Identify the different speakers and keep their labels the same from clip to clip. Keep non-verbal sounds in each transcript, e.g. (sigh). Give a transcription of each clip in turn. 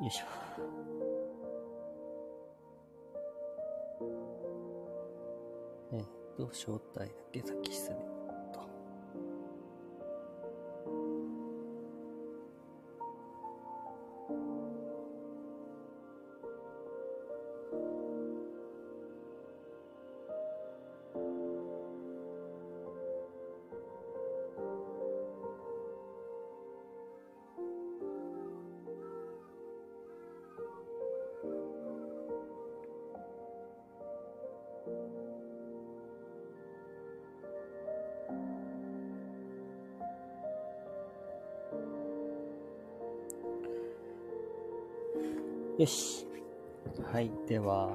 Speaker 1: よいしょ。えっと、招待だけ先進めと。よし。はい、では、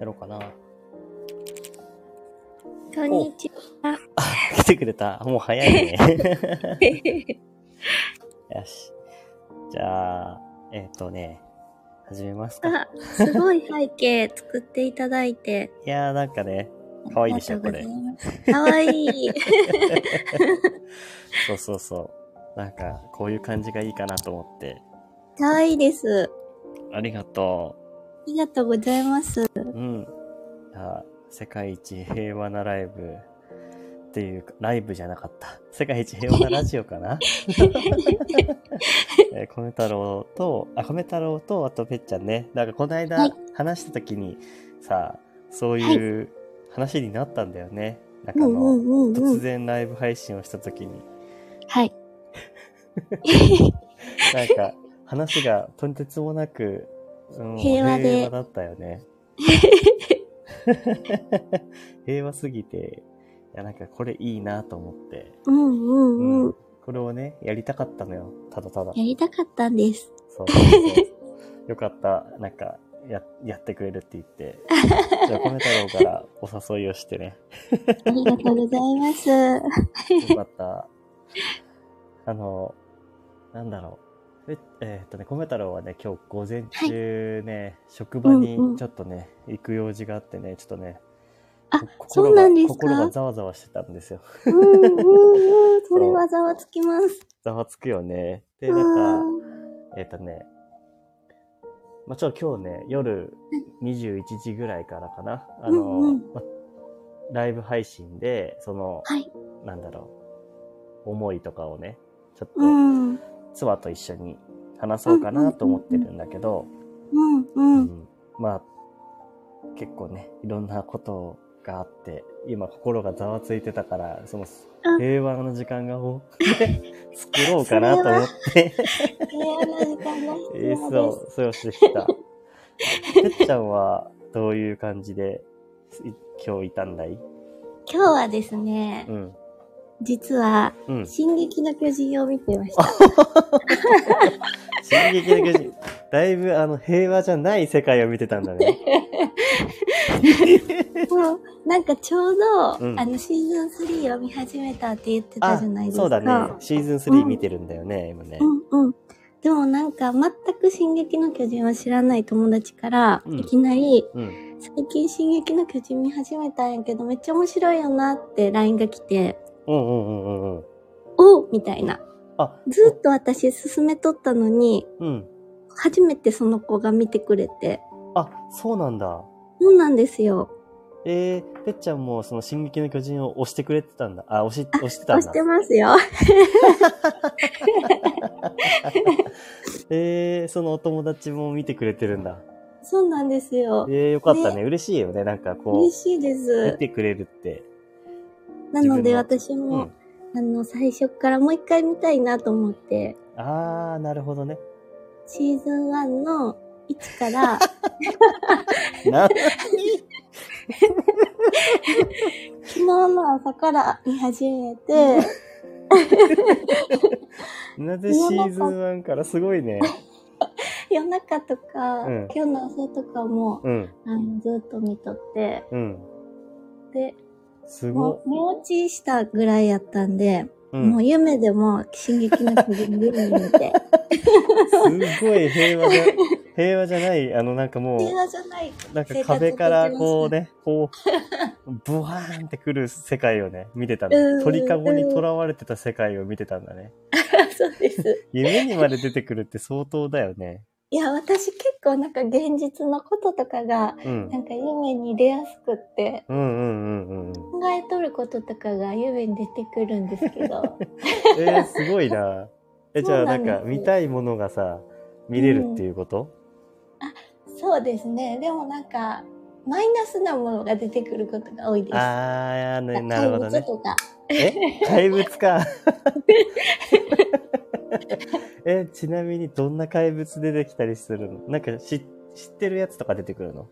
Speaker 1: やろうかな。 (laughs)
Speaker 2: こんにちは。
Speaker 1: あ、来てくれた。もう早いね。よし。じゃあ、えっ、とね、始めますか。
Speaker 2: あ、すごい背景作っていただいて。
Speaker 1: いやーなんかね、かわいいでしょ、これ。
Speaker 2: かわいい。
Speaker 1: そうそうそう。なんか、こういう感じがいいかなと思って。
Speaker 2: かわいいです。
Speaker 1: ありがと
Speaker 2: ありがとうございます。
Speaker 1: う。うん。あ世界一平和なライブっていうか、ライブじゃなかった。世界一平和なラジオか
Speaker 2: (laughs)
Speaker 1: なえー、米太郎と、あ、米太郎と、あとぺっちゃんね。なんかこの間
Speaker 2: はい
Speaker 1: 話した時にさ、そういう話になったんだよね。なんかあ
Speaker 2: うん
Speaker 1: の、
Speaker 2: うんうんう
Speaker 1: 突
Speaker 2: ん。
Speaker 1: 然ライブ配信をした時に、
Speaker 2: はい。
Speaker 1: (laughs) なんか、話がとんてつもなく、うん
Speaker 2: 平和で
Speaker 1: 平和だったよ
Speaker 2: (laughs)
Speaker 1: ね。平和すぎて、いや、なんかこれいいなと思って、
Speaker 2: うんうんうん。
Speaker 1: これをね、やりたかったのよ。ただただ。
Speaker 2: やりたかったんです。
Speaker 1: そうそう
Speaker 2: (laughs)
Speaker 1: そう。よかった。なんか、や、やってくれるって言
Speaker 2: (laughs)
Speaker 1: って。じゃあ、米太郎からお誘いをしてね。
Speaker 2: ありがとうござい
Speaker 1: (laughs)
Speaker 2: ます。は
Speaker 1: よかった。あの、なんだろう。ええーっとね、米太郎はね、今日午前中ね、職場に
Speaker 2: うんうん
Speaker 1: ちょっとね、行く用事があってね、ちょっとね、
Speaker 2: あ
Speaker 1: こ
Speaker 2: そうなんですか
Speaker 1: 心がざわざわしてたんですよ。 (laughs)
Speaker 2: うんうんうん。それはざわつきます。
Speaker 1: ざわつくよね。で、
Speaker 2: う
Speaker 1: なんか、
Speaker 2: ん。
Speaker 1: えーっとね、まあ、ちょっと今日ね、夜21時ぐらいからかな。あの、
Speaker 2: うんうん
Speaker 1: まライブ配信で、その、
Speaker 2: はい。
Speaker 1: なんだろう、思いとかをね、ちょっと、
Speaker 2: うん。うん
Speaker 1: 妻と一緒に話そうかなと思ってるんだけど、
Speaker 2: う。
Speaker 1: (laughs) うんんまあ結構ねいろんなことがあって今心がざわついてたからその
Speaker 2: あ
Speaker 1: 平和の時間がを (laughs) 作ろうかなと思って
Speaker 2: 平和な時間が必
Speaker 1: えー
Speaker 2: 要で
Speaker 1: そうそれをしてきた (laughs) てっちゃんはどういう感じでい今日いたんだい
Speaker 2: す。今日はですね
Speaker 1: う、ん
Speaker 2: 実は、 (laughs)
Speaker 1: うん
Speaker 2: 進撃の巨人を見てました。
Speaker 1: 「進撃の巨人」だいぶあの平和じゃない世界を見てたんだね
Speaker 2: そうなんかちょうど、
Speaker 1: うん
Speaker 2: あのシーズン3を見始めたって言ってたじゃないですか。
Speaker 1: そうだねシーズン3見てるんだよね、今ね
Speaker 2: うんうん。でもなんか全く進撃の巨人を知らない友達から、
Speaker 1: うん
Speaker 2: いきなり、
Speaker 1: うん。
Speaker 2: 最近進撃の巨人見始めたんやけど、めっちゃ面白いよなって LINE が来て、
Speaker 1: うんうんうんうんうん。
Speaker 2: おうみたいな。
Speaker 1: あ、
Speaker 2: ずっと私進めとったのに、
Speaker 1: うん。
Speaker 2: 初めてその子が見てくれて。
Speaker 1: あ、そうなんだ。
Speaker 2: そうなんですよ。
Speaker 1: えー、てっちゃんもその進撃の巨人を押してくれてたんだ。あ、押し、押してたん
Speaker 2: 押
Speaker 1: だ
Speaker 2: し。てますよ。
Speaker 1: えー、そのお友達も見てくれてるんだ。
Speaker 2: そうなんですよ
Speaker 1: え。ー、よかったね。嬉しいよね。なんかこ
Speaker 2: 嬉
Speaker 1: う、
Speaker 2: しい
Speaker 1: 見
Speaker 2: です。
Speaker 1: てくれるって。
Speaker 2: なの
Speaker 1: 自分
Speaker 2: で
Speaker 1: の
Speaker 2: 私
Speaker 1: う
Speaker 2: も
Speaker 1: ん、。
Speaker 2: あの、最初からもう一回見たいなと思って、
Speaker 1: あー、なるほどね。
Speaker 2: シーズン1の1から、
Speaker 1: (laughs) な、
Speaker 2: 昨日の朝から見始めて、
Speaker 1: なぜシーズン1からすごい
Speaker 2: (laughs)
Speaker 1: ね。
Speaker 2: 夜中とか、
Speaker 1: うん
Speaker 2: 今日の朝とかも、
Speaker 1: うん、
Speaker 2: あのずっと見とって、
Speaker 1: うん。
Speaker 2: で、
Speaker 1: す
Speaker 2: も
Speaker 1: ご
Speaker 2: う、寝落ちしたぐらいやったんで、
Speaker 1: い。う。
Speaker 2: もうん夢でも、進撃の巨人夢
Speaker 1: (laughs)
Speaker 2: に見て、
Speaker 1: すごい平和じゃ、平和じゃない、あのなんかもう
Speaker 2: 映、画じゃない。 (laughs)
Speaker 1: なんか壁からこうね、こう、ブワーンってくる世界をね、見てた
Speaker 2: うんうんう
Speaker 1: の。
Speaker 2: ん
Speaker 1: 鳥かごに囚われてた世界を見てたんだね。
Speaker 2: そうです。
Speaker 1: 夢にまで出てくるって相当だよね。
Speaker 2: いや、私結構なんか現実のこととかが、
Speaker 1: うん。
Speaker 2: なんか夢に出やすくって、
Speaker 1: うんうんうんうん。
Speaker 2: 考えとることとかが夢に出てくるんです
Speaker 1: (laughs)
Speaker 2: けど、
Speaker 1: えー、すごいな。え、じゃあ
Speaker 2: そう
Speaker 1: な
Speaker 2: なんんです
Speaker 1: か見たいものがさ、見れるっていうこと、
Speaker 2: そうですね。でもなんか、マイナスなものが出てくることが多いです。
Speaker 1: あー、ね、なるほど
Speaker 2: 怪
Speaker 1: ね
Speaker 2: 物。とか。
Speaker 1: え怪物か。 (laughs) え、ちなみにどんな怪物出てきたりするのなんか知知ってるやつとか出てくるの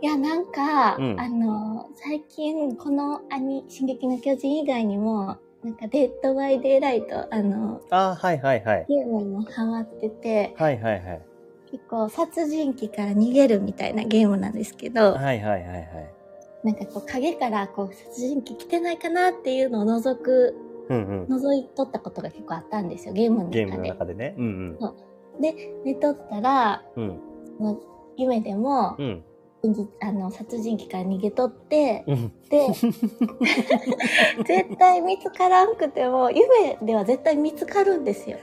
Speaker 2: いや、なんか、
Speaker 1: うん
Speaker 2: あの、最近、このアニ、進撃の巨人以外にも、なんか、デッドバイデイライト、あの、
Speaker 1: あー、はいはいはい。
Speaker 2: ゲームにもハマってて、
Speaker 1: はいはいはい。
Speaker 2: 結構、殺人鬼から逃げるみたいなゲームなんですけど、
Speaker 1: はいはいはいはい。
Speaker 2: なんかこう、影から、こう、殺人鬼来てないかなっていうのを覗く、
Speaker 1: うんう
Speaker 2: 覗いとったことが結構あったんですよ、ゲームの
Speaker 1: ん。ゲ
Speaker 2: 中で。
Speaker 1: ームの中でね。うん
Speaker 2: 寝とったら、
Speaker 1: うん。うん。
Speaker 2: 夢でも、
Speaker 1: うん。
Speaker 2: 現実あの、殺人鬼から逃げとって、
Speaker 1: うん。 (laughs)
Speaker 2: で (laughs) 絶対見つからんくても夢では絶対見つかるんですよ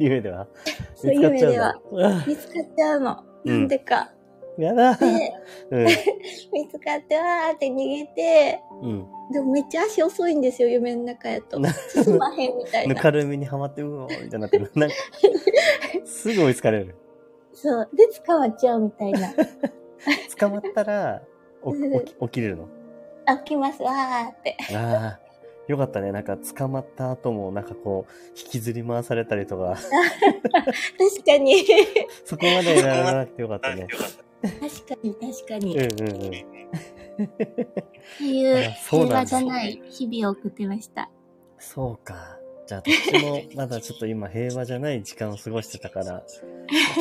Speaker 1: 夢では
Speaker 2: そう
Speaker 1: 見つかっちゃうん
Speaker 2: 夢では
Speaker 1: だ。うわ
Speaker 2: 見つかっちゃうの
Speaker 1: う
Speaker 2: なんんでか、
Speaker 1: やだ。
Speaker 2: で
Speaker 1: うん。
Speaker 2: 見つかってわーって逃げて
Speaker 1: うん。
Speaker 2: でもめっちゃ足遅いんですよ夢の中やと
Speaker 1: な
Speaker 2: 進まへんみたい
Speaker 1: ぬ
Speaker 2: な
Speaker 1: かるみにはまって、うおーみたいになって
Speaker 2: (laughs)
Speaker 1: る。なんか、すぐ追いつかれる。
Speaker 2: そうで捕まっちゃうみたいな
Speaker 1: 捕まったら、お
Speaker 2: うん
Speaker 1: 起き起きれるの。
Speaker 2: あ来ますわーって
Speaker 1: ああ、よかったね。なんか捕まった後も、なんかこう、引きずり回されたりとか、
Speaker 2: 確かに
Speaker 1: そこまでやらなくてよかったね。
Speaker 2: 確かに確か
Speaker 1: う
Speaker 2: に、
Speaker 1: ん
Speaker 2: っ
Speaker 1: うんうん。
Speaker 2: ていう
Speaker 1: あそうなん
Speaker 2: 平
Speaker 1: だ
Speaker 2: 和じゃない日々を送ってました
Speaker 1: そうか。じゃあ私もまだちょっと今平和じゃない時間を過ごしてた
Speaker 2: (laughs)
Speaker 1: から、ち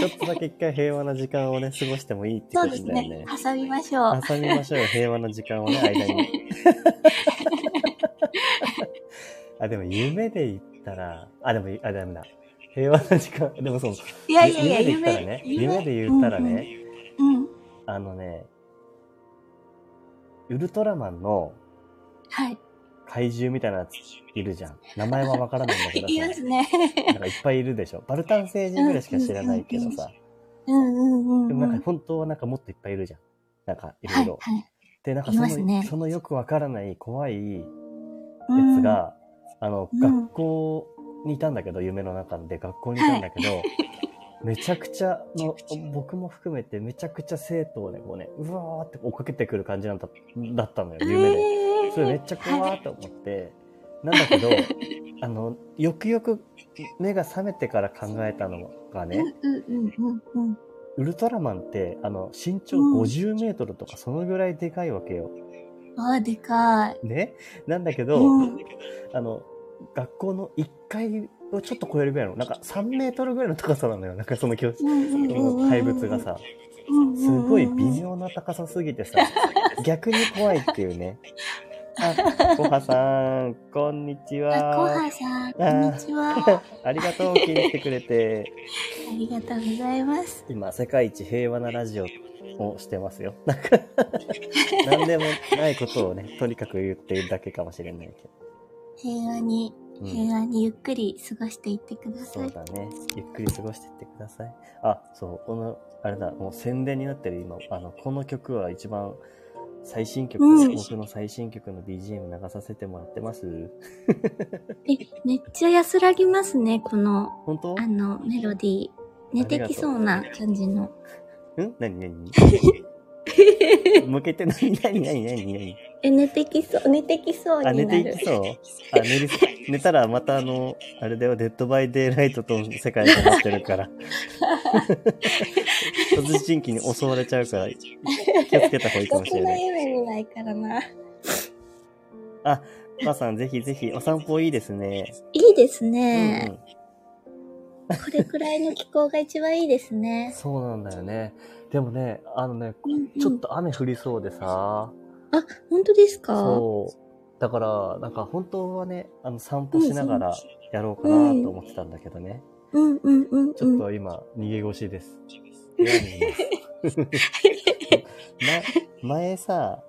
Speaker 1: ょっとだけ一回平和な時間をね、過ごしてもいいって
Speaker 2: そ
Speaker 1: こ
Speaker 2: う
Speaker 1: と
Speaker 2: です
Speaker 1: だよ
Speaker 2: ね
Speaker 1: ね。
Speaker 2: 挟みましょう
Speaker 1: 挟みましょうよ、平和な時
Speaker 2: (laughs)
Speaker 1: 間をね、間に。あ、でも夢で言ったら、あ、でも、あ、ダメだ。平和な時間、でもそう、
Speaker 2: いやいやいや
Speaker 1: 夢で言ったらね、夢で言ったらね、、
Speaker 2: うんうんうん
Speaker 1: あのね、ウルトラマンの
Speaker 2: はい。
Speaker 1: 怪獣みたいなやついるじゃん。名前はわからないんだけど
Speaker 2: います
Speaker 1: さ。 (laughs)
Speaker 2: ね。
Speaker 1: なんかいっぱいいるでしょ。バルタン星人ぐらいしか知らないけどさ。
Speaker 2: うんうん
Speaker 1: で
Speaker 2: うん
Speaker 1: も
Speaker 2: う
Speaker 1: なん
Speaker 2: ん。
Speaker 1: か本当はなんかもっといっぱいいるじゃん。なんかいろ
Speaker 2: はいい
Speaker 1: ろ。
Speaker 2: はい。
Speaker 1: で、なんかそ
Speaker 2: いま
Speaker 1: の、
Speaker 2: すね
Speaker 1: そのよくわからない怖いや
Speaker 2: うん
Speaker 1: つ、が、あの、
Speaker 2: うん
Speaker 1: 学校にいたんだけど、夢の中で学校にいたんだけど、めちゃくちゃの、僕も含めてめちゃくちゃ生徒をね、こうね、うわーって追っかけてくる感じなんだだったのよ、夢で。
Speaker 2: えー
Speaker 1: それめっちゃ怖ーと思って、なんだけど、あの、よくよく目が覚めてから考えたのがね、
Speaker 2: うんうんうんうんうん。
Speaker 1: ウルトラマンって、あの、身長
Speaker 2: うん
Speaker 1: 50メートルとかそのぐらいでかいわけよ。
Speaker 2: あーでかい。
Speaker 1: ね。なんだけ
Speaker 2: う
Speaker 1: ど、
Speaker 2: ん
Speaker 1: あの、学校の1階をちょっと超えるぐらいの、なんか3メートルぐらいの高さなのよ。なんかその教室
Speaker 2: うんうんうんう
Speaker 1: の
Speaker 2: ん
Speaker 1: 怪物がさ、
Speaker 2: うんうんうん
Speaker 1: すごい微妙な高さすぎてさ、逆に怖いっていうね。あ、コハさん、こんにち
Speaker 2: あ
Speaker 1: は。
Speaker 2: コハさん、こんにちは。
Speaker 1: ありがとう、聞いてくれて。
Speaker 2: ありがとうございます。
Speaker 1: 今、世界一平和なラジオをしてますよ。なんか、何でもないことをね、とにかく言ってるだけかもしれないけ
Speaker 2: 平和に、
Speaker 1: ど。うん。
Speaker 2: 平和にゆっくり過ごしていってくださ
Speaker 1: そう
Speaker 2: い。
Speaker 1: だね。ゆっくり過ごしてってください。あ、そう、この、あれだ、もう宣伝になってる今、あの、この曲は一番最新曲、
Speaker 2: うん
Speaker 1: 僕の最新曲の BGM 流させてもらってます。
Speaker 2: え、めっちゃ安らぎますね、この、
Speaker 1: 本当
Speaker 2: あの、メロディー。寝てきそうな感じの。
Speaker 1: ん何何
Speaker 2: (laughs)
Speaker 1: 向けて何何何何何
Speaker 2: え、寝てきそう、寝てきそうにな
Speaker 1: あ、
Speaker 2: る。
Speaker 1: 寝ていきそうあ寝る寝たらまたあの、あれだよ、デッドバイデイライトとの世界になってるから。殺人鬼に襲われちゃうから、気をつけた方がいいかもし
Speaker 2: 僕
Speaker 1: れ
Speaker 2: の
Speaker 1: ない。
Speaker 2: 夢見ないからな。
Speaker 1: あ、母さんぜひぜひお散歩いいですね。
Speaker 2: いいです
Speaker 1: うん
Speaker 2: ね。これくらいの気候が一番いいです
Speaker 1: うん。
Speaker 2: ね。
Speaker 1: そうなんだよね。でもね、あのね、
Speaker 2: うんうん
Speaker 1: ちょっと雨降りそうでさ、
Speaker 2: あ、本当ですか
Speaker 1: そう。だから、なんか本当はね、あの散歩しながらやろうかなと思ってたんだけどね。
Speaker 2: うんうんうんうん。
Speaker 1: ちょっと今、逃げ腰です。部屋にいますな前さ、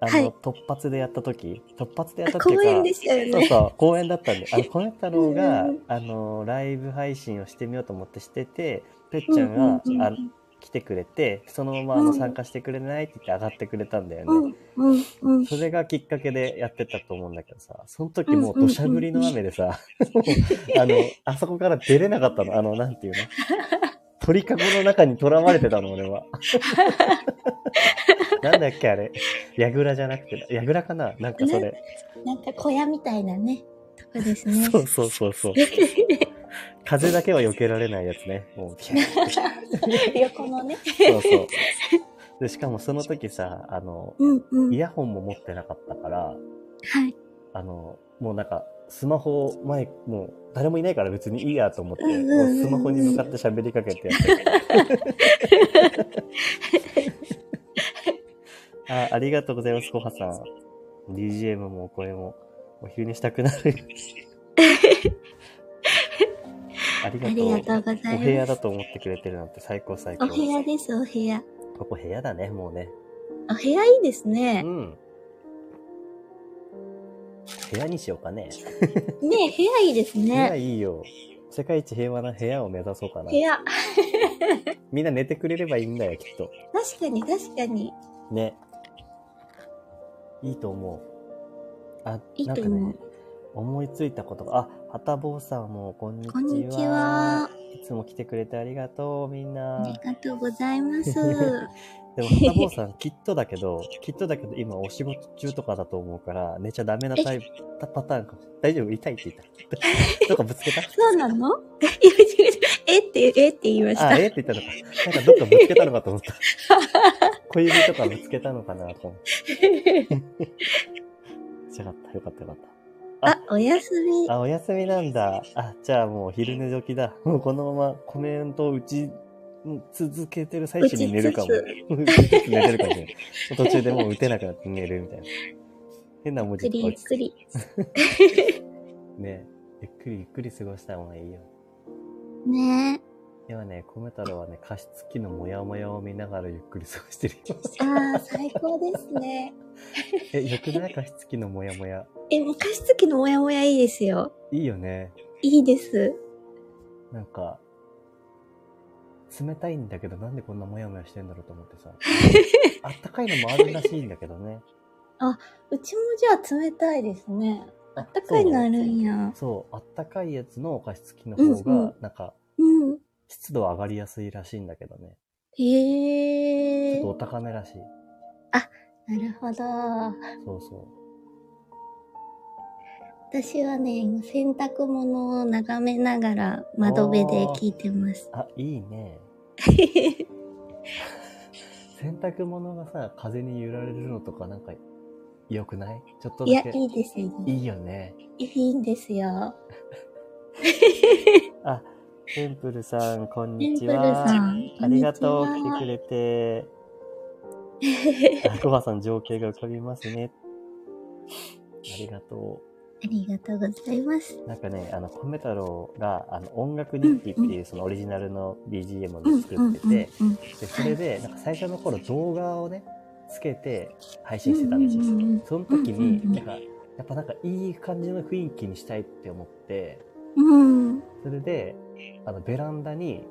Speaker 1: ああの、
Speaker 2: はい
Speaker 1: 突発でやった時、突発でやった
Speaker 2: あ
Speaker 1: っていう
Speaker 2: 公
Speaker 1: か、
Speaker 2: 園でしたよ
Speaker 1: そう
Speaker 2: ね。
Speaker 1: そう、公演だったんで、あの、コメ太郎が
Speaker 2: うん、
Speaker 1: あの、ライブ配信をしてみようと思ってしてて、てっちゃんが、
Speaker 2: うん
Speaker 1: あ来てくれて、そのままあの
Speaker 2: うん
Speaker 1: 参加してくれないって言って上がってくれたんだよね。
Speaker 2: うんうんうん。
Speaker 1: それがきっかけでやってたと思うんだけどさ、その時もう土砂降りの雨でさ、あの、あそこから出れなかったの、あの、なんていうの鳥かごの中に囚われてたの、 (laughs) 俺は。なんだっけ、あれ。やぐらじゃなくて、やぐらかななんかそれ。
Speaker 2: なんか小屋みたいなね、とこですね。
Speaker 1: そうそうそうそう。風だけは避けられないやつね。も (laughs) う、ピャーって
Speaker 2: 横のね。
Speaker 1: そうそう。で、しかもその時さ、あの、
Speaker 2: うんうん。
Speaker 1: イヤホンも持ってなかったから、
Speaker 2: はい。
Speaker 1: あの、もうなんか、スマホを前、もう誰もいないから別にいいやと思って、
Speaker 2: うんうんうん
Speaker 1: もうスマホに向かって喋りかけてや
Speaker 2: (laughs)
Speaker 1: ってたあありがとうございます、コハさん。BGM もお声も、お昼にしたくなる。
Speaker 2: (laughs)
Speaker 1: あり
Speaker 2: あ
Speaker 1: がとう。
Speaker 2: りがとうござ
Speaker 1: お部
Speaker 2: いま
Speaker 1: 屋
Speaker 2: す。
Speaker 1: だと思ってくれてるなんて最高最
Speaker 2: お
Speaker 1: 高。
Speaker 2: 部屋です、お部屋。
Speaker 1: ここ部屋だね、もうね。
Speaker 2: お部屋いいです
Speaker 1: う
Speaker 2: ね。
Speaker 1: ん。部屋にしようかね。
Speaker 2: ね部屋いいです
Speaker 1: 部屋
Speaker 2: ね。
Speaker 1: いいよ。世界一平和な部屋を目指そうかな
Speaker 2: 部。屋。
Speaker 1: みんな寝てくれればいいんだよ、きっと。
Speaker 2: 確かに、確かに。
Speaker 1: ね。いいと思う。あ、
Speaker 2: いい
Speaker 1: なん
Speaker 2: と
Speaker 1: か
Speaker 2: 思
Speaker 1: ね
Speaker 2: う、。
Speaker 1: 思いついたことが、あ、はたぼうさんも、こんにちは。
Speaker 2: こんにちは。
Speaker 1: いつも来てくれてありがとう、みんな
Speaker 2: あ。りがとうござ
Speaker 1: (laughs)
Speaker 2: います。
Speaker 1: でも、はたぼうさん、きっとだけど、 (laughs) きっとだけど、今お仕事中とかだと思うから、寝ちゃダメなタイプ、たパターンかも。大丈夫痛いって言った。 (laughs) とかぶつけた
Speaker 2: そうなの (laughs) いや違う違うえって、えって言いまし
Speaker 1: あ、
Speaker 2: た。
Speaker 1: えって言ったのか。なんかどっかぶつけたのかと (laughs) 思った。小指とかぶつけたのかなと思って。違った。よかったよかっ
Speaker 2: (laughs) あ、おやすみ
Speaker 1: た。。あ、お休みなんだ。あ、じゃあもう昼寝時だ。もうこのままコメントを打ち続けてる最中に寝るかも。打ちつつ寝てるかもしれない。途中でもう打てなくなって寝るみたいな。変な文字
Speaker 2: ゆっくりゆ
Speaker 1: と
Speaker 2: っ
Speaker 1: か
Speaker 2: くり。
Speaker 1: ね。ゆっくりゆっくり過ごした方がいいよ。
Speaker 2: ね
Speaker 1: 今ね、米太郎はね、加湿器のモヤモヤを見ながらゆっくり過ごしてるよ。
Speaker 2: え。ああ、最高ですね。 (laughs)
Speaker 1: え、よくない加湿器のモヤモヤ。
Speaker 2: え、もう加湿器のモヤモヤいいですよ。
Speaker 1: いいよね。
Speaker 2: いいです。
Speaker 1: なんか、冷たいんだけど、なんでこんなモヤモヤしてんだろうと思
Speaker 2: (laughs)
Speaker 1: ってさ。あったかいのもあるらしいんだけどね。
Speaker 2: うちもじゃあ冷たいですね。あったかいのあるんや。
Speaker 1: そう、あったかいやつの加湿器の
Speaker 2: うん
Speaker 1: 方
Speaker 2: う
Speaker 1: が
Speaker 2: ん、
Speaker 1: なんか、
Speaker 2: うん。
Speaker 1: 湿度は上がりやすいらしいんだけどね。ち
Speaker 2: へ
Speaker 1: ょ
Speaker 2: え
Speaker 1: っ。とお高めらしい。
Speaker 2: なるほど。
Speaker 1: そうそ
Speaker 2: 私はね、今洗濯物を眺めながら窓辺で聞いてます
Speaker 1: う。。あ、いいね。
Speaker 2: (laughs)
Speaker 1: 洗濯物がさ、風に揺られるのとかなんか、良くないちょっと
Speaker 2: いや
Speaker 1: だ、け。
Speaker 2: いいですよね。
Speaker 1: いいよね。
Speaker 2: いいんですよ。
Speaker 1: あ、テンプルさん、こん
Speaker 2: テ
Speaker 1: に
Speaker 2: ン
Speaker 1: ちは。
Speaker 2: プルさん。
Speaker 1: ありがとう、
Speaker 2: こんに
Speaker 1: 来
Speaker 2: ちは
Speaker 1: てくれて。あコバさん、情景が浮かびますね。ありがと
Speaker 2: ありがとうございます。
Speaker 1: う。なんかね、あの、コメ太郎が、あの、音楽日記っていう、そのオリジナルの BGM をね作ってて、で、
Speaker 2: うんうん
Speaker 1: それで、なんか最初の頃動画をね、つけて配
Speaker 2: う
Speaker 1: 信してたんですよ。
Speaker 2: ん
Speaker 1: その時
Speaker 2: うんうんう
Speaker 1: に、
Speaker 2: ん
Speaker 1: なんか、やっぱなんかいい感じの雰囲気にしたいって思って、
Speaker 2: うん。
Speaker 1: それで、あの、ベランダに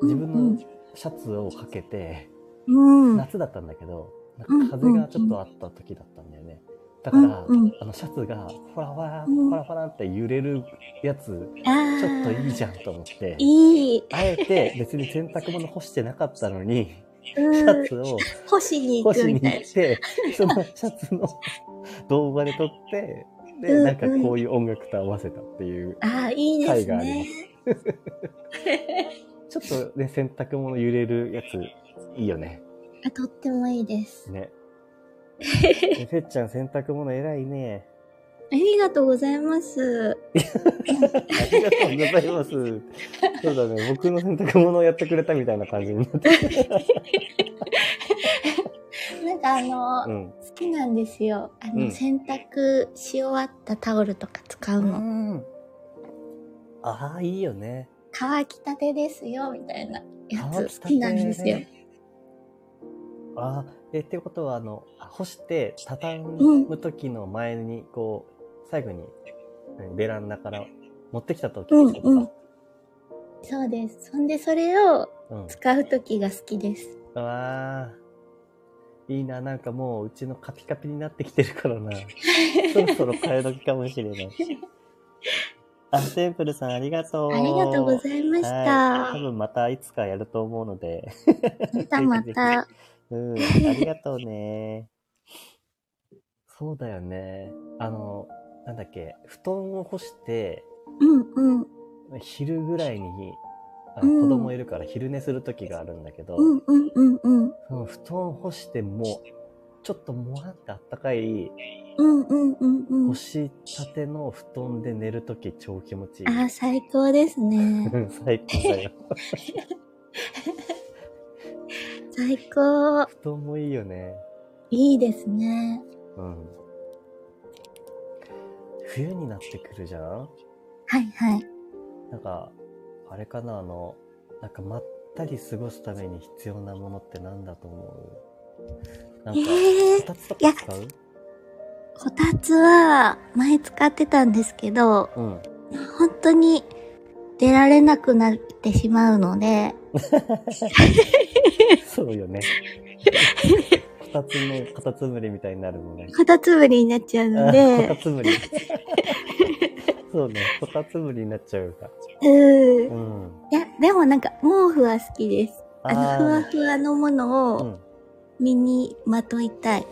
Speaker 2: うん
Speaker 1: 自分のシャツをかけて、
Speaker 2: うん。
Speaker 1: 夏だったんだけど、
Speaker 2: うん
Speaker 1: なんか風がちょっとあった時だったんだよね。だから、
Speaker 2: うんうん
Speaker 1: あのシャツが、ほらほら、
Speaker 2: うん
Speaker 1: ほらほらって揺れるやつ、
Speaker 2: あー
Speaker 1: ちょっといいじゃんと思って、
Speaker 2: いい。
Speaker 1: あえて別に洗濯物干してなかったのに、シ
Speaker 2: う
Speaker 1: ャ
Speaker 2: ん。
Speaker 1: ツを
Speaker 2: 干しに行
Speaker 1: 干
Speaker 2: く
Speaker 1: し
Speaker 2: み
Speaker 1: に
Speaker 2: たいな
Speaker 1: 行。って、そのシャツの動画で撮って、
Speaker 2: うんう
Speaker 1: で、
Speaker 2: ん
Speaker 1: なんかこういう音楽と合わせたっていう。
Speaker 2: ああ、いいです
Speaker 1: 回がありま
Speaker 2: ね。
Speaker 1: ちょっとね、洗濯物揺れるやつ、いいよね。
Speaker 2: あとってもいいです。 (laughs)
Speaker 1: ね。えせっちゃん洗濯物偉いね。
Speaker 2: ありがとうございます。
Speaker 1: ありがとうございます。そうだね、僕の洗濯物をやってくれたみたいな感じになって。
Speaker 2: なんかあの、
Speaker 1: うん。
Speaker 2: 好きなんですよ。あの、
Speaker 1: うん
Speaker 2: 洗濯し終わったタオルとか使うの。
Speaker 1: ああ、いいよね。
Speaker 2: 乾きたてですよ、みたいなや
Speaker 1: 乾きた
Speaker 2: つ好
Speaker 1: て
Speaker 2: き
Speaker 1: ね
Speaker 2: なんですよ。
Speaker 1: あえ、っていうことは、あの、あ干して、畳
Speaker 2: うん
Speaker 1: む時の前に、こう、最後に、何ベランダから持ってきた時って
Speaker 2: う
Speaker 1: こ
Speaker 2: ん
Speaker 1: とか。
Speaker 2: うん。そうです。そんでそれを
Speaker 1: うん。
Speaker 2: 使う時が好きです。
Speaker 1: わあ、いいな、なんかもううちのカピカピになってきてるから
Speaker 2: (laughs)
Speaker 1: な。そろそろ替え時かもしれない。あ、テンプルさんありがとう。
Speaker 2: ありがとうご
Speaker 1: い
Speaker 2: ざいまし
Speaker 1: はい、多
Speaker 2: た。
Speaker 1: 分またいつかやると思うので。
Speaker 2: またまた。
Speaker 1: うん、ありがとうね。 (laughs) そうだよね。あの、なんだっけ、布団を干して、
Speaker 2: うんうん。
Speaker 1: 昼ぐらいに、あ
Speaker 2: うん
Speaker 1: 子供いるから昼寝する時があるんだけど、
Speaker 2: うんうんうんうん。
Speaker 1: その布団干してもう、ちょっともわってあったかい、
Speaker 2: うんうんうんうん
Speaker 1: 干。したての布団で寝るとき超気持ちいい。
Speaker 2: あー、最高ですね。
Speaker 1: うん (laughs) 最高だよ。
Speaker 2: 最高。
Speaker 1: 布団もいいよね。
Speaker 2: いいですね。
Speaker 1: うん。冬になってくるじゃん
Speaker 2: はいはい。
Speaker 1: なんか、あれかな、あの、なんかまったり過ごすために必要なものってなんだと思うなん
Speaker 2: え
Speaker 1: か、
Speaker 2: ー
Speaker 1: こ、たつとか使う
Speaker 2: こたつは前使ってたんですけど、
Speaker 1: うん。
Speaker 2: 本当に出られなくなってしまうの (laughs) で、
Speaker 1: そうよ
Speaker 2: (laughs)
Speaker 1: ね。こたつの、こたつむりみたいになるもんね。
Speaker 2: こたつぶりになっちゃうの
Speaker 1: あこ
Speaker 2: で、
Speaker 1: たつむ
Speaker 2: (laughs)
Speaker 1: り。そうね、こたつむりになっちゃうか。
Speaker 2: うん。い
Speaker 1: うん。
Speaker 2: や、でもなんか毛布は好きです。あの、ふわ
Speaker 1: ー
Speaker 2: ふわのもの
Speaker 1: う
Speaker 2: を
Speaker 1: ん。
Speaker 2: 身にまといたい。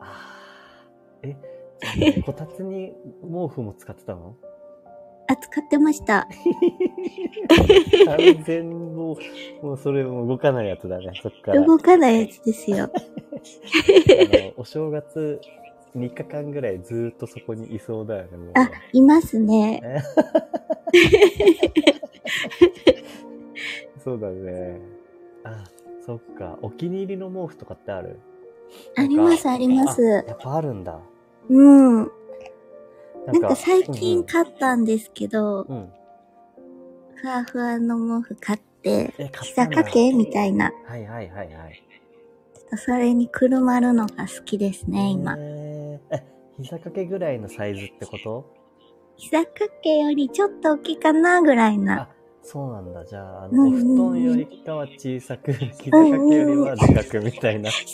Speaker 1: あーえ、じゃあこたつに毛布も使ってたの
Speaker 2: あ、使ってました。
Speaker 1: 完全もう、もうそれもう動かないやつだね、そっから。あ
Speaker 2: 動かないやつですよ。
Speaker 1: (laughs) の、お正月3日間ぐらいずーっとそこにいそうだよね、もうね。
Speaker 2: あ、いますね。
Speaker 1: そうだね。あ、そっか。お気に入りの毛布とかってある
Speaker 2: あります、あります
Speaker 1: あ。やっぱあるんだ。
Speaker 2: うん。
Speaker 1: な
Speaker 2: なんか最
Speaker 1: う
Speaker 2: 近
Speaker 1: ん
Speaker 2: 買ったんですけど、
Speaker 1: うん、うん。
Speaker 2: ふわふわの毛布買って、
Speaker 1: え、買った
Speaker 2: 膝
Speaker 1: んだ
Speaker 2: 掛けみたいな。
Speaker 1: はいはいはいはい。
Speaker 2: ちょっとそれにくるまるのが好きですね、今。
Speaker 1: えー、え、膝掛けぐらいのサイズってこと
Speaker 2: 膝掛けよりちょっと大きいかなぐらいな。
Speaker 1: あ、そうなんだ。じゃあ、あ
Speaker 2: う
Speaker 1: の、お
Speaker 2: ん
Speaker 1: 布
Speaker 2: うんうん
Speaker 1: 団よりかは小さく、膝掛けよりはでかくみたいな。す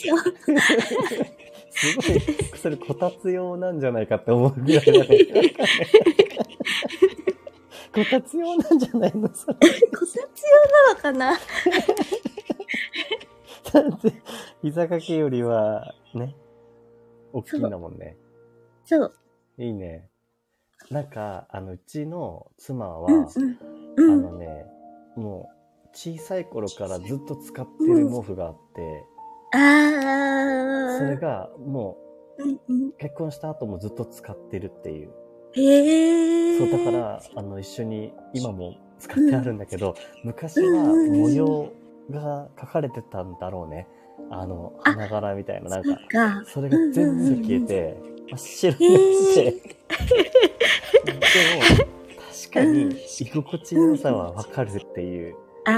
Speaker 1: ごい、それこたつ用なんじゃないかって思うぐらい (laughs) だね。こたつ用なんじゃないのそれ。
Speaker 2: こたつ用なのかな
Speaker 1: だって、膝掛けよりは、ね、大きいんだもんね。
Speaker 2: そう。
Speaker 1: いいね。なんか、あの、うちの妻は、
Speaker 2: うんうん。
Speaker 1: あ
Speaker 2: うん。
Speaker 1: のね、もう、小さい頃からずっと使ってる毛布があって、それ
Speaker 2: あー。
Speaker 1: が、も
Speaker 2: うんうん
Speaker 1: う、結婚した後もずっと使ってるっていう。
Speaker 2: へえ。
Speaker 1: そう、だか。ら、あの、一緒に、今も使ってあるんだけど、昔は模様が描かれてたんだろうね。あの、
Speaker 2: あ
Speaker 1: 花柄みたいな、なん
Speaker 2: そ
Speaker 1: か
Speaker 2: っ、か。
Speaker 1: それが全部消えて、真っ白になって。でも、確かに居心地の良さはわかるっていう。
Speaker 2: あ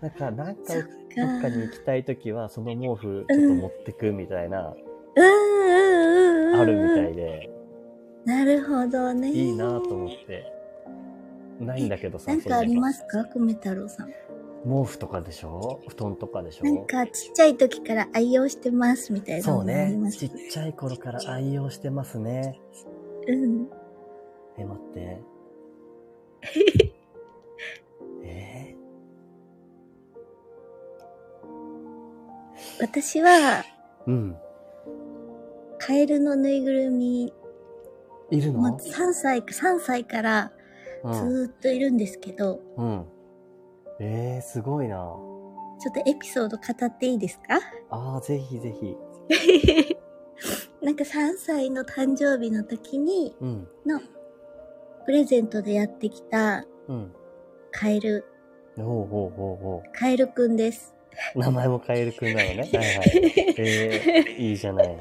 Speaker 1: なんか、なんか
Speaker 2: ー。そっ
Speaker 1: どっかに行
Speaker 2: か。
Speaker 1: きたいときは、その毛布ちょっと持ってくみたいな、
Speaker 2: うんうんうんうん。
Speaker 1: あるみたいで、
Speaker 2: なるほどね。
Speaker 1: いいなと思って。ないんだけどさ、
Speaker 2: なんかありますすか久米太郎さん。
Speaker 1: 毛布とかでしょ布団とかでしょ
Speaker 2: なんかちっちゃい時から愛用してますみたいな
Speaker 1: そう
Speaker 2: のあり
Speaker 1: ね
Speaker 2: ま。す
Speaker 1: ちっちゃい頃から愛用してますね。
Speaker 2: うん。
Speaker 1: え、待
Speaker 2: (laughs)
Speaker 1: って。え
Speaker 2: 私は、
Speaker 1: ーうん。
Speaker 2: カエルのぬいぐるみ、
Speaker 1: いる
Speaker 2: まあ、
Speaker 1: の
Speaker 2: 3歳、3歳から
Speaker 1: う
Speaker 2: ず
Speaker 1: ん。
Speaker 2: ーっといるんですけど、
Speaker 1: うん。えー、すごいな。
Speaker 2: ちょっとエピソード語っていいですか
Speaker 1: あー、ぜひぜひ。
Speaker 2: (laughs) なんか3歳の誕生日の時に、
Speaker 1: うん。
Speaker 2: プレゼントでやってきた
Speaker 1: うん。
Speaker 2: カエル、
Speaker 1: おうおうおうおう。
Speaker 2: カエルく
Speaker 1: (laughs)
Speaker 2: んです。
Speaker 1: 名前もカエルくんなのね。はいはい。えー、いいじゃない。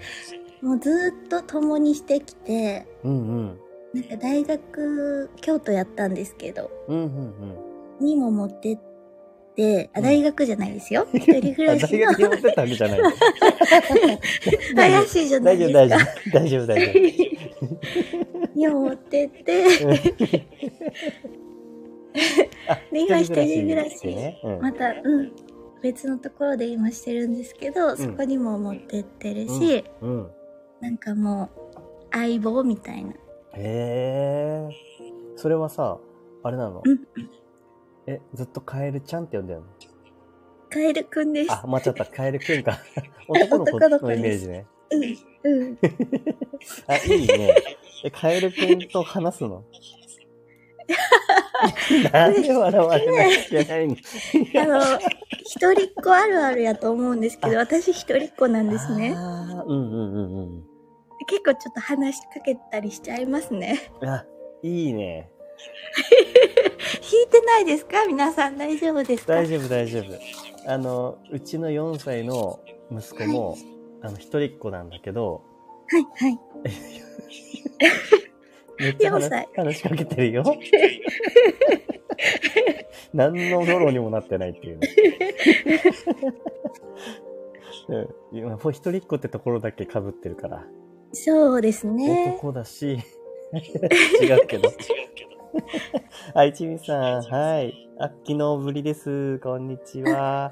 Speaker 2: もうずーっと共にしてきて、
Speaker 1: うんうん。
Speaker 2: なんか大学、京都やったんですけど、
Speaker 1: うんうんうん。
Speaker 2: にも持ってっって、あ
Speaker 1: うん
Speaker 2: 大学じゃないですよ。一人暮ら
Speaker 1: 大
Speaker 2: し
Speaker 1: 学
Speaker 2: の (laughs)
Speaker 1: に。持ってったわけじゃない。
Speaker 2: 怪しいじゃな
Speaker 1: 大
Speaker 2: い
Speaker 1: 丈夫、
Speaker 2: です
Speaker 1: 大丈
Speaker 2: か。
Speaker 1: 夫。大丈夫、大丈
Speaker 2: に持ってって、 (laughs)
Speaker 1: 夫うん。
Speaker 2: で、今一人暮らし、
Speaker 1: ね。うん
Speaker 2: また、うん、別のところで今してるんですけど、そこにも持ってってるし、
Speaker 1: うん。
Speaker 2: なんかもう、相棒みたいな。
Speaker 1: へえ。それはさ、あれなの
Speaker 2: うん
Speaker 1: え、ずっとカエルちゃんって呼んだよね。
Speaker 2: カエルくんです。
Speaker 1: あ、間違った。カエルくんか。 (laughs) 男の子
Speaker 2: 男の子
Speaker 1: の
Speaker 2: です
Speaker 1: イメージね。
Speaker 2: うん、うん。
Speaker 1: あ、いいね。え、カエルくんと話すのなんで笑われなきゃいけないの
Speaker 2: あの、一人っ子あるあるやと思うんですけど、私一人っ子なんですね。
Speaker 1: あーうんうんうん
Speaker 2: 結構ちょっと話しかけたりしちゃいますね。
Speaker 1: うん。あ、いいね。
Speaker 2: (laughs) 引いてないですか皆さん大丈夫ですか
Speaker 1: 大丈夫大丈夫。あの、うちの4歳の息子も、あの、一人っ子なんだけど、
Speaker 2: はい、はい。
Speaker 1: めっちゃ
Speaker 2: 4
Speaker 1: 話
Speaker 2: 歳
Speaker 1: 話しかけてる
Speaker 2: (laughs)
Speaker 1: よ。何のフォローにもなってないっていうね。うん、今ほ一人っ子ってところだけ被ってるから、
Speaker 2: そうですね。
Speaker 1: 男だし違う
Speaker 2: (laughs)
Speaker 1: けどあいちみさんはいあ昨日ぶりですこんにちは
Speaker 2: は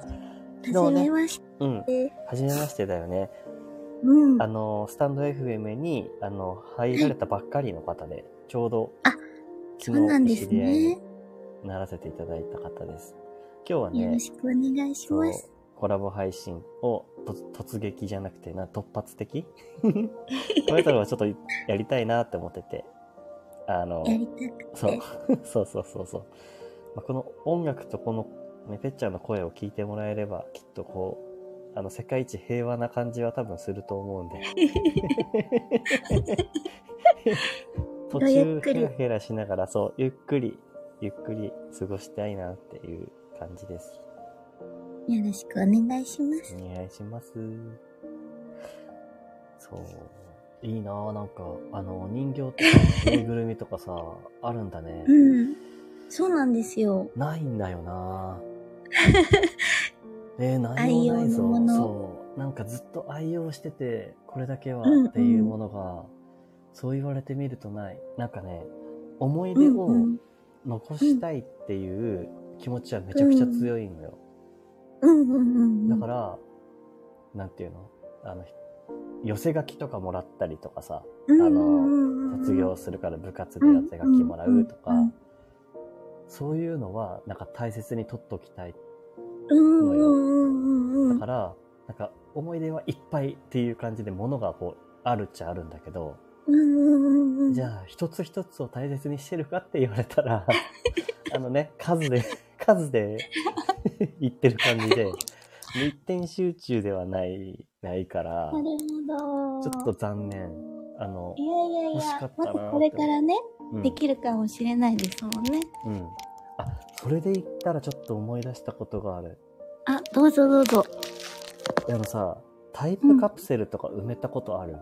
Speaker 1: 昨
Speaker 2: じ
Speaker 1: 日
Speaker 2: め
Speaker 1: ね
Speaker 2: まし
Speaker 1: うん
Speaker 2: て。
Speaker 1: 初めましてだよね
Speaker 2: うん。
Speaker 1: あのスタンド FM にあの入られたばっかりの方でちょうど
Speaker 2: あそうなんです
Speaker 1: お知り合いに
Speaker 2: ね。
Speaker 1: ならせていただいた方です。今日は
Speaker 2: よ
Speaker 1: ね
Speaker 2: ろ、しくお願いし
Speaker 1: そう
Speaker 2: ます。
Speaker 1: コラボ配信をと突撃じゃなくてな、突発的 (laughs) トヨタロはちょっとやりたいなって思ってて。あの、
Speaker 2: やりたく
Speaker 1: そう (laughs)
Speaker 2: て。
Speaker 1: そうそうそうそう。まあ、この音楽とこのね、ぺっちゃんの声を聞いてもらえれば、きっとこう、あの、世界一平和な感じは多分すると思うん (laughs) で。途
Speaker 2: ゆっ
Speaker 1: 中、
Speaker 2: くり
Speaker 1: ヘラヘラしながら、そう、ゆっくり、ゆっくり過ごしたいなっていう感じです。
Speaker 2: よろしくお願いします。
Speaker 1: お願いします。そう。いいなぁ、なんか、あの、お人形 (laughs) とか、ぬいぐるみとかさ、あるんだね。
Speaker 2: うん。そうなんですよ。
Speaker 1: ないんだよ
Speaker 2: (laughs)
Speaker 1: なえー、
Speaker 2: 愛
Speaker 1: 何も
Speaker 2: 用
Speaker 1: ない
Speaker 2: のも
Speaker 1: ぞ。
Speaker 2: の
Speaker 1: そう。なんかずっと愛用してて、これだけは
Speaker 2: うんうん
Speaker 1: っていうものが、そう言われてみるとない。なんかね、思い出
Speaker 2: う
Speaker 1: を
Speaker 2: ん
Speaker 1: 残したいっていう気持ちはめちゃくちゃ強いのよ。
Speaker 2: うんうんうんう
Speaker 1: だ
Speaker 2: ん。
Speaker 1: から、なんていうのあの、寄せ書きとかもらったりとかさ、
Speaker 2: うんうん
Speaker 1: あの
Speaker 2: うんうん
Speaker 1: 卒業するから部活で寄せ書きもらうとか、
Speaker 2: うんうんうん
Speaker 1: そういうのはなんか大切に取っときたい
Speaker 2: うんうんうんう
Speaker 1: だ
Speaker 2: ん
Speaker 1: か。ら、なんか思い出はいっぱいっていう感じで物がこうあるっちゃあるんだけど、
Speaker 2: うんうんうんうん。
Speaker 1: じゃあ一つ一つを大切にしてるかって言われた
Speaker 2: (laughs)
Speaker 1: ら、あのね、数で、数で言ってる感じで、一点集中ではない、ないから
Speaker 2: な、るほ
Speaker 1: ち
Speaker 2: ど。
Speaker 1: ょっと残念。あの、
Speaker 2: いやいやい
Speaker 1: 欲しか
Speaker 2: や
Speaker 1: っ、た
Speaker 2: ま
Speaker 1: な
Speaker 2: たこれからね、
Speaker 1: うん
Speaker 2: できるかもしれないですもんね。
Speaker 1: うん。あ、それで言ったらちょっと思い出したことがある。
Speaker 2: あ、どうぞどうぞ。
Speaker 1: あのさ、タイプカプセルとか埋めたことある、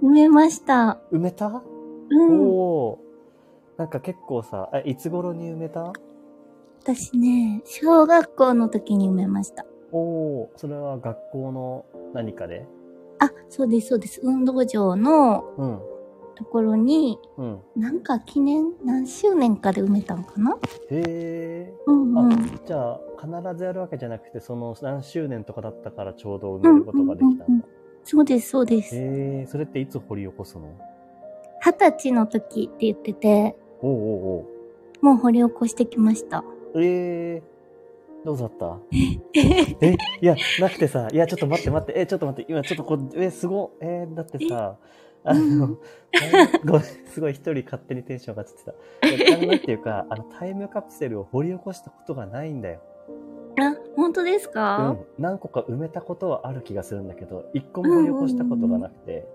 Speaker 2: 埋めました。
Speaker 1: 埋めた
Speaker 2: うん。
Speaker 1: おお。なんか結構さ、え、いつ頃に埋めた
Speaker 2: 私ね、小学校の時に埋めました。
Speaker 1: おお、それは学校の何かで
Speaker 2: あ、そうです、そうです。運動場の
Speaker 1: うん。
Speaker 2: ところに、
Speaker 1: うん。
Speaker 2: なんか記念、何周年かで埋めたのかな
Speaker 1: へえ。
Speaker 2: うん
Speaker 1: あ、
Speaker 2: うん。
Speaker 1: じゃあ、必ずやるわけじゃなくて、その何周年とかだったからちょうど埋めることができた
Speaker 2: うんん
Speaker 1: だ。
Speaker 2: そうです、そうです。
Speaker 1: へえ、それっていつ掘り起こすの
Speaker 2: 二十歳の時って言ってて、
Speaker 1: おうおう
Speaker 2: もう掘り起こしてきました。
Speaker 1: おう。ええ。どうだったえ、いや、なくてさ、いや、ちょっと待って待って、え、ちょっと待って、今ちょっとこう、え、すごっ、えだってさ、あ
Speaker 2: う
Speaker 1: の、えごめん、すごい一人勝手にテンション上がっちゃってた。考えっていうか、あの、タイムカプセルを掘り起こしたことがないんだよ。
Speaker 2: あ、本当です
Speaker 1: う
Speaker 2: か、
Speaker 1: ん。何個か埋めたことはある気がするんだけど、一個も掘り起こしたことがなくて。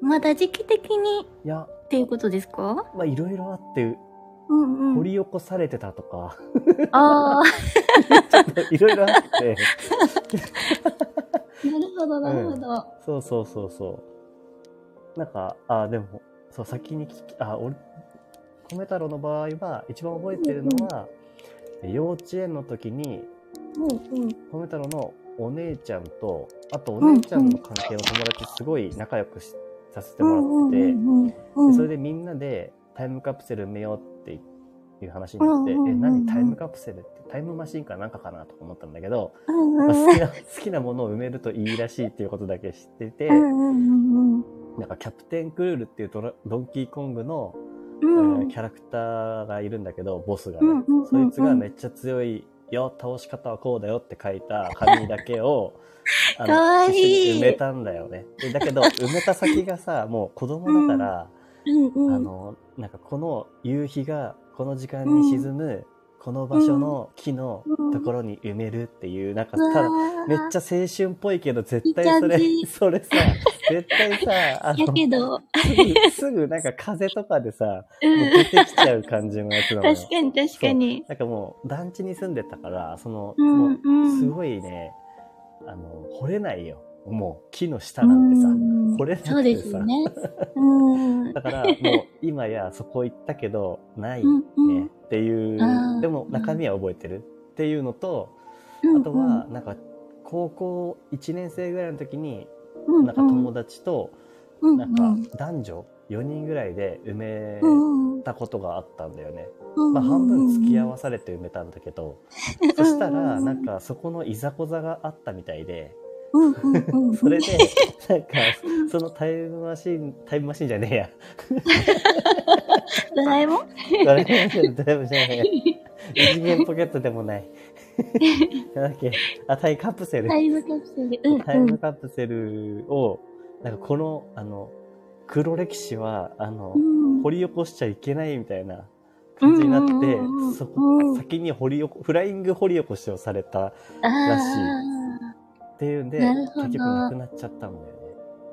Speaker 2: まだ時期的に
Speaker 1: いや、
Speaker 2: っていうことですか
Speaker 1: まあ、いろいろあって、
Speaker 2: うんう
Speaker 1: 掘
Speaker 2: ん。
Speaker 1: り起こされてたとか、 (laughs)
Speaker 2: ああ、
Speaker 1: いろいろあって、
Speaker 2: (laughs) なるほど、なるほど。
Speaker 1: そうそうそうそう。なんか、あ、でも、そう、先に聞き、あ、俺、米太郎の場合は、一番覚えてるのは、で幼稚園の時に、
Speaker 2: うんうん。
Speaker 1: 褒め太郎のお姉ちゃんと、あとお姉ちゃんの関係の友達すごい仲良くしさせてもらってて、
Speaker 2: うんうんうんうん
Speaker 1: でそれでみんなでタイムカプセル埋めようっていう話になって、
Speaker 2: うんうんうんうん
Speaker 1: え、何タイムカプセルってタイムマシンかなんかかなとか思ったんだけど、
Speaker 2: うん
Speaker 1: まあ
Speaker 2: うん
Speaker 1: 好きな、好きなものを埋めるといいらしいっていうことだけ知ってて、
Speaker 2: うんうん
Speaker 1: なんかキャプテンクルールっていうドラドンキーコングの、
Speaker 2: う
Speaker 1: え
Speaker 2: んう
Speaker 1: ー
Speaker 2: ん
Speaker 1: キャラクターがいるんだけど、ボスがね、
Speaker 2: うんうんうんうん
Speaker 1: そいつがめっちゃ強いよ、倒し方はこうだよって書いた紙だけ
Speaker 2: (laughs)
Speaker 1: を、あの
Speaker 2: かわいい
Speaker 1: 必死に埋めたんだよね。でだけ
Speaker 2: (laughs)
Speaker 1: ど、埋めた先がさ、もう子供だから、
Speaker 2: うん
Speaker 1: あの、なんかこの夕日がこの時間に沈む、この場所の木のところに埋めるっていう、なんか
Speaker 2: うわ
Speaker 1: ただ、
Speaker 2: ー
Speaker 1: めっちゃ青春っぽいけど、絶対それ
Speaker 2: いい、
Speaker 1: それさ、絶対さ、あ
Speaker 2: や
Speaker 1: の、(laughs)
Speaker 2: けど、
Speaker 1: すぐ、すぐなんか風とかでさ、
Speaker 2: う
Speaker 1: もうん出、てきちゃう感じのやつなのよ。
Speaker 2: 確かに確かに。
Speaker 1: なんかもう、団地に住んでたから、その、
Speaker 2: うん
Speaker 1: も
Speaker 2: う
Speaker 1: う、
Speaker 2: ん
Speaker 1: すごいね、あの、掘れないよ。もう、木の下なんてさ、
Speaker 2: うん
Speaker 1: 掘れなくてさ
Speaker 2: そうですよ
Speaker 1: (laughs)
Speaker 2: ね。うん。
Speaker 1: だから、もう、今やそこ行ったけど、ない
Speaker 2: うんうん
Speaker 1: ね、っていう
Speaker 2: あ、ー
Speaker 1: でも中身は覚えてるっていうのと、あとは、なんか、高校1年生ぐらいの時に、
Speaker 2: うんうん、
Speaker 1: なんか友達と、
Speaker 2: うんうん、
Speaker 1: なんか男女4人ぐらいで埋め
Speaker 2: うんうん
Speaker 1: たことがあったんだよね。
Speaker 2: うん、
Speaker 1: まあ半分付き合
Speaker 2: わ
Speaker 1: わされて埋めたんだけど、そしたらなんかそこのいざこざがあったみたいで、
Speaker 2: うんうんう
Speaker 1: (laughs)
Speaker 2: ん、
Speaker 1: それで、なんかそのタイムマシン、タイムマシンじゃねえや。
Speaker 2: ドラ
Speaker 1: (laughs)
Speaker 2: えもん
Speaker 1: ドラえもんドラえもんじゃねえや。一元ポケットでもない。なんだっけあ、タイムカプセル
Speaker 2: タ。イムカプセル。うん
Speaker 1: タイ
Speaker 2: う
Speaker 1: ム
Speaker 2: ん。
Speaker 1: カプセルを、なんかこの、あの、黒歴史は、あの、
Speaker 2: うん
Speaker 1: 掘り起こしちゃいけないみたいな感じになって、
Speaker 2: うんうんうんうん
Speaker 1: そ
Speaker 2: う
Speaker 1: こ、
Speaker 2: ん
Speaker 1: 先に掘り起こ、フライング掘り起こしをされたっ
Speaker 2: あ
Speaker 1: らしい
Speaker 2: あ、
Speaker 1: ていうんで、
Speaker 2: なるほど
Speaker 1: 結局なくなっちゃったんだよね。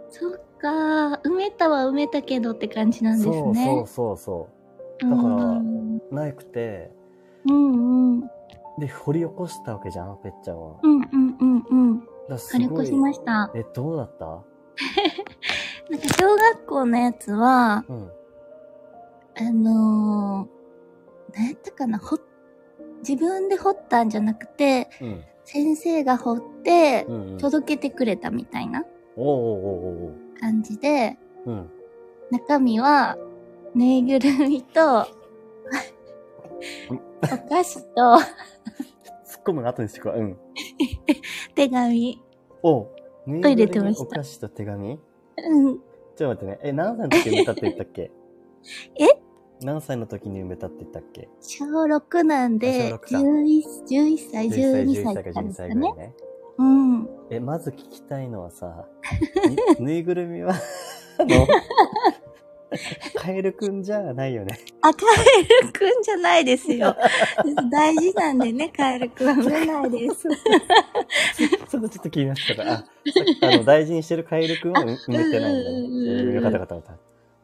Speaker 2: そっか。埋めたは埋めたけどって感じなんです
Speaker 1: そうそ
Speaker 2: ね
Speaker 1: う。そうそ
Speaker 2: だ
Speaker 1: だから
Speaker 2: うん
Speaker 1: う。なくて、
Speaker 2: うんうん
Speaker 1: で、掘り起こしたわけじゃん、ぺっちゃんは。
Speaker 2: うんうんうんうん。
Speaker 1: だす
Speaker 2: 掘り越しました。
Speaker 1: え、どうだった
Speaker 2: なんか小学校のやつは、
Speaker 1: うん。
Speaker 2: あのー、なんやったかな、ほ、自分で掘ったんじゃなくて、
Speaker 1: うん。
Speaker 2: 先生が掘って
Speaker 1: う、ん、うん。
Speaker 2: 届けてくれたみたいな
Speaker 1: おうおうおうおう
Speaker 2: 感じで、
Speaker 1: おう。うん。
Speaker 2: 中身は、ぬいぐるみと、お菓子と
Speaker 1: 突っ込むの後にしてくわ。うん。
Speaker 2: 手紙。
Speaker 1: おう。ぬい
Speaker 2: トイレ
Speaker 1: ぐ
Speaker 2: 行って
Speaker 1: る
Speaker 2: ま
Speaker 1: み
Speaker 2: した
Speaker 1: お菓子と手紙
Speaker 2: うん。
Speaker 1: ちょっと待ってね。え、何歳の時に埋めたって言ったっけ
Speaker 2: (laughs) え
Speaker 1: 何歳の時に埋めたって言ったっけ
Speaker 2: 小6なんで
Speaker 1: あ、小
Speaker 2: 11, 11
Speaker 1: 11歳、
Speaker 2: 歳、12
Speaker 1: 12
Speaker 2: 歳
Speaker 1: 歳か
Speaker 2: か
Speaker 1: 12
Speaker 2: らですか
Speaker 1: 歳ぐら
Speaker 2: ね
Speaker 1: い。ね。
Speaker 2: うん。
Speaker 1: え、まず聞きたいのは
Speaker 2: (laughs)
Speaker 1: さ、ぬぬいぐるみは、あの、カエルくんじゃないよね。
Speaker 2: あ、カエルくんじゃないですよ。 (laughs) 大事なんでね、カエルくんは売れないです。
Speaker 1: そ (laughs) こちょっと気になってたから、あ、あの、大事にしてるカエルくんは埋埋めてないんだね
Speaker 2: うんうんうんうん
Speaker 1: うん。よかったよかったよかっ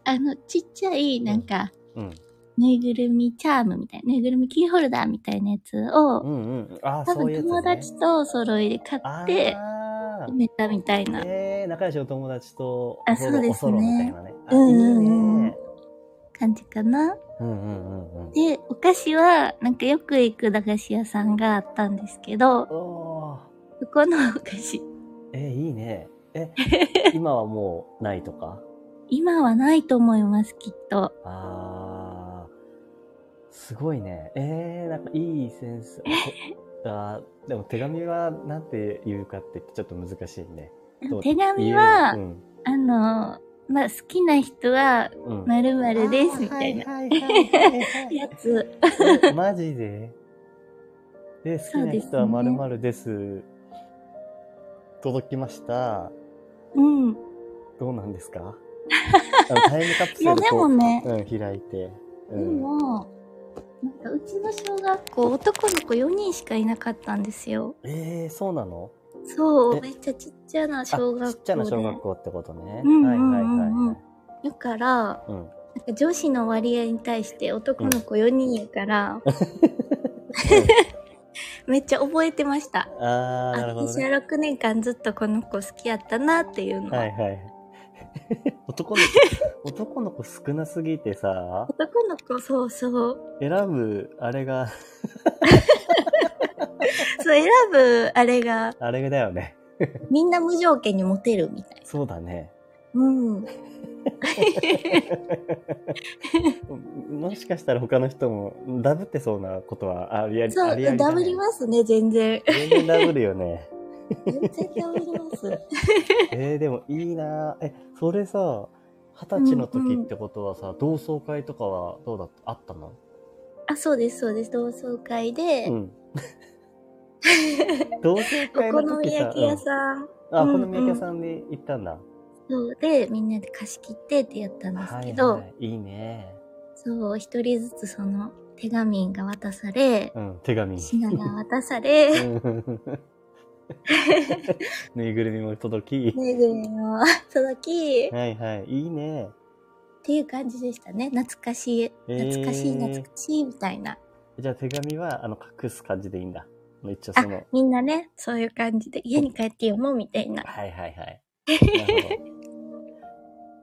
Speaker 2: あの、ちっちゃい、なんか、
Speaker 1: た。うん。
Speaker 2: ぬいぐるみチャームみたいな、ぬいぐるみキーホルダーみたいなやつ
Speaker 1: う
Speaker 2: を、
Speaker 1: んうん。あー、
Speaker 2: 多
Speaker 1: そうい
Speaker 2: 分
Speaker 1: うやつ、ね。
Speaker 2: 友達とお揃いで買
Speaker 1: あ
Speaker 2: って、
Speaker 1: あ
Speaker 2: 埋。めたみたいな。
Speaker 1: えー、仲良しお友達と
Speaker 2: あ
Speaker 1: おそろ
Speaker 2: そうですね
Speaker 1: おそろみたいなね。あ
Speaker 2: うん
Speaker 1: いい
Speaker 2: うん
Speaker 1: ね。
Speaker 2: 感じかな。
Speaker 1: うんうんうんうん。
Speaker 2: で、お菓子は、なんかよく行く駄菓子屋さんがあったんですけど、
Speaker 1: おー、
Speaker 2: そこのお菓子、
Speaker 1: えー、いいね。
Speaker 2: (laughs)
Speaker 1: え、今はもうないとか
Speaker 2: 今はないと思います、きっと。
Speaker 1: あー、すごいね。えー、なんかいいセン
Speaker 2: (laughs)
Speaker 1: ス。ああーでも手紙はなんて言うかってちょっと難しいね。どう
Speaker 2: 手紙は、
Speaker 1: 言える
Speaker 2: あの、まあ、好きな人は、
Speaker 1: うんうん
Speaker 2: 〇〇です、みたいな
Speaker 1: あーはいはいはいはい
Speaker 2: やつ。
Speaker 1: え (laughs) マジでで、好き
Speaker 2: そう
Speaker 1: な
Speaker 2: ですね
Speaker 1: 人はまるまるです。届きました。
Speaker 2: うん。
Speaker 1: どうなんです
Speaker 2: (laughs)
Speaker 1: かあのタイムカプ
Speaker 2: い
Speaker 1: セル
Speaker 2: や、でも
Speaker 1: こ
Speaker 2: ね
Speaker 1: う、、うん、開いて。う
Speaker 2: で
Speaker 1: ん。
Speaker 2: も、なんかうちの小学校、男の子4人しかいなかったんですよ。
Speaker 1: えー、そうなの
Speaker 2: そう、
Speaker 1: え
Speaker 2: めっちゃちっちゃな
Speaker 1: あ
Speaker 2: 小学校で。
Speaker 1: ちっちゃな小学校ってことね。
Speaker 2: うん
Speaker 1: はいはいはい
Speaker 2: うんうんう
Speaker 1: は
Speaker 2: ん
Speaker 1: い。
Speaker 2: だから、な
Speaker 1: うん、
Speaker 2: んか女子の割合に対して男の子4人やから、 (laughs) めっちゃ覚えてました。
Speaker 1: あ
Speaker 2: あ
Speaker 1: ー、なるほど、
Speaker 2: 私
Speaker 1: ね。
Speaker 2: は6年間ずっとこの子好きやったなっていうのは。
Speaker 1: はいはい。 (laughs) 男の子、男の子少なすぎてさ、
Speaker 2: 男の子、そうそう。
Speaker 1: 選ぶあれが
Speaker 2: そう、選ぶ、あれが、
Speaker 1: あれだよね。
Speaker 2: みんな無条件にモテるみたい。
Speaker 1: そうだね。
Speaker 2: うん。
Speaker 1: もしかしたら他の人もダブってそうなことはありあり
Speaker 2: そ
Speaker 1: ありあ
Speaker 2: う、
Speaker 1: りだ
Speaker 2: ダ
Speaker 1: ね
Speaker 2: ブりますね、全然。
Speaker 1: 全然ダブるよね。
Speaker 2: 全然ダブり
Speaker 1: (laughs)
Speaker 2: ます。
Speaker 1: えー、でもいいなーえ、それさ、二十歳の時ってことはさ、同窓会とかはどうだったあったの
Speaker 2: あ、そうです、そうです。同窓会で、
Speaker 1: うん。 (laughs) 同窓
Speaker 2: お
Speaker 1: 会の時さ、
Speaker 2: 好み焼き屋さん、
Speaker 1: うんあ、お
Speaker 2: うん
Speaker 1: 好み焼き屋さんに行ったんだ。
Speaker 2: そうで、みんなで貸し切ってってやったんです
Speaker 1: はい
Speaker 2: けど、
Speaker 1: はい、いいね。
Speaker 2: そう、一人ずつその手紙が渡され、
Speaker 1: うん、手
Speaker 2: (laughs)
Speaker 1: 紙。
Speaker 2: 品が渡さ
Speaker 1: う (laughs)
Speaker 2: れ、
Speaker 1: んぬいぐるみも届き。
Speaker 2: ぬいぐるみも届き、っ
Speaker 1: はいはい、いいね。
Speaker 2: ていう感じでしたね。懐かしい、
Speaker 1: えー
Speaker 2: 懐かしい、懐かしいみたいな。
Speaker 1: じゃあ手紙は、あの、隠す感じでいいんだ。一応その、
Speaker 2: みんなね、そういう感じで家に帰って読もうみたいな。
Speaker 1: はいはい
Speaker 2: (laughs)
Speaker 1: はい。なるほど。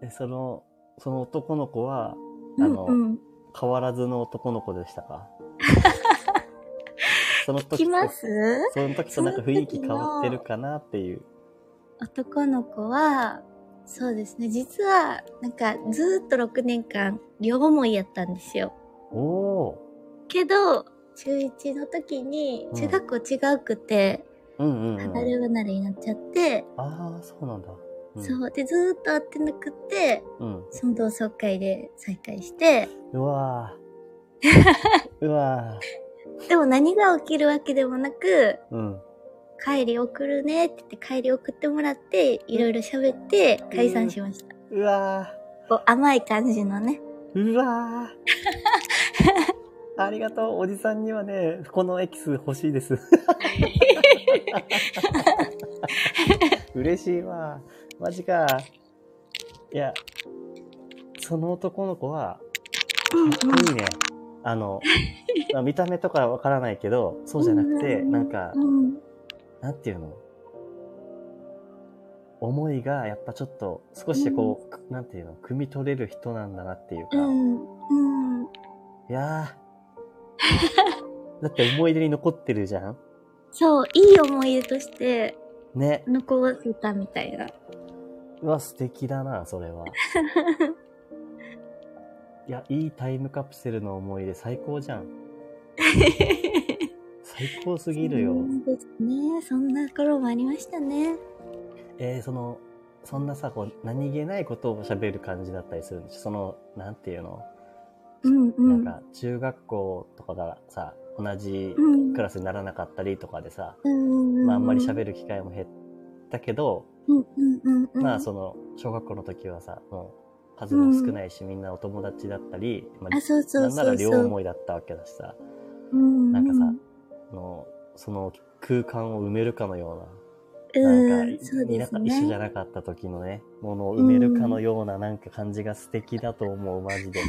Speaker 1: で、その、その男の子は、あの、
Speaker 2: うんうん。
Speaker 1: 変わらずの男の子でした
Speaker 2: (laughs)
Speaker 1: かその時
Speaker 2: 来
Speaker 1: と
Speaker 2: ます
Speaker 1: その時となんか雰囲気変わってるかなっていう。
Speaker 2: 男の子は、そうですね。実は、なんか、ずーっと6年間、両思いやったんですよ。
Speaker 1: おお
Speaker 2: けど、中1の時に
Speaker 1: う、ん
Speaker 2: 中学校違うくて、
Speaker 1: ー。うんうん、
Speaker 2: 離
Speaker 1: う
Speaker 2: れ
Speaker 1: ん。
Speaker 2: 離れになっちゃって、
Speaker 1: ああ、そうなんだ。うん、
Speaker 2: そう。で、ずーっと会ってなくて、
Speaker 1: うん。
Speaker 2: その同窓会で再会して、
Speaker 1: うわー。うわ
Speaker 2: でも何が起きるわけでもなく、
Speaker 1: ー。うん。
Speaker 2: 帰り送るねって言って帰り送ってもらって、いろいろ喋って解散しました。
Speaker 1: うわ
Speaker 2: こう甘い感じのね。
Speaker 1: ー。うわー。 (laughs) ありがとう。おじさんにはね、このエキス欲しいです。嬉しいわ。マジか。いや、その男の子は、
Speaker 2: うん
Speaker 1: かっこいいね。あの、まあ見た目とかわからないけど、そうじゃなくて、
Speaker 2: うん
Speaker 1: なんか
Speaker 2: う、ん。
Speaker 1: なんていうの思いが、やっぱちょっと、少しこう、なんていうの汲み取れる人なんだなっていうか、
Speaker 2: う
Speaker 1: い
Speaker 2: ん。うん。
Speaker 1: やー (laughs) だって思い出に残ってるじゃん
Speaker 2: そう、いい思い出として
Speaker 1: ね。
Speaker 2: 残せたみたいな。
Speaker 1: うわ、素敵だな、それは。いや、いいタイムカプセルの思い出、最高じゃん。最高すぎるよ。
Speaker 2: そうですね。そんな頃もありましたね。
Speaker 1: えー、その、そんなさ、こう、何気ないことを喋る感じだったりするんでしょその、なんていうの、
Speaker 2: うんうん。
Speaker 1: なんか、中学校とかがさ、同じ
Speaker 2: うん
Speaker 1: クラスにならなかったりとかでさ、
Speaker 2: うん。
Speaker 1: まあ、あんまり喋
Speaker 2: る。
Speaker 1: る機会も減ったけど、
Speaker 2: うんうんうんうん。
Speaker 1: まあ、その、小学校の時はさ、もう、数も少ないし、みんなお友達だったり、ま
Speaker 2: あ、そうそう
Speaker 1: な
Speaker 2: そうんそ
Speaker 1: な
Speaker 2: う。
Speaker 1: ら両思いだったわけだしさ、
Speaker 2: うん。
Speaker 1: なんかさあのその空間を埋めるかのよ
Speaker 2: う、
Speaker 1: うな、なんんか
Speaker 2: そう
Speaker 1: い
Speaker 2: で
Speaker 1: な
Speaker 2: す
Speaker 1: か
Speaker 2: ね。
Speaker 1: 一緒じゃなかった時のね、ものを埋めるかのようななんか感じが素敵だと思う、マジ
Speaker 2: (laughs)
Speaker 1: で。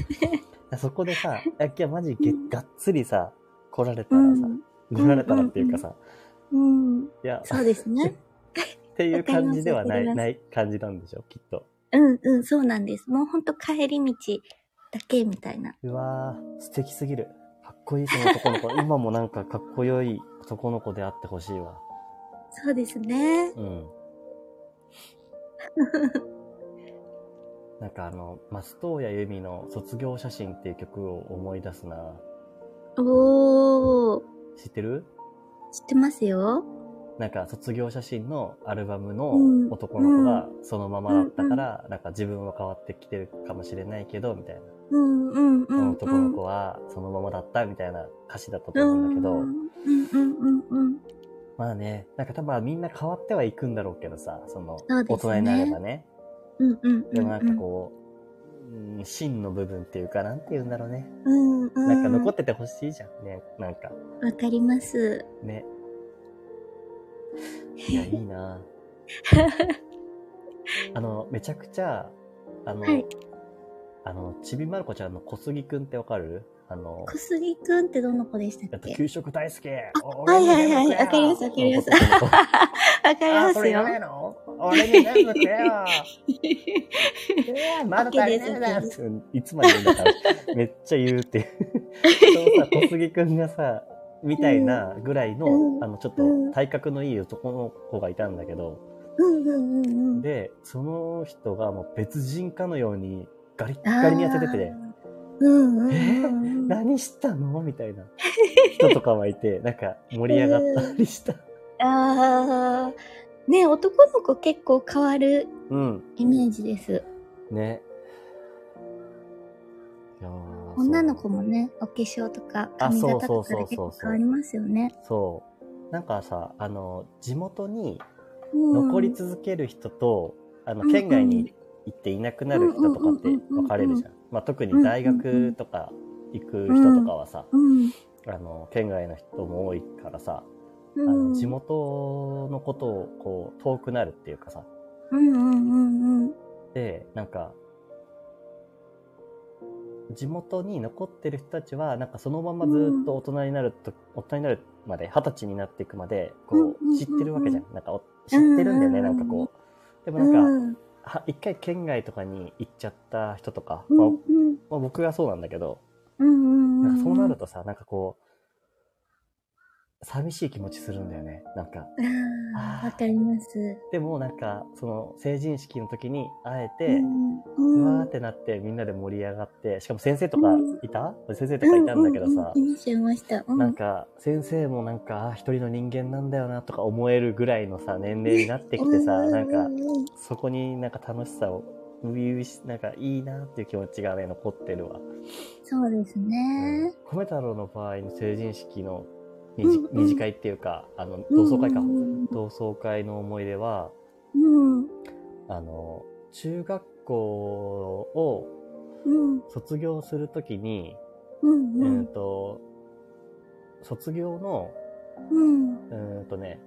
Speaker 1: そこでさ、いやいや、マジげがっつりさ、来られた
Speaker 2: う
Speaker 1: らさ、
Speaker 2: ん。
Speaker 1: 来られたらっていうかさ、
Speaker 2: うん。
Speaker 1: いや、
Speaker 2: そうです
Speaker 1: (laughs)
Speaker 2: ね。
Speaker 1: っていう感じではな
Speaker 2: わかりま
Speaker 1: い、
Speaker 2: す
Speaker 1: ない感じなんでしょ、きっと。
Speaker 2: うんうん、そうなんです。もうほんと帰り道だけみたいな。
Speaker 1: うわー、素敵すぎる。かっこいい、その男
Speaker 2: (laughs)
Speaker 1: の子。今もなんかかっこよい男の子であってほしいわ。
Speaker 2: そうですね。
Speaker 1: うん。なんかあの、松任谷由実の卒業写真っていう曲を思い出すな。
Speaker 2: おー、
Speaker 1: 知ってる
Speaker 2: 知ってますよ。
Speaker 1: なんか卒業写真のアルバム
Speaker 2: うん
Speaker 1: の男の子がそのままだったから、なんか自分は変わってきてるかもしれないけど、みたいな。
Speaker 2: うんうんう
Speaker 1: その
Speaker 2: ん。
Speaker 1: 男の子
Speaker 2: は、
Speaker 1: はそのままだったみたいな歌詞だった
Speaker 2: う
Speaker 1: と思うん
Speaker 2: ん
Speaker 1: だけど、
Speaker 2: うんうんうんうん。
Speaker 1: まあね、なんか多分みんな変わってはいくんだろうけどさ、その
Speaker 2: そうですね
Speaker 1: 大人になればね。
Speaker 2: うんうんうん。
Speaker 1: でもなんかこう、うん、芯の部分っていうか、なんて言うんだろうね。
Speaker 2: うんうん。
Speaker 1: なんか残っててほしいじゃんね。なんか、
Speaker 2: わか
Speaker 1: (laughs)
Speaker 2: ります。
Speaker 1: ね。い
Speaker 2: (laughs)
Speaker 1: や、いいなあの、めちゃくちゃ、あの、
Speaker 2: はい
Speaker 1: あの、ちびまる子ちゃんの小杉くんってわかるあの、
Speaker 2: 小杉くんってどの子でした
Speaker 1: え
Speaker 2: っ
Speaker 1: っと、
Speaker 2: け
Speaker 1: 給食大好き
Speaker 2: はいはいはい (laughs) わかりますわかります (laughs)
Speaker 1: わ
Speaker 2: わかりますよ。
Speaker 1: の (laughs) 俺に全部くれよえーまだ足りないな
Speaker 2: オッケーです
Speaker 1: (laughs) いつまで言うんだから、めっちゃ言うっていう。そのさ、小杉くんがさ、みたいなぐらいの、
Speaker 2: うん
Speaker 1: あの、ちょっと
Speaker 2: うん
Speaker 1: 体格のいい男の子がいたんだけど、
Speaker 2: うんうんうんうん。
Speaker 1: で、その人がもう別人かのようにガリッガリに痩せてて、
Speaker 2: あー。うんうんうんうん。
Speaker 1: えー何したのみたいな人とかはいて、なんか盛り上がったりした。
Speaker 2: あーね男の子結構変わる
Speaker 1: (laughs) うん。
Speaker 2: イメージです。
Speaker 1: ね。いやー
Speaker 2: 女の子も。ね、お化粧とか
Speaker 1: あ
Speaker 2: 髪型
Speaker 1: そうそ
Speaker 2: とか
Speaker 1: うそうそう
Speaker 2: で結構変わりますよね。
Speaker 1: そうそう。なんかさ、あの、地元に
Speaker 2: うん
Speaker 1: 残り続ける人と、あの、
Speaker 2: うん
Speaker 1: 県外に行っていなくなる人とかって分かれるじゃん。まあ、特に大学とか行く人とかはさ、
Speaker 2: うん。
Speaker 1: あの、県外の人も多いからさ、
Speaker 2: う
Speaker 1: あ
Speaker 2: ん
Speaker 1: の地元のことをこう、遠くなるっていうかさ、
Speaker 2: うんうんうんうん。
Speaker 1: で、なんか、地元に残ってる人たちは、なんかそのままずっと大人になると、大人になるまで、二十歳になっていくまで、
Speaker 2: うんうん
Speaker 1: こ
Speaker 2: うんう
Speaker 1: う、
Speaker 2: ん
Speaker 1: 知ってるわけじゃん。なんかお、知ってるんだよね、
Speaker 2: うん
Speaker 1: な
Speaker 2: うん
Speaker 1: ん
Speaker 2: うん
Speaker 1: かこう。でもなんか、
Speaker 2: うん
Speaker 1: は一回県外とかに行っちゃった人とか、
Speaker 2: うん
Speaker 1: まあ
Speaker 2: うん
Speaker 1: まあ僕がそうなんだけど、
Speaker 2: うん
Speaker 1: なん
Speaker 2: ん
Speaker 1: かそうなるとさ、なんかこう、寂しい気持ちするんだよね、なんか。
Speaker 2: あーわかります。
Speaker 1: でもなんか、その成人式の時に会え
Speaker 2: う
Speaker 1: て、
Speaker 2: ん
Speaker 1: う
Speaker 2: うん
Speaker 1: わーってなってみんなで盛り上がってしかも先生とかいた、先生とかいたんだけどさ
Speaker 2: う、んうんうんいましたいました。う
Speaker 1: なんか先生もなんかあー一人の人間なんだよなとか思えるぐらいのさ年齢になってきてさ、
Speaker 2: う
Speaker 1: なん
Speaker 2: う
Speaker 1: か
Speaker 2: んうん
Speaker 1: そこになんか楽しさを初々しなんかいいなっていう気持ちがね残ってるわ、
Speaker 2: そうですね。
Speaker 1: 米太郎の場合の成人式の二
Speaker 2: うん
Speaker 1: 次,、
Speaker 2: うん
Speaker 1: 二次会っていうかあの同窓会か、
Speaker 2: うんうんうん
Speaker 1: 同窓会の思い出は
Speaker 2: うん。
Speaker 1: あの中学校を
Speaker 2: うん。
Speaker 1: 卒業するときに
Speaker 2: うん。う
Speaker 1: えっ
Speaker 2: ん。
Speaker 1: と、卒業の、
Speaker 2: うん。
Speaker 1: うーんとね、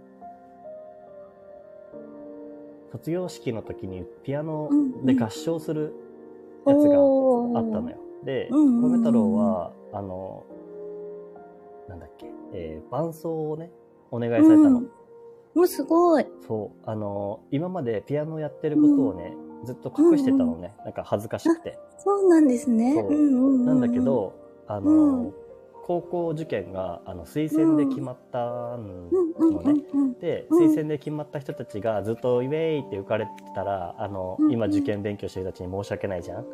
Speaker 1: 卒業式の時にピアノで合唱するやつがあったの
Speaker 2: よ。
Speaker 1: よ。で、
Speaker 2: うんうんうん
Speaker 1: 米太郎は、あの、なんだっけ、えー伴奏をね、お願いされたの。
Speaker 2: うんもうすごい。
Speaker 1: そう、あの、今までピアノをやってることをね、ずっと隠してたのね。なんか恥ずかしくて。
Speaker 2: そうなんですね。
Speaker 1: そう
Speaker 2: うん
Speaker 1: なんだけ、ど、あの、
Speaker 2: うん
Speaker 1: 高校受験があの推薦で決まったん
Speaker 2: うんうんうんうん
Speaker 1: で、
Speaker 2: うん
Speaker 1: 推薦で決まった人たちがずっとイエーイって浮かれてたら、あの、
Speaker 2: うん
Speaker 1: 今受験勉強してる人たちに申し訳ないじゃん。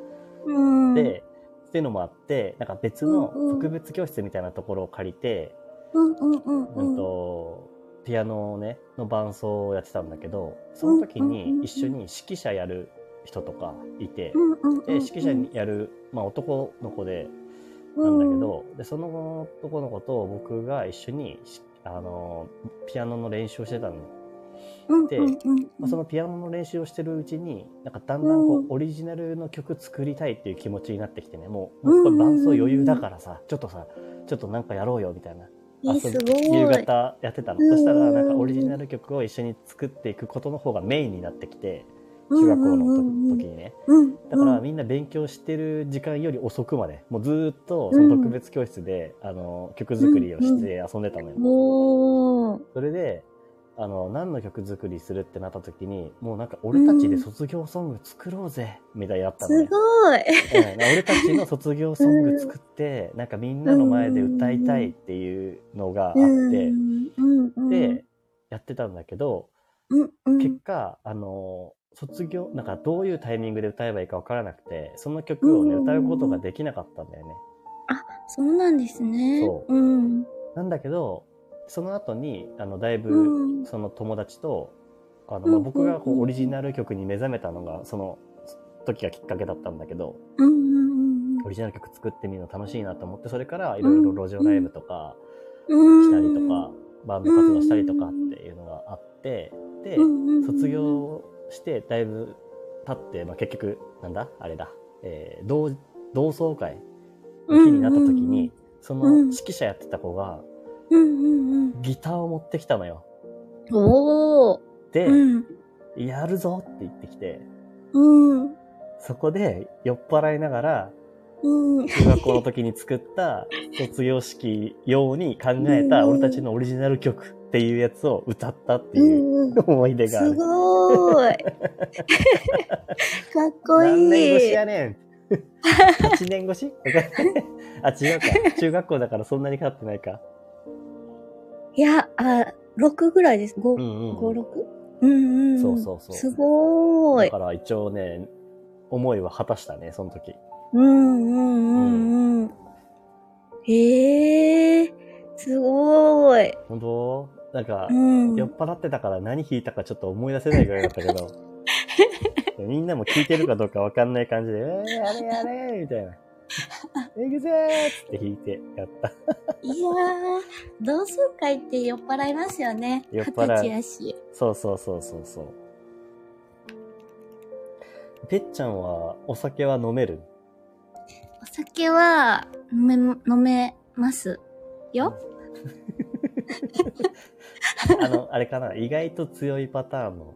Speaker 2: うん。うん、
Speaker 1: で、っていうのもあって、なんか別の
Speaker 2: うんうん
Speaker 1: 特別教室みたいなところを借りて、
Speaker 2: うんうんうん
Speaker 1: う
Speaker 2: うんん。
Speaker 1: と、ピアノをね、の伴奏をやってたんだけど、その時
Speaker 2: うんうんうんう
Speaker 1: に
Speaker 2: ん
Speaker 1: 一緒に指揮者やる人とかいて
Speaker 2: う、んうんうんうん
Speaker 1: で、指揮者にやる、まあ男の子で、なんだけ、ど、でその男の子と僕が一緒にしあのピアノの練習をしてたの、
Speaker 2: うん
Speaker 1: で
Speaker 2: うんうん
Speaker 1: まあ、そのピアノの練習をしてるうちになんかだんだんこう、
Speaker 2: うん
Speaker 1: オリジナルの曲作りたいっていう気持ちになってきてねもうもうこれ
Speaker 2: うんうんうん
Speaker 1: 伴奏余裕だからさちょっとさちょっとなんかやろうよみたいな
Speaker 2: えー
Speaker 1: 遊
Speaker 2: す
Speaker 1: び
Speaker 2: ごい。
Speaker 1: 夕方やってたの、
Speaker 2: うんう
Speaker 1: そ
Speaker 2: ん
Speaker 1: したらなんかオリジナル曲を一緒に作っていくことの方がメインになってきて
Speaker 2: うん
Speaker 1: 中学
Speaker 2: う
Speaker 1: 校
Speaker 2: んう
Speaker 1: の
Speaker 2: んうん
Speaker 1: 時にね
Speaker 2: うん
Speaker 1: だからみんな勉強してる時間より遅くまで、もうずーっとその特別教室で、あの、曲作りをして遊んでたのよ。
Speaker 2: おー。
Speaker 1: それで、あの、何の曲作りするってなった時に、もうなんか俺たちで卒業ソング作ろうぜ、みたいにやったの
Speaker 2: す
Speaker 1: ね。
Speaker 2: ごい。
Speaker 1: うん俺たちの卒業ソング作って、なんかみんなの前で歌いたいっていうのがあって、
Speaker 2: うんうんうん、
Speaker 1: で、やってたんだけど、
Speaker 2: うんうん、
Speaker 1: 結果、あの、卒業、なんかどういうタイミングで歌えばいいかわからなくて、その曲をね、
Speaker 2: うん
Speaker 1: 歌うことができなかったんだよね。
Speaker 2: そうなんですね。。
Speaker 1: そう
Speaker 2: うん。
Speaker 1: なんだけど、その後に、あの、だいうぶ、
Speaker 2: ん。
Speaker 1: その友達と、あの、
Speaker 2: う
Speaker 1: ま
Speaker 2: んう
Speaker 1: あ
Speaker 2: ん
Speaker 1: 僕がこ
Speaker 2: うん
Speaker 1: う、オリジナル曲に目覚めたのが、その時がきっかけだったんだけど、
Speaker 2: うんうん
Speaker 1: オリジナル曲作ってみるの楽しいなと思って、それからいろいろ路上ライブとか
Speaker 2: うん。
Speaker 1: したりとか、バンド活動したりとかっていうのがあって、で
Speaker 2: うん、うんうん、
Speaker 1: 卒業してだいぶ経って、まあ、結局なんだあれだ、えー同同窓会の日になった時に、その
Speaker 2: うん
Speaker 1: 指揮者やってた子が
Speaker 2: うんうんうん。
Speaker 1: ギターを持ってきたのよ。
Speaker 2: おー。
Speaker 1: で、
Speaker 2: うん。
Speaker 1: やるぞって言ってきて、
Speaker 2: うん。
Speaker 1: そこで酔っ払いながら、
Speaker 2: うん。
Speaker 1: 中学校の時に作った卒業式用に考えた
Speaker 2: うん
Speaker 1: 俺たちのオリジナル曲っていうやつを歌ったって
Speaker 2: う
Speaker 1: いうん
Speaker 2: うん。
Speaker 1: 思い出があ
Speaker 2: す
Speaker 1: る。
Speaker 2: ごーい。かっこいい。
Speaker 1: (laughs) 何年越しやね
Speaker 2: (laughs)
Speaker 1: ん (laughs) ?8 年越しわかんないあ、違うか。中学校だからそんなに経ってないか。
Speaker 2: いや、あ、6ぐらいです。
Speaker 1: う
Speaker 2: 5、
Speaker 1: ん
Speaker 2: 五
Speaker 1: うん。
Speaker 2: 六うんうん。
Speaker 1: そうそうそう
Speaker 2: すごー
Speaker 1: だ
Speaker 2: い
Speaker 1: か。ら一応ね、思いは果たしたね、その時。
Speaker 2: うんうんうんうん。へえ、すごーい。
Speaker 1: 本当なんか
Speaker 2: う、ん。
Speaker 1: 酔っ払ってたから何弾いたかちょっと思い出せないぐらいだったけ
Speaker 2: (laughs)
Speaker 1: ど、みんなも聞いてるかどうかわかんない感じで、えー、やれやれみたい
Speaker 2: (laughs)
Speaker 1: な。えぐぜーっつって弾いてやった。
Speaker 2: いやー、同窓会って酔っ払いますよね。
Speaker 1: 酔
Speaker 2: 二
Speaker 1: っ
Speaker 2: 十
Speaker 1: 払う
Speaker 2: 歳やし。
Speaker 1: そうそうそうそうそう。てっちゃんはお酒は飲める
Speaker 2: お酒は飲め、飲めますよ。
Speaker 1: (laughs) あの、あれかな意外と強いパターンの。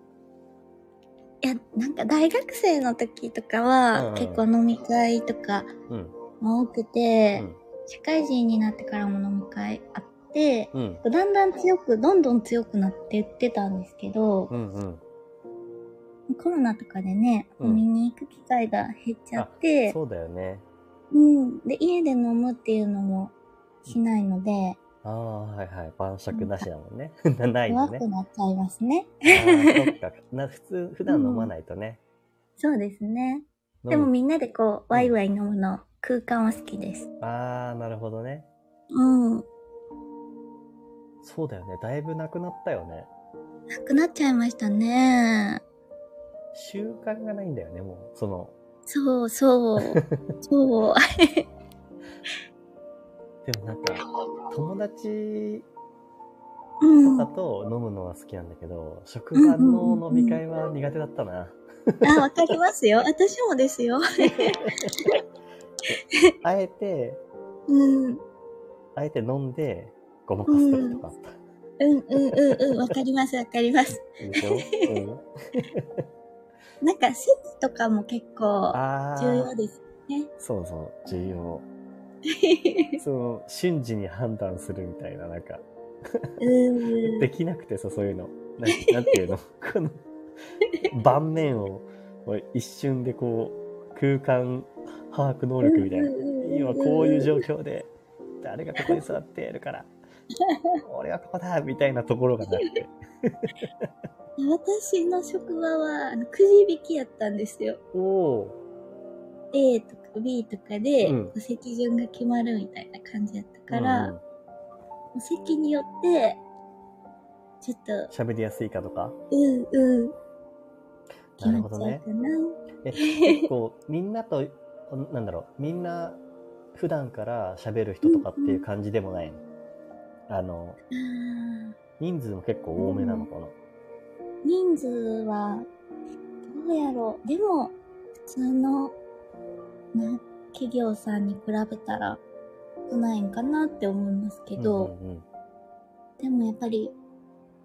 Speaker 2: いや、なんか大学生の時とか
Speaker 1: うんうん
Speaker 2: は結構飲み会とか
Speaker 1: うん。
Speaker 2: も多く
Speaker 1: う
Speaker 2: て、
Speaker 1: ん。
Speaker 2: 社会人になってからも飲み会あって、
Speaker 1: うん。
Speaker 2: だんだん強く、どんどん強くなって言ってたんですけど、
Speaker 1: うんうん。
Speaker 2: コロナとかでね、
Speaker 1: うん
Speaker 2: 飲みに行く機会が減っちゃって、
Speaker 1: そうだよね。
Speaker 2: うん。で、家で飲むっていうのもしないので、
Speaker 1: ああ、はいはい。晩酌なしだも
Speaker 2: (laughs)
Speaker 1: んね。ない
Speaker 2: 弱
Speaker 1: のね。
Speaker 2: くなっちゃいますね。
Speaker 1: あーそっか。な普通、普段飲まないとね。
Speaker 2: そうですね。で
Speaker 1: 飲
Speaker 2: も
Speaker 1: む
Speaker 2: みんなでこう、ワイワイ飲むの、空間は好きです。
Speaker 1: ああ、なるほどね。
Speaker 2: うん。な
Speaker 1: そうだよね。だいぶなくなったよね。
Speaker 2: くなっちゃいましたね。
Speaker 1: 習慣がないんだよね、もう。その、
Speaker 2: そう
Speaker 1: (laughs)
Speaker 2: そう。そう。
Speaker 1: でもなんか、友達
Speaker 2: う
Speaker 1: と
Speaker 2: ん。
Speaker 1: か
Speaker 2: あ、
Speaker 1: と飲むのは好きなんだけど、職場の飲み会は苦手だったな。
Speaker 2: わかりますよ。私もですよ。
Speaker 1: あえて、
Speaker 2: うん。
Speaker 1: あえて飲んで、ごまかす時とかあっ
Speaker 2: うんうんうんうん。わかりますわかります。
Speaker 1: た。でしょうん。
Speaker 2: なんか、席とかも結構
Speaker 1: あ
Speaker 2: 重
Speaker 1: あ
Speaker 2: 要、ですね。
Speaker 1: そうそう、重要。その、瞬時に判断するみたいな、なんか、
Speaker 2: うん。
Speaker 1: できなくてさ、そういうの。なんなんて
Speaker 2: (laughs)
Speaker 1: いうのこの、盤面を、こう一瞬でこう、空間把握能力みたいな
Speaker 2: うんうんうんうん。
Speaker 1: 今こういう状況で、誰がここに座っているから、俺はここだみたいなところがなくて。
Speaker 2: 私の職場は、あのくじ引きやったんですよ。
Speaker 1: おお
Speaker 2: A とか B とかで、
Speaker 1: うん
Speaker 2: こう席順が決まるみたいな感じやった
Speaker 1: ー。
Speaker 2: (laughs) から、
Speaker 1: うん
Speaker 2: お席によって、ちょっと、
Speaker 1: 喋りやすいかとか。
Speaker 2: うんうん。決
Speaker 1: なるほ
Speaker 2: まっちゃ
Speaker 1: ど
Speaker 2: う
Speaker 1: ね
Speaker 2: かな。 (laughs)
Speaker 1: え、結構、みんなと、なんだろう、みんな、普段から喋る人とかっていう感じでもないの、あの、
Speaker 2: あ
Speaker 1: 人数も結構多めなのかな、
Speaker 2: ー人数は、どうやろう。でも、普通の、な、企業さんに比べたら、少ないんかなって思いますけど、
Speaker 1: うんうん
Speaker 2: でもやっぱり、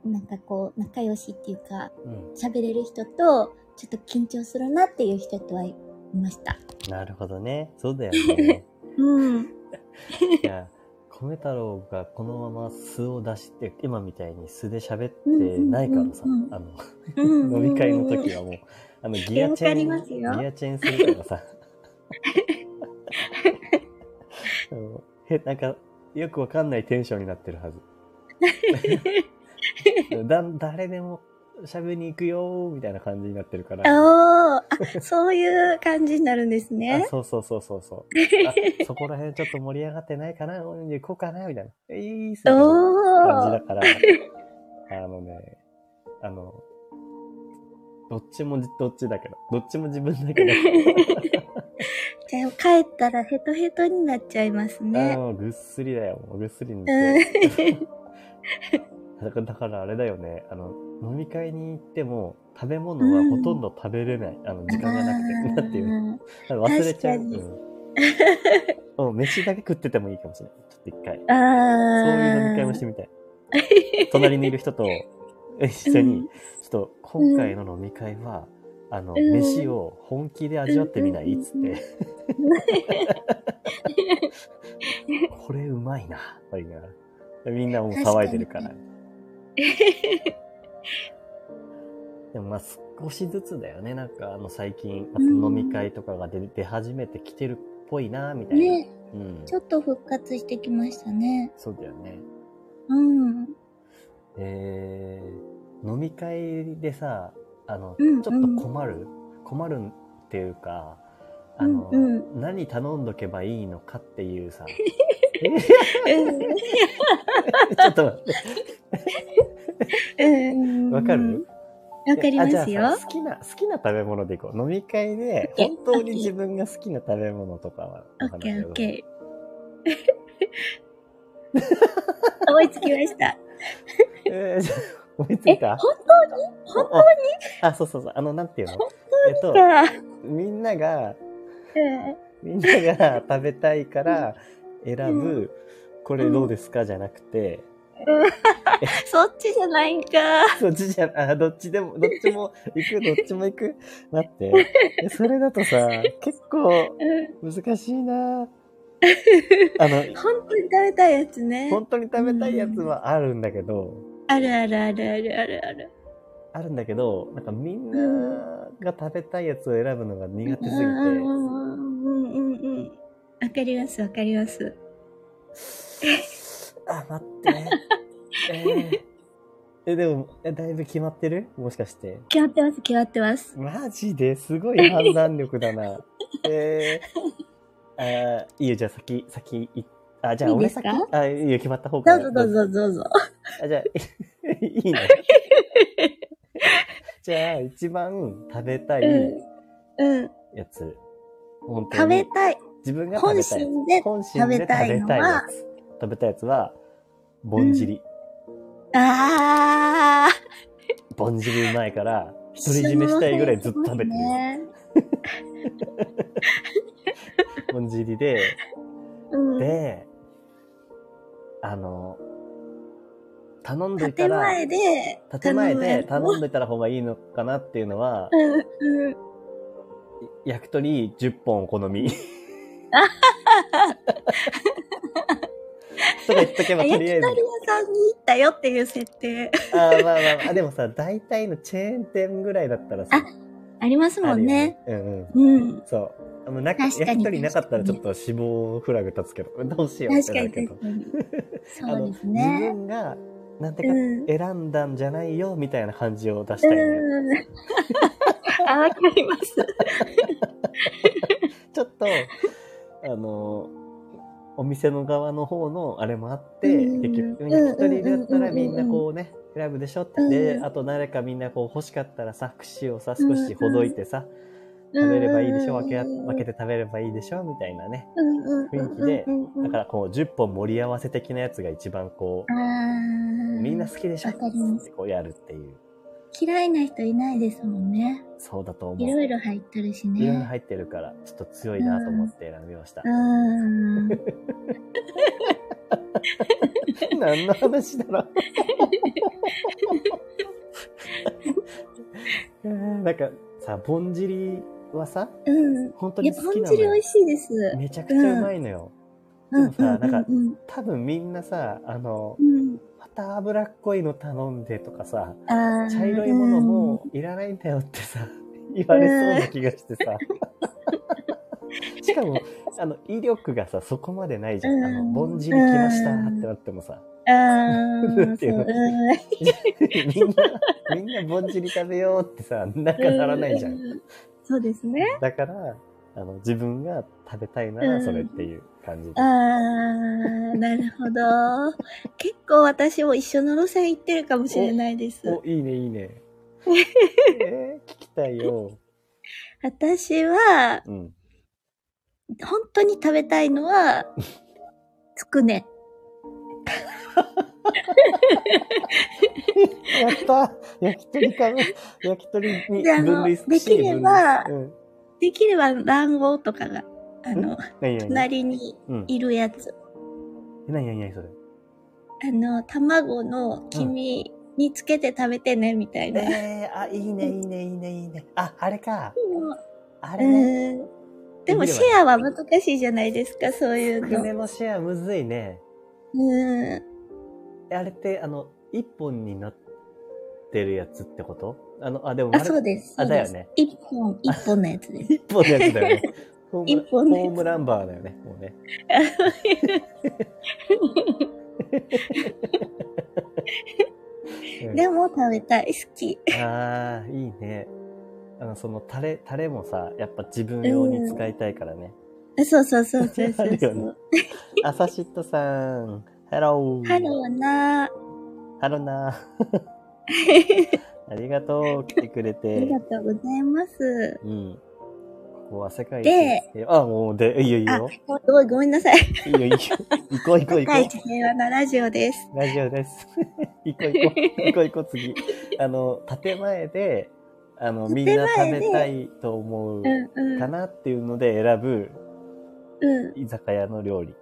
Speaker 2: なんかこう、仲良しっていうか、
Speaker 1: うんうん
Speaker 2: 喋れる人と、ちょっと緊張するなっていう人とはいました。
Speaker 1: なるほどね。そうだよ
Speaker 2: (laughs)
Speaker 1: ね。
Speaker 2: うん。
Speaker 1: いや、米太郎がこのまま素を出して、今みたいに素で喋ってないからさ、
Speaker 2: うんうんうんうん
Speaker 1: あの、
Speaker 2: 飲
Speaker 1: (laughs) 飲み会の時はもう、あの、ギアチェ
Speaker 2: わかります
Speaker 1: ー
Speaker 2: よ
Speaker 1: ン、ギアチェーンするからさ。あのへ、なんか、よくわかんないテンションになってるは
Speaker 2: (laughs)
Speaker 1: ず。だ、誰でも喋りに行くよー、みたいな感じになってるから。
Speaker 2: あーあ、そういう感じになるんです
Speaker 1: あ
Speaker 2: ね。
Speaker 1: そうそうそうそうそう。あそこら辺ちょっと盛り上がってないかなうん行こうかなみたいな。いいっすね。感じ
Speaker 2: お
Speaker 1: だ
Speaker 2: ー (laughs)
Speaker 1: から。あのね、あの、どっちもじどっちだけど、どっちも自分だけど、
Speaker 2: (laughs) じゃあ帰ったらヘトヘトになっちゃいます
Speaker 1: あ
Speaker 2: ね。
Speaker 1: のぐっすりだよ、もうぐっすりに
Speaker 2: うん
Speaker 1: して。 (laughs) だからだからあれだよね、あの、飲み会に行っても、食べ物はほとんど食べれない。あの、時間がなくて。
Speaker 2: あー
Speaker 1: なんていうの忘れちゃう。う
Speaker 2: 確かに (laughs)
Speaker 1: んもう飯だけ食っててもいいかもしれない。ちょっと一回。そ
Speaker 2: あ
Speaker 1: ういう
Speaker 2: ー
Speaker 1: 飲み会もしてみたい。隣にいる
Speaker 2: (laughs)
Speaker 1: 人と一緒に、ちょっと今回の飲み会は、あの、
Speaker 2: うん
Speaker 1: 飯を本気で味わってみないっつ
Speaker 2: う
Speaker 1: っ
Speaker 2: んうん
Speaker 1: て。 (laughs) これうまいな、と言いながら。みんなもう騒いでるから。でもまあ少しずつだよね。なんかあの最近、やっぱ飲み会とかが出出始めてきてるっぽいな、みたいな。
Speaker 2: ね、
Speaker 1: うん
Speaker 2: ち。ょっと復活してきましたね。
Speaker 1: そうだよね。 (laughs)
Speaker 2: うん。
Speaker 1: えー、飲み会でさ、あの、
Speaker 2: うん
Speaker 1: ちょっと困る、困るっていうか、あの、
Speaker 2: うん
Speaker 1: 何頼んどけばいいのかっていう
Speaker 2: (laughs)
Speaker 1: さ、ちょっと待って、
Speaker 2: うん。
Speaker 1: わかる
Speaker 2: わかります
Speaker 1: あじゃあ
Speaker 2: よ
Speaker 1: さ。好きな、好きな食べ物でいこう。飲み会で、
Speaker 2: オッケー
Speaker 1: 本当に自分が好きな食べ物とかは
Speaker 2: オ
Speaker 1: お
Speaker 2: ッケ
Speaker 1: 話
Speaker 2: ー
Speaker 1: を
Speaker 2: オッケー。思いつきました。
Speaker 1: えーじゃあ思いつい
Speaker 2: え
Speaker 1: た
Speaker 2: 本
Speaker 1: 当に本当にあ、そうそうそう。あの、なんていうのえっと、
Speaker 2: か。
Speaker 1: みんなが、
Speaker 2: うん
Speaker 1: みんなが食べたいから選ぶ、
Speaker 2: う
Speaker 1: これどうですかじゃなくて、
Speaker 2: そっちじゃないんか。
Speaker 1: そっちじゃ、あ、どっちでも、どっちも
Speaker 2: (laughs)
Speaker 1: 行く、どっちも行く。待って。えそれだとさ、結構
Speaker 2: うん
Speaker 1: 難しい
Speaker 2: (laughs)
Speaker 1: なあの、
Speaker 2: 本当に食べたいやつね。
Speaker 1: 本当に食べたいやつはあるんだけど、
Speaker 2: あるあるあるあるあるある。
Speaker 1: あるんだけど、なんかみんなが食べたいやつを選ぶのが苦手すぎて、
Speaker 2: うんうんうんうんうんうん。わかりますわかります。
Speaker 1: あ、待
Speaker 2: (laughs)
Speaker 1: って。えーえ、でも、えだいぶ決まってるもしかして。
Speaker 2: 決まってます決まってます。
Speaker 1: マジですごい判断力だ
Speaker 2: (laughs)
Speaker 1: な。えー、あーいいよ、じゃあ先、先い、あ、じゃあ
Speaker 2: いい
Speaker 1: 俺
Speaker 2: ですか
Speaker 1: 先、あ、いいよ、決まった方
Speaker 2: ど
Speaker 1: が
Speaker 2: うぞどう。ぞどうぞ。
Speaker 1: あ、じ (laughs) ゃあ、いい
Speaker 2: (laughs)
Speaker 1: ね。じゃあ、一番食べたい
Speaker 2: うん。うん。
Speaker 1: やつ。本当
Speaker 2: 食
Speaker 1: に
Speaker 2: べたい。
Speaker 1: 自分が食
Speaker 2: 本
Speaker 1: べたいや
Speaker 2: 心で
Speaker 1: つ。。本心で食べたい
Speaker 2: 食べたいの
Speaker 1: や
Speaker 2: は
Speaker 1: つ。食べたいやつは、ぼんじり。
Speaker 2: ああ。
Speaker 1: ぼんじりうまいから、独り占めしたいぐらいずっと食べてる
Speaker 2: すごいね
Speaker 1: ぼんじりで、
Speaker 2: うん。
Speaker 1: で、あの、頼んどいた
Speaker 2: 建
Speaker 1: ら、
Speaker 2: 前で、
Speaker 1: 建前で
Speaker 2: 頼む
Speaker 1: 頼んどいたら方がいいのかなっていうのは、
Speaker 2: やつうんうん。
Speaker 1: 焼き鳥10本お好
Speaker 2: (laughs)
Speaker 1: み。とか言っとけば
Speaker 2: あ
Speaker 1: と
Speaker 2: 焼き
Speaker 1: りあえ
Speaker 2: 鳥屋
Speaker 1: ず。
Speaker 2: さんに行ったよっていう設定。
Speaker 1: あーまあまあまあ、でもさ、大体のチェーン店ぐらいだったらさ、
Speaker 2: あありますも
Speaker 1: ある
Speaker 2: ん
Speaker 1: よ
Speaker 2: ね。。
Speaker 1: うんうん。
Speaker 2: うん。
Speaker 1: そう。あのなか
Speaker 2: 確かに
Speaker 1: 焼き鳥なかったらちょっと死亡フラグ立つけど、どうしようっ
Speaker 2: 確
Speaker 1: て
Speaker 2: か
Speaker 1: な
Speaker 2: に
Speaker 1: るけど
Speaker 2: 確。かに。
Speaker 1: あ
Speaker 2: そ
Speaker 1: の
Speaker 2: うです
Speaker 1: 自
Speaker 2: ね。
Speaker 1: 分がなんて
Speaker 2: う
Speaker 1: か
Speaker 2: ん。
Speaker 1: 選んだんじゃないよみたいな感じを出したいのよ、
Speaker 2: うん。あ、わかります。
Speaker 1: ちょっと (laughs) あのお店の側の方のあれもあって、
Speaker 2: うん
Speaker 1: 結局
Speaker 2: うん
Speaker 1: 一人だったら
Speaker 2: うん
Speaker 1: みんなこうね選ぶでしょって、
Speaker 2: う
Speaker 1: で
Speaker 2: ん
Speaker 1: あと誰かみんなこう欲しかったらさ串をさ少しほどいてさ、
Speaker 2: 食
Speaker 1: 食べればいいでしょ分けあ分けて食べればいいでしょみたいなね
Speaker 2: 雰、
Speaker 1: 雰囲気でだかららこう10本盛り合わせ的なやつが一番こ
Speaker 2: あ
Speaker 1: う、
Speaker 2: ー
Speaker 1: みんな好きでしょ
Speaker 2: わかります
Speaker 1: こうやるっていう
Speaker 2: 嫌いな人いないですもんね。
Speaker 1: そうだと思う。
Speaker 2: いろいろ入ってるし
Speaker 1: いろいろ
Speaker 2: ね。
Speaker 1: 入ってるから、ちょっと強いなと思って選びました
Speaker 2: う。ん。
Speaker 1: 何の話だろ (laughs) うえーなんかさ、ぼんじりはさ、
Speaker 2: うん。
Speaker 1: 本当
Speaker 2: いや、
Speaker 1: に好
Speaker 2: ぼ
Speaker 1: き
Speaker 2: ん
Speaker 1: な
Speaker 2: じ
Speaker 1: の
Speaker 2: り美
Speaker 1: よ
Speaker 2: 味。しいです。
Speaker 1: めちゃくちゃうまいのよ。
Speaker 2: う
Speaker 1: でもさなんか
Speaker 2: うん
Speaker 1: 多分みんなさ、あの
Speaker 2: う、ん。
Speaker 1: また脂っこいの頼んでとかさ、
Speaker 2: あー
Speaker 1: 茶色いものもういらないんだよってさ、言われそうな気がしてさ。しかも、あの、威力がさ、そこまでないじゃん。あの、
Speaker 2: うん
Speaker 1: ぼんじり来ましたってなってもさ、
Speaker 2: あ
Speaker 1: (laughs)
Speaker 2: ー
Speaker 1: っていうの
Speaker 2: そううん
Speaker 1: みんな、みんなぼんじり食べようってさ、なんかならないじゃん。
Speaker 2: うそうですね。
Speaker 1: だから、あの、自分が食べたいならそれっていう感じで
Speaker 2: あ。ー、なるほど。結構私も一緒の路線行ってるかもしれないです。
Speaker 1: お、いいね、いい
Speaker 2: (laughs)
Speaker 1: ね。えー、聞きたいよ。
Speaker 2: 私は、
Speaker 1: うん。
Speaker 2: 本当に食べたいのは、つくね。
Speaker 1: やった焼き鳥かぶ、焼き鳥に
Speaker 2: であの
Speaker 1: 分類す
Speaker 2: できれば
Speaker 1: うん。
Speaker 2: できれば卵黄とかが、あの、
Speaker 1: 何何
Speaker 2: 隣に
Speaker 1: うん。
Speaker 2: いるやつ。
Speaker 1: 何何何それ。
Speaker 2: あの、卵の黄身につけて食べてね、みたいな。
Speaker 1: えー、あ、いいね、いいね、いいね、いいね。あ、あれか。あ
Speaker 2: う
Speaker 1: れね。
Speaker 2: んでもシェアは難しいじゃないですか、そういう
Speaker 1: つくね
Speaker 2: の。
Speaker 1: のシェアむずいね。
Speaker 2: うん。
Speaker 1: えあれって、あの、一本になってるやつってことあの、あ、でも
Speaker 2: あ、
Speaker 1: 丸
Speaker 2: そうです。
Speaker 1: あ、
Speaker 2: そうで
Speaker 1: だよ
Speaker 2: す
Speaker 1: ね。。
Speaker 2: 一本、一本のやつです。
Speaker 1: 一本のやつだよね。
Speaker 2: (laughs)
Speaker 1: ホーム
Speaker 2: 一本のやつ
Speaker 1: ホームランバーだよね、もうね。
Speaker 2: (laughs) でも食べたい。好き。
Speaker 1: ああ、いいね。あの、そのタレ、タレもさ、やっぱ自分用に使いたいからね。
Speaker 2: そうそうそうそうそ
Speaker 1: あ
Speaker 2: う
Speaker 1: る
Speaker 2: そ
Speaker 1: よね
Speaker 2: う。
Speaker 1: アサシットさん、ハロー。
Speaker 2: ハローなー。
Speaker 1: ハロー
Speaker 2: (laughs)
Speaker 1: な。 (laughs) ありがとう、来てくれ
Speaker 2: あり
Speaker 1: て
Speaker 2: が。とうございます。
Speaker 1: うん。ここは世界一
Speaker 2: で
Speaker 1: 平和。あ、もう、で、いいよいい
Speaker 2: あ
Speaker 1: よ。、
Speaker 2: すごいごめんなさい。
Speaker 1: いいよいい
Speaker 2: (laughs)
Speaker 1: よ。行こう行こう行
Speaker 2: 高
Speaker 1: こ
Speaker 2: 市平和なラジオです。
Speaker 1: う。ラジオです。 (laughs) 行こう行こう。行こう行こう、次。あの、建前で、あの、みんな食べたいと思う
Speaker 2: うんうん。
Speaker 1: かなっていうので選ぶ
Speaker 2: うん。
Speaker 1: 居酒屋の料理。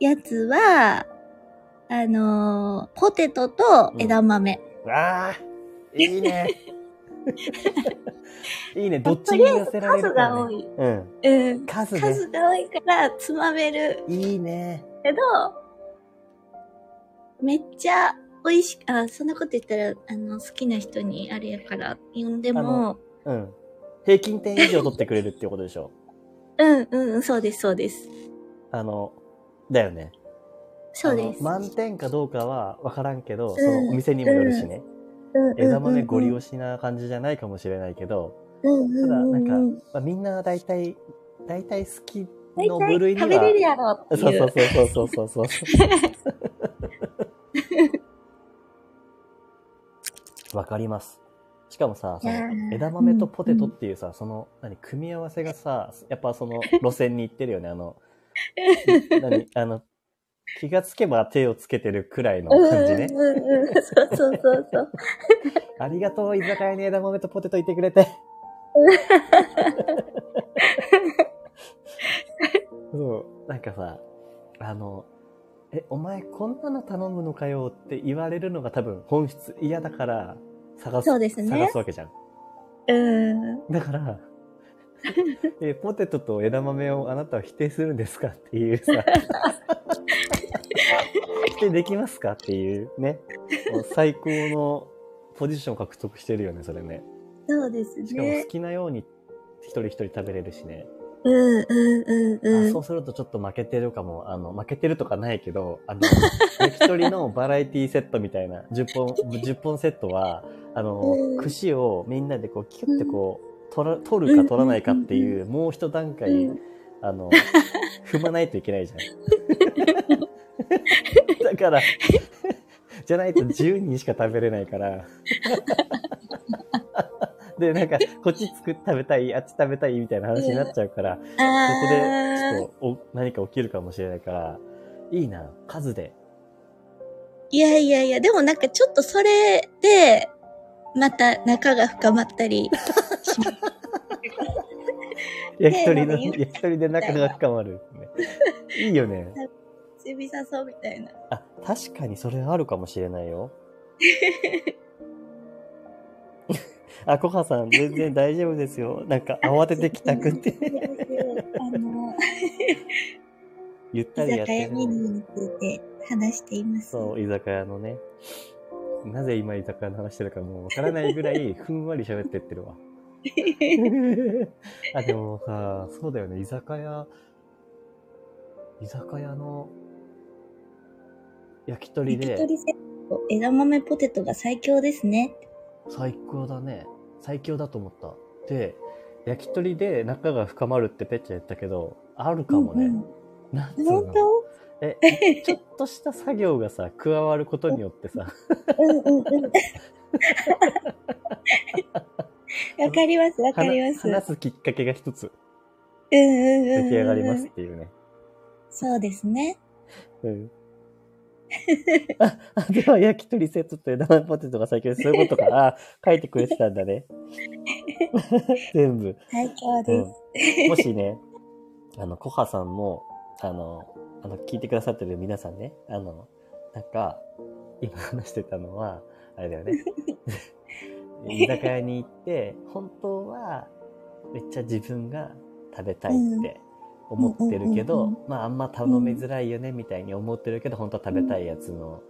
Speaker 2: やつは、あのーポテトと枝豆。
Speaker 1: わあいい
Speaker 2: (laughs)
Speaker 1: ねいいね、
Speaker 2: や
Speaker 1: ど
Speaker 2: っ
Speaker 1: っち
Speaker 2: ぱ
Speaker 1: に
Speaker 2: り
Speaker 1: 寄せられ
Speaker 2: 数
Speaker 1: るか、
Speaker 2: が多
Speaker 1: ね。
Speaker 2: い。
Speaker 1: うん。
Speaker 2: うん。
Speaker 1: 数ね。
Speaker 2: 数が多いからつまめる
Speaker 1: いいね。
Speaker 2: けど、めっちゃ美味しく、あ、そんなこと言ったら、あの、好きな人にあれやから、呼んでも、
Speaker 1: うん。平均点以上取ってくれるっていうことでしょ。
Speaker 2: うんうん、そうです、そうです。
Speaker 1: あの、だよね。
Speaker 2: そうです。
Speaker 1: あの満点かどうかは分からんけど、
Speaker 2: ん
Speaker 1: そのお店にもよるしね。
Speaker 2: うんうんうんうん
Speaker 1: 枝豆ご利用しな感じじゃないかもしれないけど、
Speaker 2: うん
Speaker 1: た
Speaker 2: う
Speaker 1: だ
Speaker 2: んう
Speaker 1: なん
Speaker 2: ん
Speaker 1: か
Speaker 2: うん。
Speaker 1: まあ、みんな大体、大体好き
Speaker 2: 大
Speaker 1: の部類
Speaker 2: 体
Speaker 1: には。
Speaker 2: 食べれるやろって
Speaker 1: そう
Speaker 2: いう。
Speaker 1: そうそうそうそうそう
Speaker 2: (laughs)
Speaker 1: そう。わかります。しかもさ、そ
Speaker 2: いや
Speaker 1: の
Speaker 2: ー
Speaker 1: 枝豆とポテトっていうさ、その、何、組み合わせがさ、やっぱ
Speaker 2: (laughs)
Speaker 1: その路線に行ってるよね、あの、何、あの、気がつけば手をつけてるくらいの
Speaker 2: うん
Speaker 1: 感じね。
Speaker 2: うんうんうん。そうそうそうそう。
Speaker 1: ありがとう、居酒屋に枝豆とポテトいてくれ
Speaker 2: (laughs)
Speaker 1: て。そう、なんかさ、あの、え、お前こんなの頼むのかよって言われるのが多分本質嫌だから探す、
Speaker 2: そうですね
Speaker 1: 探すわけじゃん。
Speaker 2: うん。
Speaker 1: だから、え、ポテトと枝豆をあなたは否定するんですかっていうさ、否定できますかっていうね、もう最高のポジションを獲得してるよね、それね。
Speaker 2: そうです
Speaker 1: しかも
Speaker 2: ね
Speaker 1: 好。きなように一人一人食べれるしね。
Speaker 2: うんうんうん
Speaker 1: あ
Speaker 2: う
Speaker 1: そ
Speaker 2: ん。
Speaker 1: うするとちょっと負けてるかも、あの、負けてるとかないけど、
Speaker 2: (laughs)
Speaker 1: あの、焼き鳥のバラエティセットみたいな、10本、10本
Speaker 2: (laughs)
Speaker 1: セットは、あの
Speaker 2: うん、
Speaker 1: 串をみんなでこう、キュッてこう、取ら取るか取らないかっていう、もう一段階
Speaker 2: うん、
Speaker 1: あの、踏まないといけないじゃん。
Speaker 2: (laughs)
Speaker 1: だから、じゃないと10人しか食べれない
Speaker 2: (laughs)
Speaker 1: から。で、なんか、こっち作っ食べたい、あっち食べたいみたいな話になっちゃうから、そこでちょ
Speaker 2: あ
Speaker 1: っとお何か起きるかもしれないから、いいな、数で。
Speaker 2: ーいやいやいや、でもなんかちょっとそれで、また仲が深まっ
Speaker 1: (laughs)
Speaker 2: たり。
Speaker 1: 焼き鳥の、 (laughs)
Speaker 2: テーマで言う
Speaker 1: 焼き鳥で仲が深まる、
Speaker 2: (laughs)
Speaker 1: ね。いいよね。
Speaker 2: ちびさそうみたいな。
Speaker 1: あ、確かにそれあるかもしれない
Speaker 2: (laughs)
Speaker 1: よ。あ、コハさん、全然大丈夫ですよ。なんか慌ててきたくて、
Speaker 2: いやいやあの、
Speaker 1: ゆった
Speaker 2: 居
Speaker 1: りやっ
Speaker 2: 酒
Speaker 1: て
Speaker 2: 屋
Speaker 1: る
Speaker 2: メ。ニューについて話しています。
Speaker 1: そう、居酒屋のね。なぜ今居酒屋の話してるかもうわからないぐら
Speaker 2: (laughs)
Speaker 1: い、ふんわり喋ってってるわ。あ、でもさ、そうだよね、居酒屋、居酒屋の焼き鳥
Speaker 2: 焼き
Speaker 1: で
Speaker 2: 鳥セット、枝豆ポテトが最強ですね。
Speaker 1: 最高だね。最強だと思った。で、焼き鳥で仲が深まるってペッチャ言ったけど、あるかもね。
Speaker 2: うん
Speaker 1: なんつ
Speaker 2: う
Speaker 1: うんの
Speaker 2: 本当
Speaker 1: え、ちょっとした作業がさ、加わることによってさ、
Speaker 2: うんうんうん。わかります、わかりま
Speaker 1: 話
Speaker 2: す。
Speaker 1: 話すきっかけが一つ
Speaker 2: うんうんうんう
Speaker 1: 出
Speaker 2: ん。
Speaker 1: 来上がりますっ。ていうね。
Speaker 2: そうですね。
Speaker 1: うん。 (laughs) あ、あでは焼き鳥セットと枝豆ポテトが最強です。そういうことか。あ、書いてくれてたんだ (laughs) ね。全部。
Speaker 2: 最強
Speaker 1: う
Speaker 2: です。
Speaker 1: ん、もしね、 (laughs) あの、コハさんも、あの、あの、聞いてくださってる皆さんね、あの、なんか、今話してたのは、あれだ
Speaker 2: (laughs)
Speaker 1: よね。居酒屋に行って、本当は、めっちゃ自分が食べたいって思ってるけど、
Speaker 2: うんうん
Speaker 1: まあ、あんま頼みづらいよね、みたいに思ってるけど、本当は食べたいやつの、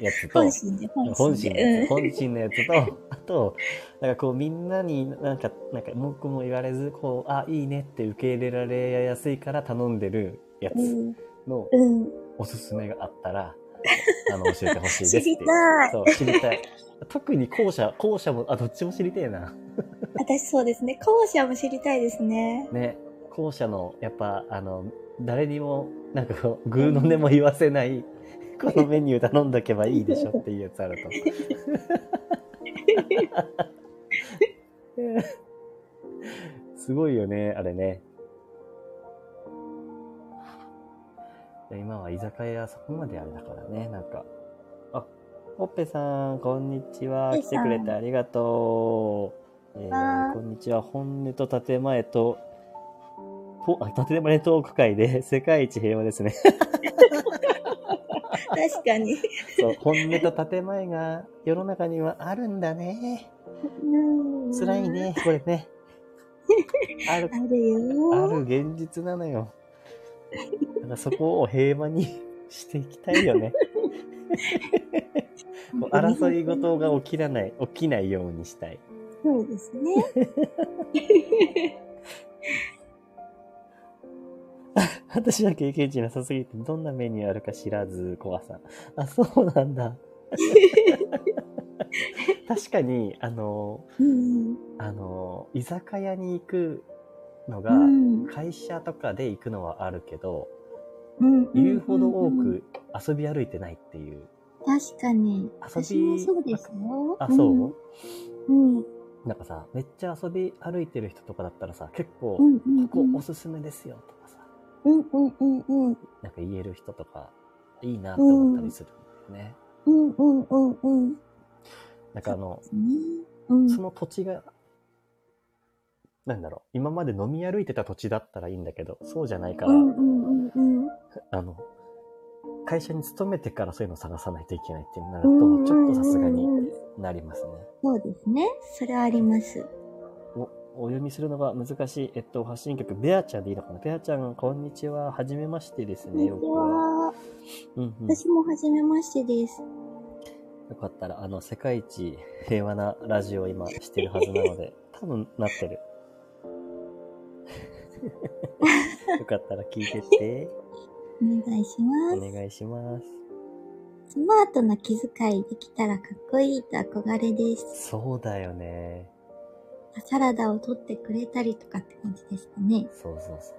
Speaker 1: やつ
Speaker 2: (laughs)
Speaker 1: と、
Speaker 2: 本心で、
Speaker 1: 本
Speaker 2: 本心
Speaker 1: 心の
Speaker 2: で。
Speaker 1: やつ、本心のや
Speaker 2: (laughs)
Speaker 1: つと、あと、なんかこうみんなになんか、なんか文句も言われず、こう、あ、いいねって受け入れられやすいから頼んでるや
Speaker 2: う
Speaker 1: つ
Speaker 2: ん。
Speaker 1: の
Speaker 2: うん。
Speaker 1: おすすめがあったら、あの、教えてほしいです
Speaker 2: 知
Speaker 1: ってい
Speaker 2: り
Speaker 1: う。 (laughs)
Speaker 2: たい。
Speaker 1: そう、知りたい。特に後者、後者も、あ、どっちも知りてえな。
Speaker 2: 私そうですね。後者も知りたいですね。
Speaker 1: ね、後者の、やっぱ、あの、誰にも、なんかこう、グーの音も言わせ
Speaker 2: (laughs)
Speaker 1: ない、このメニュー頼んどけばいいでしょっていうやつあると。
Speaker 2: (laughs)
Speaker 1: すごいよね、あれね。いや今は居酒屋そこまであれだからね、なんか。あ、ほっぺさん、こんにちは。
Speaker 2: ほっぺ
Speaker 1: 来て
Speaker 2: さん
Speaker 1: くれてありがとう。え
Speaker 2: わ
Speaker 1: ー、
Speaker 2: ー
Speaker 1: こんにちは。本音と建前と、とあ建前トーク会で (laughs) 世界一平和ですね。
Speaker 2: 確かに。
Speaker 1: (laughs) そう、本音と建前が世の中にはあるんだね。
Speaker 2: うん
Speaker 1: (laughs) 辛い。ね、これね。ある
Speaker 2: ある
Speaker 1: あ
Speaker 2: よ。
Speaker 1: る現実なのよ。だからそこを平和に (laughs) していきたいよね。こう争い事が起きらない、起きないようにしたい。
Speaker 2: そうです
Speaker 1: (laughs)
Speaker 2: ね。
Speaker 1: (laughs) 私は経験値なさすぎて、どんなメニューあるか知らず、コアさん。あ、そうなん
Speaker 2: (laughs)
Speaker 1: だ。確かに、あの、
Speaker 2: うん。
Speaker 1: あの、居酒屋に行くのが
Speaker 2: う、ん。
Speaker 1: 会社とかで行くのはあるけど、
Speaker 2: うん
Speaker 1: 言うほど多。く遊び歩いてないっていう。
Speaker 2: 確かに。
Speaker 1: 遊び
Speaker 2: 私もそうですよ。
Speaker 1: あ、そう、
Speaker 2: うん。うん。
Speaker 1: なんかさ、めっちゃ遊び歩いてる人とかだったらさ、結構、
Speaker 2: うん。うん。
Speaker 1: ここおすすめですよとかさ、
Speaker 2: うん。うん。うん。うん。
Speaker 1: なんか言える人とか、いいなと思ったりするんだよね。
Speaker 2: うん。うん。うん。うん。ね。
Speaker 1: なんかあの、
Speaker 2: うん。
Speaker 1: その土地が、なんだろう、今まで飲み歩いてた土地だったらいいんだけど、そうじゃないから、
Speaker 2: うん。うん。うん。うん。
Speaker 1: あの、会社に勤めてからそういうのを探さないといけないってなる
Speaker 2: うんうんうん
Speaker 1: と、ちょっとさすがになりますね。
Speaker 2: そうですね。それはあります。
Speaker 1: お、お読みするのが難しい。えっと、発信曲、ベアちゃんでいいのかなベアちゃん、こんにちは。はじめましてです
Speaker 2: こん
Speaker 1: ね、
Speaker 2: にち
Speaker 1: よくは。
Speaker 2: は。
Speaker 1: うんうん、よ
Speaker 2: 私も初めましてです。
Speaker 1: かったら、あの、世界一平和なラジオを今してるはずなの (laughs) で、多分なって (laughs) る。よかったら聞いてって、
Speaker 2: お願いしま
Speaker 1: お
Speaker 2: す。
Speaker 1: 願いします。
Speaker 2: スマートな気遣いできたらかっこいいと憧れです。
Speaker 1: そうだよね。
Speaker 2: サラダを取ってくれたりとかって感じですかね。
Speaker 1: そうそうそう。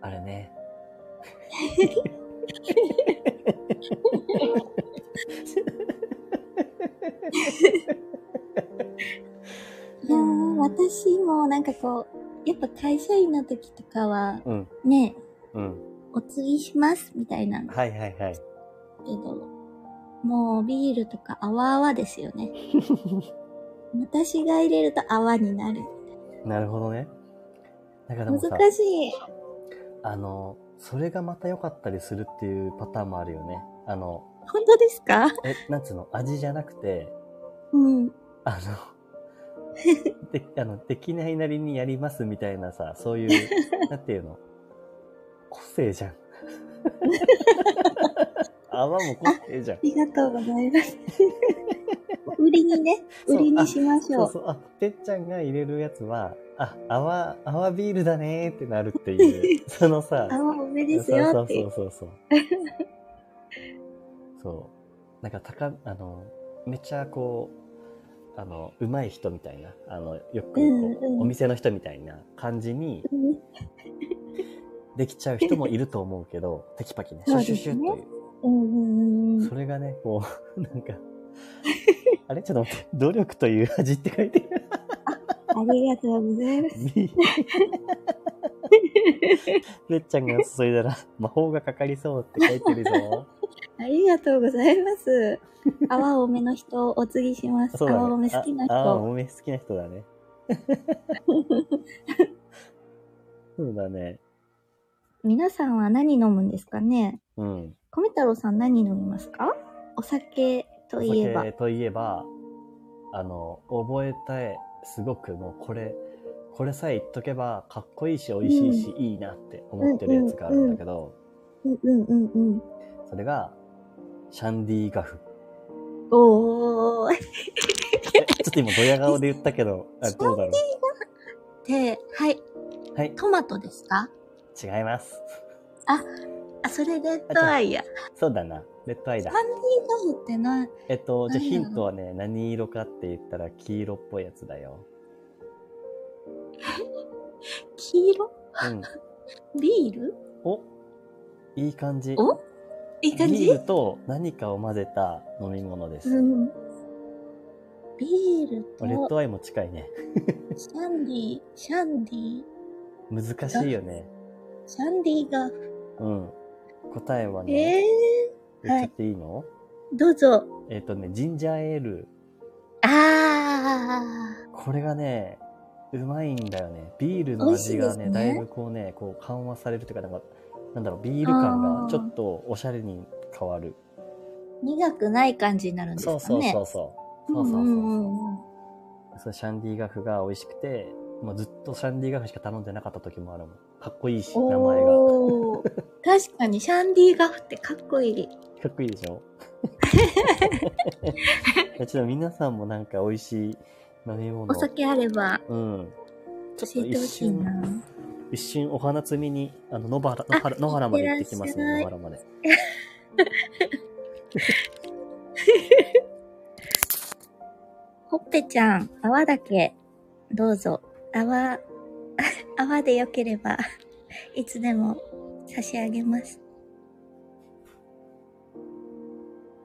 Speaker 1: あれね。
Speaker 2: いやー、私もなんかこう、やっぱ会社員の時とかは、
Speaker 1: うん、
Speaker 2: ね、
Speaker 1: うん。
Speaker 2: お継ぎしますみたいなんだ
Speaker 1: はいはいはい。
Speaker 2: けど、もうビールとか泡泡ですよ
Speaker 1: (laughs)
Speaker 2: ね。私が入れると泡になる。
Speaker 1: なるほどね。だからもうさ、
Speaker 2: 難しい。
Speaker 1: あの、それがまた良かったりするっていうパターンもあるよね。あの、
Speaker 2: 本当ですか
Speaker 1: え、なんつうの、味じゃなくて、
Speaker 2: うん。
Speaker 1: あの、で、あの、できないなりにやりますみたいなさ、そう
Speaker 2: (laughs)
Speaker 1: いう、なんていうの、個性じゃん。泡も個性じゃん
Speaker 2: あ。りがとうござい
Speaker 1: (laughs)
Speaker 2: ます。売りにね、
Speaker 1: そう
Speaker 2: 売りにしましょ
Speaker 1: そう
Speaker 2: う。
Speaker 1: そう、あ、てっちゃんが入れるやつは、あ、泡、泡ビールだねーってなるって
Speaker 2: (laughs)
Speaker 1: いう、そのさ、
Speaker 2: 泡多めですよってい。
Speaker 1: そううそうそうそう (laughs) そう。そう。なんか高、あの、めっちゃこう、あの、うまい人みたいな、あの、よくこう、
Speaker 2: うんうん
Speaker 1: お店の人みたいな感じにできちゃう人もいると思うけど、 (laughs) テキパキね、シ
Speaker 2: そう
Speaker 1: ュ
Speaker 2: です
Speaker 1: シュシュ
Speaker 2: ね
Speaker 1: ッという。
Speaker 2: うんうんうんうん
Speaker 1: それがね、こう、 (laughs) なんか、あれちょっと待って、努力という味って書いてある。
Speaker 2: ありがとうございます。 (laughs)
Speaker 1: (laughs) れっちゃんが注いだら魔法がかかりそうって書いてるぞ。
Speaker 2: ありがとうございます。泡多めの人をお継ぎします。
Speaker 1: そうだね。
Speaker 2: 泡多め好きな
Speaker 1: ああ、
Speaker 2: 人。
Speaker 1: おめ好きな人だ
Speaker 2: (laughs)
Speaker 1: ね。そうだね。
Speaker 2: 皆さんは何飲むんですかね
Speaker 1: うん。
Speaker 2: 米太郎さん何飲みますかお酒と
Speaker 1: お
Speaker 2: いえば。
Speaker 1: 酒といえば、あの、覚えたい。すごくもうこれ、これさえ言っとけばかっこいいし美味しいし、いいなって思ってるやつがあるんだけど、
Speaker 2: うんうんうんうん。
Speaker 1: それが、シャンディガフ。 (laughs)
Speaker 2: おーっ
Speaker 1: えちょっと今ドヤ顔で言ったけど、あどうだろ
Speaker 2: て、はい。
Speaker 1: う。はい、
Speaker 2: トマトですか
Speaker 1: 違います。
Speaker 2: あ、それでとはいや。
Speaker 1: そうだな。レッドアイだ。
Speaker 2: 色ってな、
Speaker 1: えっと、じゃあ
Speaker 2: 何
Speaker 1: ヒ
Speaker 2: だろう
Speaker 1: ントはね、何色かって言ったら黄色っぽいやつだよ。
Speaker 2: 黄色
Speaker 1: うん。
Speaker 2: ビール
Speaker 1: おいい感じ。
Speaker 2: おいい感
Speaker 1: ビ
Speaker 2: じ
Speaker 1: ールと何かを混ぜた飲み物です。
Speaker 2: う
Speaker 1: レ
Speaker 2: ん。ビールと
Speaker 1: ッドアイも近いね。
Speaker 2: シャンディ、シャンディ、
Speaker 1: 難しいよね。
Speaker 2: シャンディが、
Speaker 1: うん。答えは
Speaker 2: え
Speaker 1: ね、
Speaker 2: え
Speaker 1: 言っちゃっていいの、
Speaker 2: ー、どうぞ。
Speaker 1: えっとね、ジンジャーエール。
Speaker 2: あ
Speaker 1: これがね、うまいんだよね。ビールの味がね、
Speaker 2: 美味しいです
Speaker 1: だ
Speaker 2: ね
Speaker 1: いぶこうね、こう緩和されるというか、なんか、なんだろう、ビール感
Speaker 2: あー
Speaker 1: がちょっとおしゃれに変わる。
Speaker 2: ー、苦くない感じになるんですか
Speaker 1: そ
Speaker 2: ね。
Speaker 1: うそうそうそう。そうそうそうそう。
Speaker 2: んんうんうん
Speaker 1: そうシャンディガフが美味しくて、もうずっとシャンディガフしか頼んでなかった時もあるもん。かっこいいし、名前が。
Speaker 2: おー (laughs) 確かにシャンディガフってかっこいい。
Speaker 1: かっこいいでしょ (laughs) いやちょっと皆さんもなんか美味しい飲み物。
Speaker 2: お酒あれば
Speaker 1: うん。
Speaker 2: 教えてほしいな。
Speaker 1: 一瞬お花摘みに、あの、野原、野原、
Speaker 2: あ
Speaker 1: 野原まで行ってきますね、
Speaker 2: い
Speaker 1: 野
Speaker 2: ってらっしゃい
Speaker 1: 原まで。
Speaker 2: ほっぺちゃん、泡だけ、どうぞ。泡、 (laughs) 泡でよければ、いつでも差し上げます。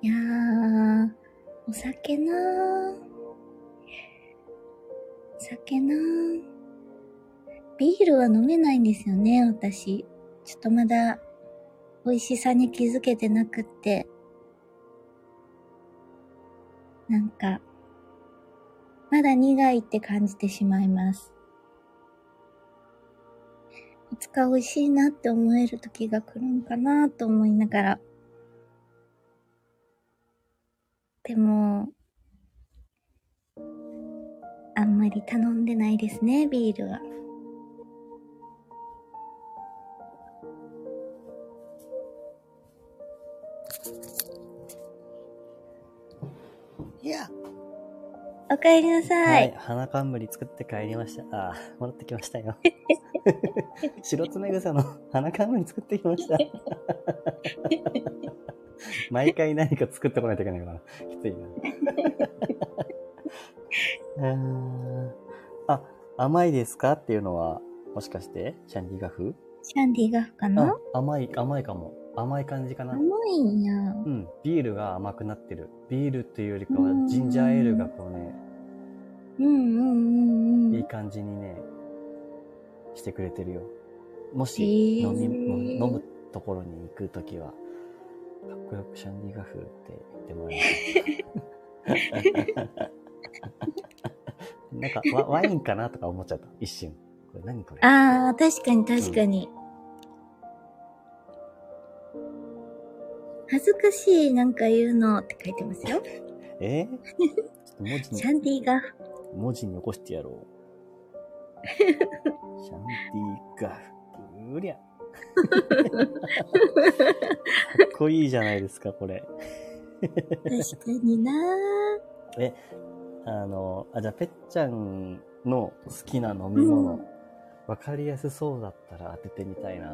Speaker 2: いやー、お酒なー。お酒なー。ビールは飲めないんですよね、私。ちょっとまだ、美味しさに気づけてなくって。なんか、まだ苦いって感じてしまいます。いつか美味しいなって思える時が来るんかなと思いながら。でも、あんまり頼んでないですね、ビールは。
Speaker 1: いや
Speaker 2: おかえりなさ。
Speaker 1: はいい、花冠作って帰りました。ああ、もらってきました
Speaker 2: (laughs)
Speaker 1: よ。白爪草の花冠作ってきま
Speaker 2: (laughs)
Speaker 1: した。毎回何か作ってこないといけないから、きつい
Speaker 2: (laughs)
Speaker 1: な。あーあ、甘いですかっていうのは、もしかして、シャンディガフ
Speaker 2: シャンディがか
Speaker 1: あ
Speaker 2: な
Speaker 1: 甘い、甘いかも。甘い感じかな。
Speaker 2: 甘いんや。
Speaker 1: うん、ビールが甘くなってる。ビールっていうよりか
Speaker 2: うん
Speaker 1: は、ジンジャーエールがこうね、
Speaker 2: うんうんうんう
Speaker 1: いい
Speaker 2: ん。
Speaker 1: 感じにね、してくれてるよ。も
Speaker 2: へ
Speaker 1: し、
Speaker 2: ー
Speaker 1: 飲み、飲むところに行くときは、かっこよくシャンディガフって言ってもらえたら (laughs) なんかワ、ワインかなとか思っちゃった。一瞬。これ何これ
Speaker 2: ああ、確かに確かに。恥ずかしいなんか言うのって書いてますよ。
Speaker 1: えーちょっと文字に
Speaker 2: シャンディが。
Speaker 1: 文字に起こしてやろう。シャンディガフ。うりゃ。
Speaker 2: (laughs)
Speaker 1: かっこいいじゃないですか、これ。
Speaker 2: 確かにな
Speaker 1: あの、あ、じゃあ、ぺっちゃんの好きな飲み物、
Speaker 2: うん
Speaker 1: わかりやすそうだったら当ててみたいな。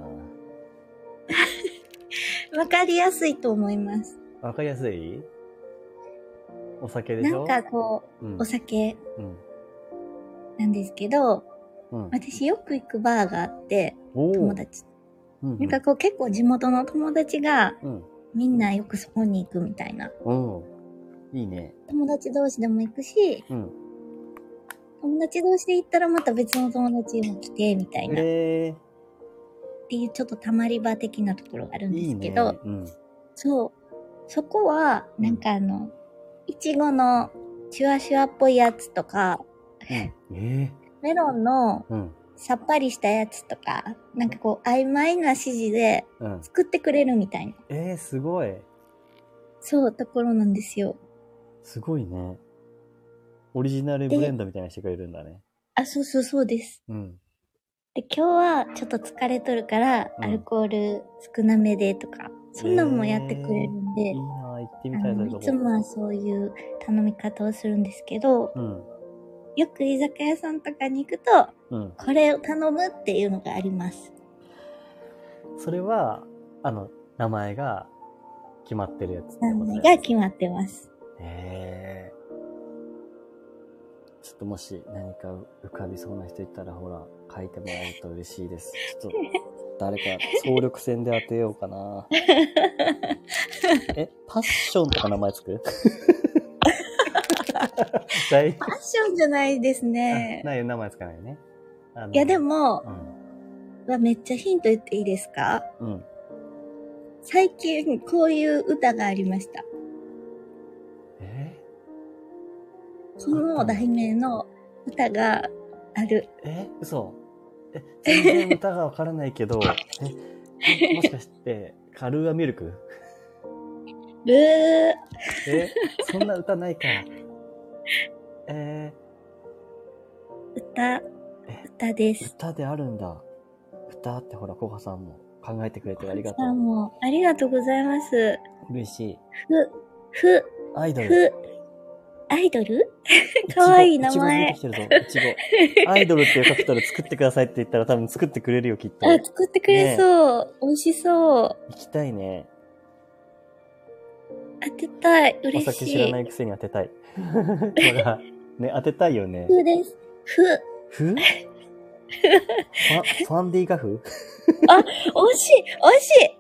Speaker 2: わかりやすいと思います。
Speaker 1: わかりやすいお酒で
Speaker 2: な
Speaker 1: しょ
Speaker 2: んかこ
Speaker 1: うん
Speaker 2: う、お酒
Speaker 1: うん。
Speaker 2: なんですけど、
Speaker 1: うん。
Speaker 2: 私よく行くバーがあって、
Speaker 1: おー
Speaker 2: 友達。
Speaker 1: うん
Speaker 2: なんかこう結構地元の友達が
Speaker 1: うん。
Speaker 2: みんなよくそこに行くみたいな。
Speaker 1: うん。うん。いいね。
Speaker 2: 友達同士でも行くし、
Speaker 1: うん。
Speaker 2: 友達同士で行ったらまた別の友達も来てみたいな。
Speaker 1: え
Speaker 2: っていうちょっとたまり場的なところがある
Speaker 1: ー、
Speaker 2: んで
Speaker 1: いい
Speaker 2: すけ
Speaker 1: ね。
Speaker 2: ど、
Speaker 1: うん。
Speaker 2: そう。そこは、なんかあの、いちごのシュワシュワっぽいやつとか、
Speaker 1: えー、
Speaker 2: メロンの
Speaker 1: うん。
Speaker 2: さっぱりしたやつとか、なんかこう曖昧な指示で
Speaker 1: うん。
Speaker 2: 作ってくれるみたいな、
Speaker 1: えー、すごい。
Speaker 2: そう、ところなんですよ。
Speaker 1: すごいね。オリジナルブレンドみたいな人がいるんだね。
Speaker 2: あ、そうそうそうです。
Speaker 1: うん。
Speaker 2: で、今日はちょっと疲れとるから、
Speaker 1: うん
Speaker 2: アルコール少なめでとか、そんなんもやってくれるん
Speaker 1: い
Speaker 2: で
Speaker 1: い、なぁ、行ってみ
Speaker 2: あ
Speaker 1: たいそういうと
Speaker 2: のい
Speaker 1: こ
Speaker 2: つもはそういう頼み方をするんですけど、
Speaker 1: うん。
Speaker 2: よく居酒屋さんとかに行くと、
Speaker 1: うん。
Speaker 2: これを頼むっていうのがあります。
Speaker 1: それは、あの、名前が、決まってるやつって
Speaker 2: 名
Speaker 1: こと
Speaker 2: 前
Speaker 1: ね
Speaker 2: が決まってます。
Speaker 1: ええちょっともし何か浮かびそうな人いたら、ほら、書いてもらえると嬉しいです。ちょっと、誰か総力戦で当てようかな。え、パッションとか名前つ
Speaker 2: (laughs)
Speaker 1: く大
Speaker 2: ファッションじゃないですね。
Speaker 1: ない名前つかないよね。あの
Speaker 2: いやで、も
Speaker 1: う、ん。
Speaker 2: わめっちゃヒント言っていいですか
Speaker 1: うん。
Speaker 2: 最近こういう歌がありました。
Speaker 1: え
Speaker 2: その題名の歌がある。
Speaker 1: え嘘え、
Speaker 2: (laughs)
Speaker 1: 全然歌がわからないけど、え、もしかして、カルーアミルク (laughs)
Speaker 2: ブー。
Speaker 1: え、そんな歌ないか。え
Speaker 2: 歌、歌で
Speaker 1: ー、
Speaker 2: す。
Speaker 1: 歌であるんだ。歌ってほら、コハさんも考えてくれてありがと
Speaker 2: さあ
Speaker 1: う。
Speaker 2: もう、ありがとうございます。
Speaker 1: 嬉しい。
Speaker 2: ふ、ふ、
Speaker 1: アイドル。
Speaker 2: ふ、アイドルかわいい名前
Speaker 1: いちごいちご出てきてるぞ。
Speaker 2: (laughs)
Speaker 1: いちご。アイドルっていうカクタル作ってくださいって言ったら多分作ってくれるよ、きっと。
Speaker 2: あ、
Speaker 1: 行
Speaker 2: 作ってくれそう。美味しそう。
Speaker 1: きたいね。
Speaker 2: 当てたい。
Speaker 1: お
Speaker 2: 嬉
Speaker 1: 酒
Speaker 2: し
Speaker 1: 知ら
Speaker 2: い。
Speaker 1: ないくせに当てたい。 (laughs) ほら、ね、当てたいよね。
Speaker 2: ふです。ふ。 (laughs)
Speaker 1: ふファンファンディガフ
Speaker 2: 惜しい惜しい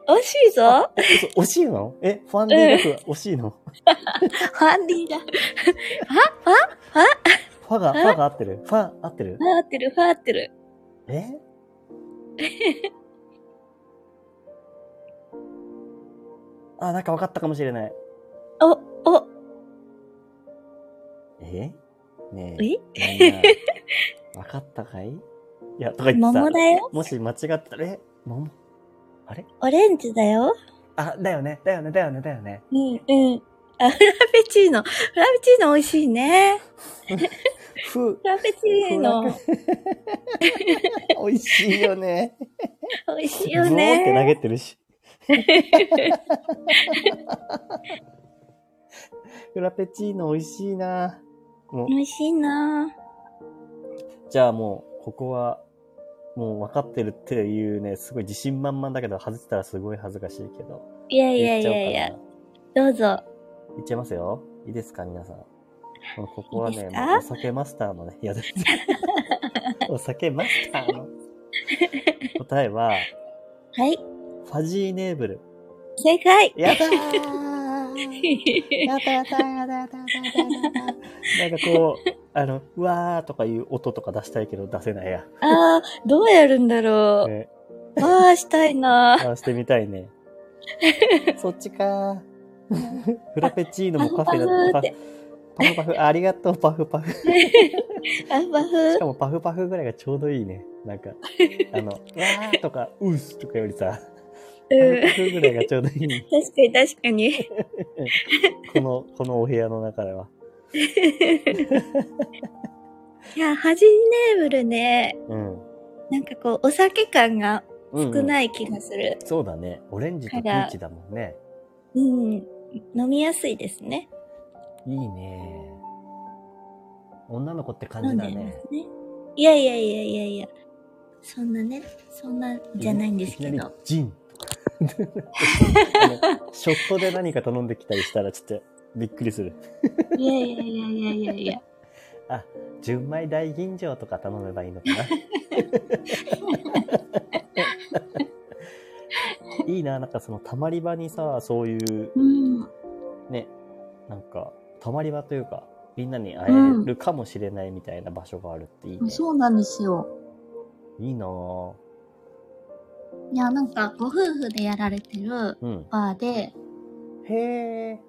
Speaker 2: 惜しいぞ
Speaker 1: 嘘惜しいのえ、ファンディガフ惜しいの
Speaker 2: ファンディが。
Speaker 1: ファが、ファが合ってるファ合ってる
Speaker 2: ファーってる、ファーってる。 (laughs)
Speaker 1: えあ、なんか分かったかもしれない。
Speaker 2: お、お、
Speaker 1: えね
Speaker 2: え
Speaker 1: え。みんな分かったかいいや、とか言って
Speaker 2: 桃
Speaker 1: さ
Speaker 2: だ、よ。
Speaker 1: もし間違ってたら、え桃あれ
Speaker 2: オレンジだよ。
Speaker 1: あ、だよね、だよね、だよね、だよね。
Speaker 2: うん、うん。あ、フラペチーノ。フラペチーノ美味しいね。
Speaker 1: ふ、
Speaker 2: フラペチーノ。
Speaker 1: (laughs) 美味しいよね。
Speaker 2: 美味しい
Speaker 1: ブ
Speaker 2: よ
Speaker 1: ーって投
Speaker 2: ね。
Speaker 1: げてる
Speaker 2: (laughs)
Speaker 1: し。フラペチーノ美味しいな。もう
Speaker 2: 美味しいな
Speaker 1: じゃあもう、ここは、もう分かってるっていうね、すごい自信満々だけど、外したらすごい恥ずかしいけど。
Speaker 2: いやいや
Speaker 1: 言っ
Speaker 2: い
Speaker 1: ちゃおうか
Speaker 2: や
Speaker 1: な。
Speaker 2: いや。どうぞ。
Speaker 1: 言っちゃいますよ。いいですか、皆さん。もうここはい
Speaker 2: い
Speaker 1: ね、
Speaker 2: ですか
Speaker 1: もうお酒マスターのね、いや、全然
Speaker 2: (laughs)
Speaker 1: お酒マスターの答えは、
Speaker 2: はい。
Speaker 1: ファジーネーブル。
Speaker 2: 正解。
Speaker 1: やだ
Speaker 2: (laughs)
Speaker 1: ー (laughs) やだやだやだやだやだやだなんかこう、あの、うわーとかいう音とか出したいけど出せないや。
Speaker 2: あー、どうやるんだろ
Speaker 1: ね
Speaker 2: う。わー、したいな
Speaker 1: 回してみたい
Speaker 2: (laughs)
Speaker 1: ね。そっちかー。 (laughs) フラペチーノもカフェだ
Speaker 2: パフ
Speaker 1: っ
Speaker 2: パフって
Speaker 1: た。パフパフ、ありがとう、パフパフ。し
Speaker 2: あ、バフ
Speaker 1: か。もパフパフぐらいがちょうどいいね。なんか、あの、わーとか、うっすとかよりさ、パ
Speaker 2: う
Speaker 1: フ
Speaker 2: ん
Speaker 1: パ。フぐらいがちょうどいい、ね、
Speaker 2: 確かに確かに。
Speaker 1: この、このお部屋の中では。
Speaker 2: いや、ハジネーブルね、
Speaker 1: うん。
Speaker 2: なんかこう、お酒感が
Speaker 1: うんうん
Speaker 2: 少ない気がする。
Speaker 1: そうだね。オレンジとピーチだもんね。
Speaker 2: うん。飲みやすいですね。
Speaker 1: いいね。女の子って感
Speaker 2: 飲
Speaker 1: じ
Speaker 2: ん
Speaker 1: だ
Speaker 2: でま
Speaker 1: ね。
Speaker 2: すね。いやいやいやいやいや。そんなね、そんなじゃないんですけ
Speaker 1: いきなり
Speaker 2: ど。
Speaker 1: ジ
Speaker 2: (laughs)
Speaker 1: ンとか。あのショットで何か頼んできたりしたらちょっとびっくりする。
Speaker 2: いやいやいやいやいやいや。
Speaker 1: 純米大吟醸とか頼めばいいのか
Speaker 2: (laughs)
Speaker 1: な。いいな、なんかそのたまり場にさ、そういう
Speaker 2: うん。
Speaker 1: ね、なんかたまり場というか、みんなに会えるかもしれないみたいな場所があるっていいね。
Speaker 2: そうなんですよ。
Speaker 1: いいなぁ。
Speaker 2: いや、なんか、ご夫婦でやられてる
Speaker 1: うん。
Speaker 2: バーで、
Speaker 1: へえ。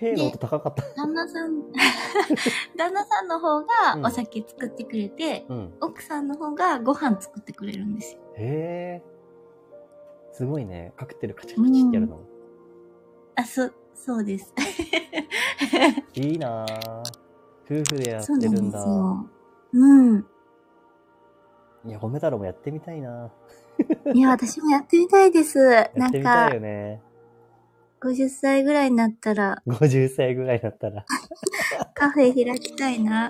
Speaker 1: へえの音高かった。
Speaker 2: 旦那さん、 (laughs) 旦那さんの方がお酒作ってくれて、
Speaker 1: うん。
Speaker 2: 奥さんの方がご飯作ってくれるんですよ。
Speaker 1: へえ。すごいね。カクテルカチャカチってやるの。
Speaker 2: あ、そ、そうです。
Speaker 1: いいなぁ。夫婦でやっ
Speaker 2: そう
Speaker 1: て
Speaker 2: な
Speaker 1: る
Speaker 2: ん
Speaker 1: ん
Speaker 2: で
Speaker 1: だ
Speaker 2: す。よ。うん。
Speaker 1: いや、褒めたろもやってみたいな。
Speaker 2: いや、私もやってみたいです。
Speaker 1: や
Speaker 2: な
Speaker 1: って
Speaker 2: ん
Speaker 1: みたい
Speaker 2: か
Speaker 1: よ、ね。
Speaker 2: 50歳ぐらいになったら、
Speaker 1: 50歳ぐらいだったら。
Speaker 2: カフェ開きたいな。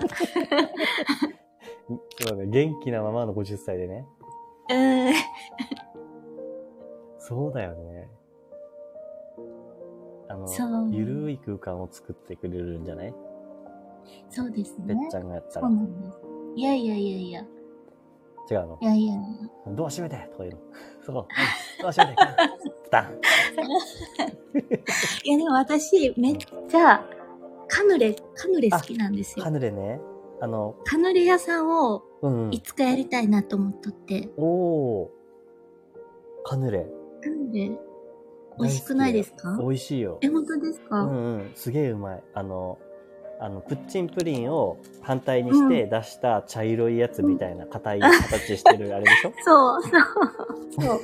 Speaker 1: そうだね。元気なままの50歳でね。
Speaker 2: うん。
Speaker 1: そうだよね。の
Speaker 2: そう、
Speaker 1: ゆるい空間を作ってくれるんじゃない
Speaker 2: そうです
Speaker 1: て
Speaker 2: ね
Speaker 1: っ。ちゃんがやった
Speaker 2: そ
Speaker 1: ら。
Speaker 2: う
Speaker 1: 違う
Speaker 2: なんです。いやいやいやいや、
Speaker 1: の
Speaker 2: い。やいやいや、
Speaker 1: ドア閉めてとか言うの。そう。ドア閉め
Speaker 2: (laughs)
Speaker 1: て。ダン。
Speaker 2: いやでも私、めっちゃ、カヌレ、カヌレ好きなんです
Speaker 1: カ
Speaker 2: よ。
Speaker 1: ヌレね。あの、
Speaker 2: カヌレ屋さんを
Speaker 1: うん
Speaker 2: い。つかやりたいなと思っとって、
Speaker 1: おおー。カヌレ。
Speaker 2: カヌレ、美味しくないです
Speaker 1: 大好き
Speaker 2: か
Speaker 1: だよ美味しいよ。
Speaker 2: え、本当ですか、
Speaker 1: うんうん。すげえうまい。あの、あの、プッチンプリンを反対にして出した茶色いやつみたいな硬い形してるあれで
Speaker 2: (laughs)
Speaker 1: しょ
Speaker 2: そう、
Speaker 1: (laughs)
Speaker 2: そう、そう。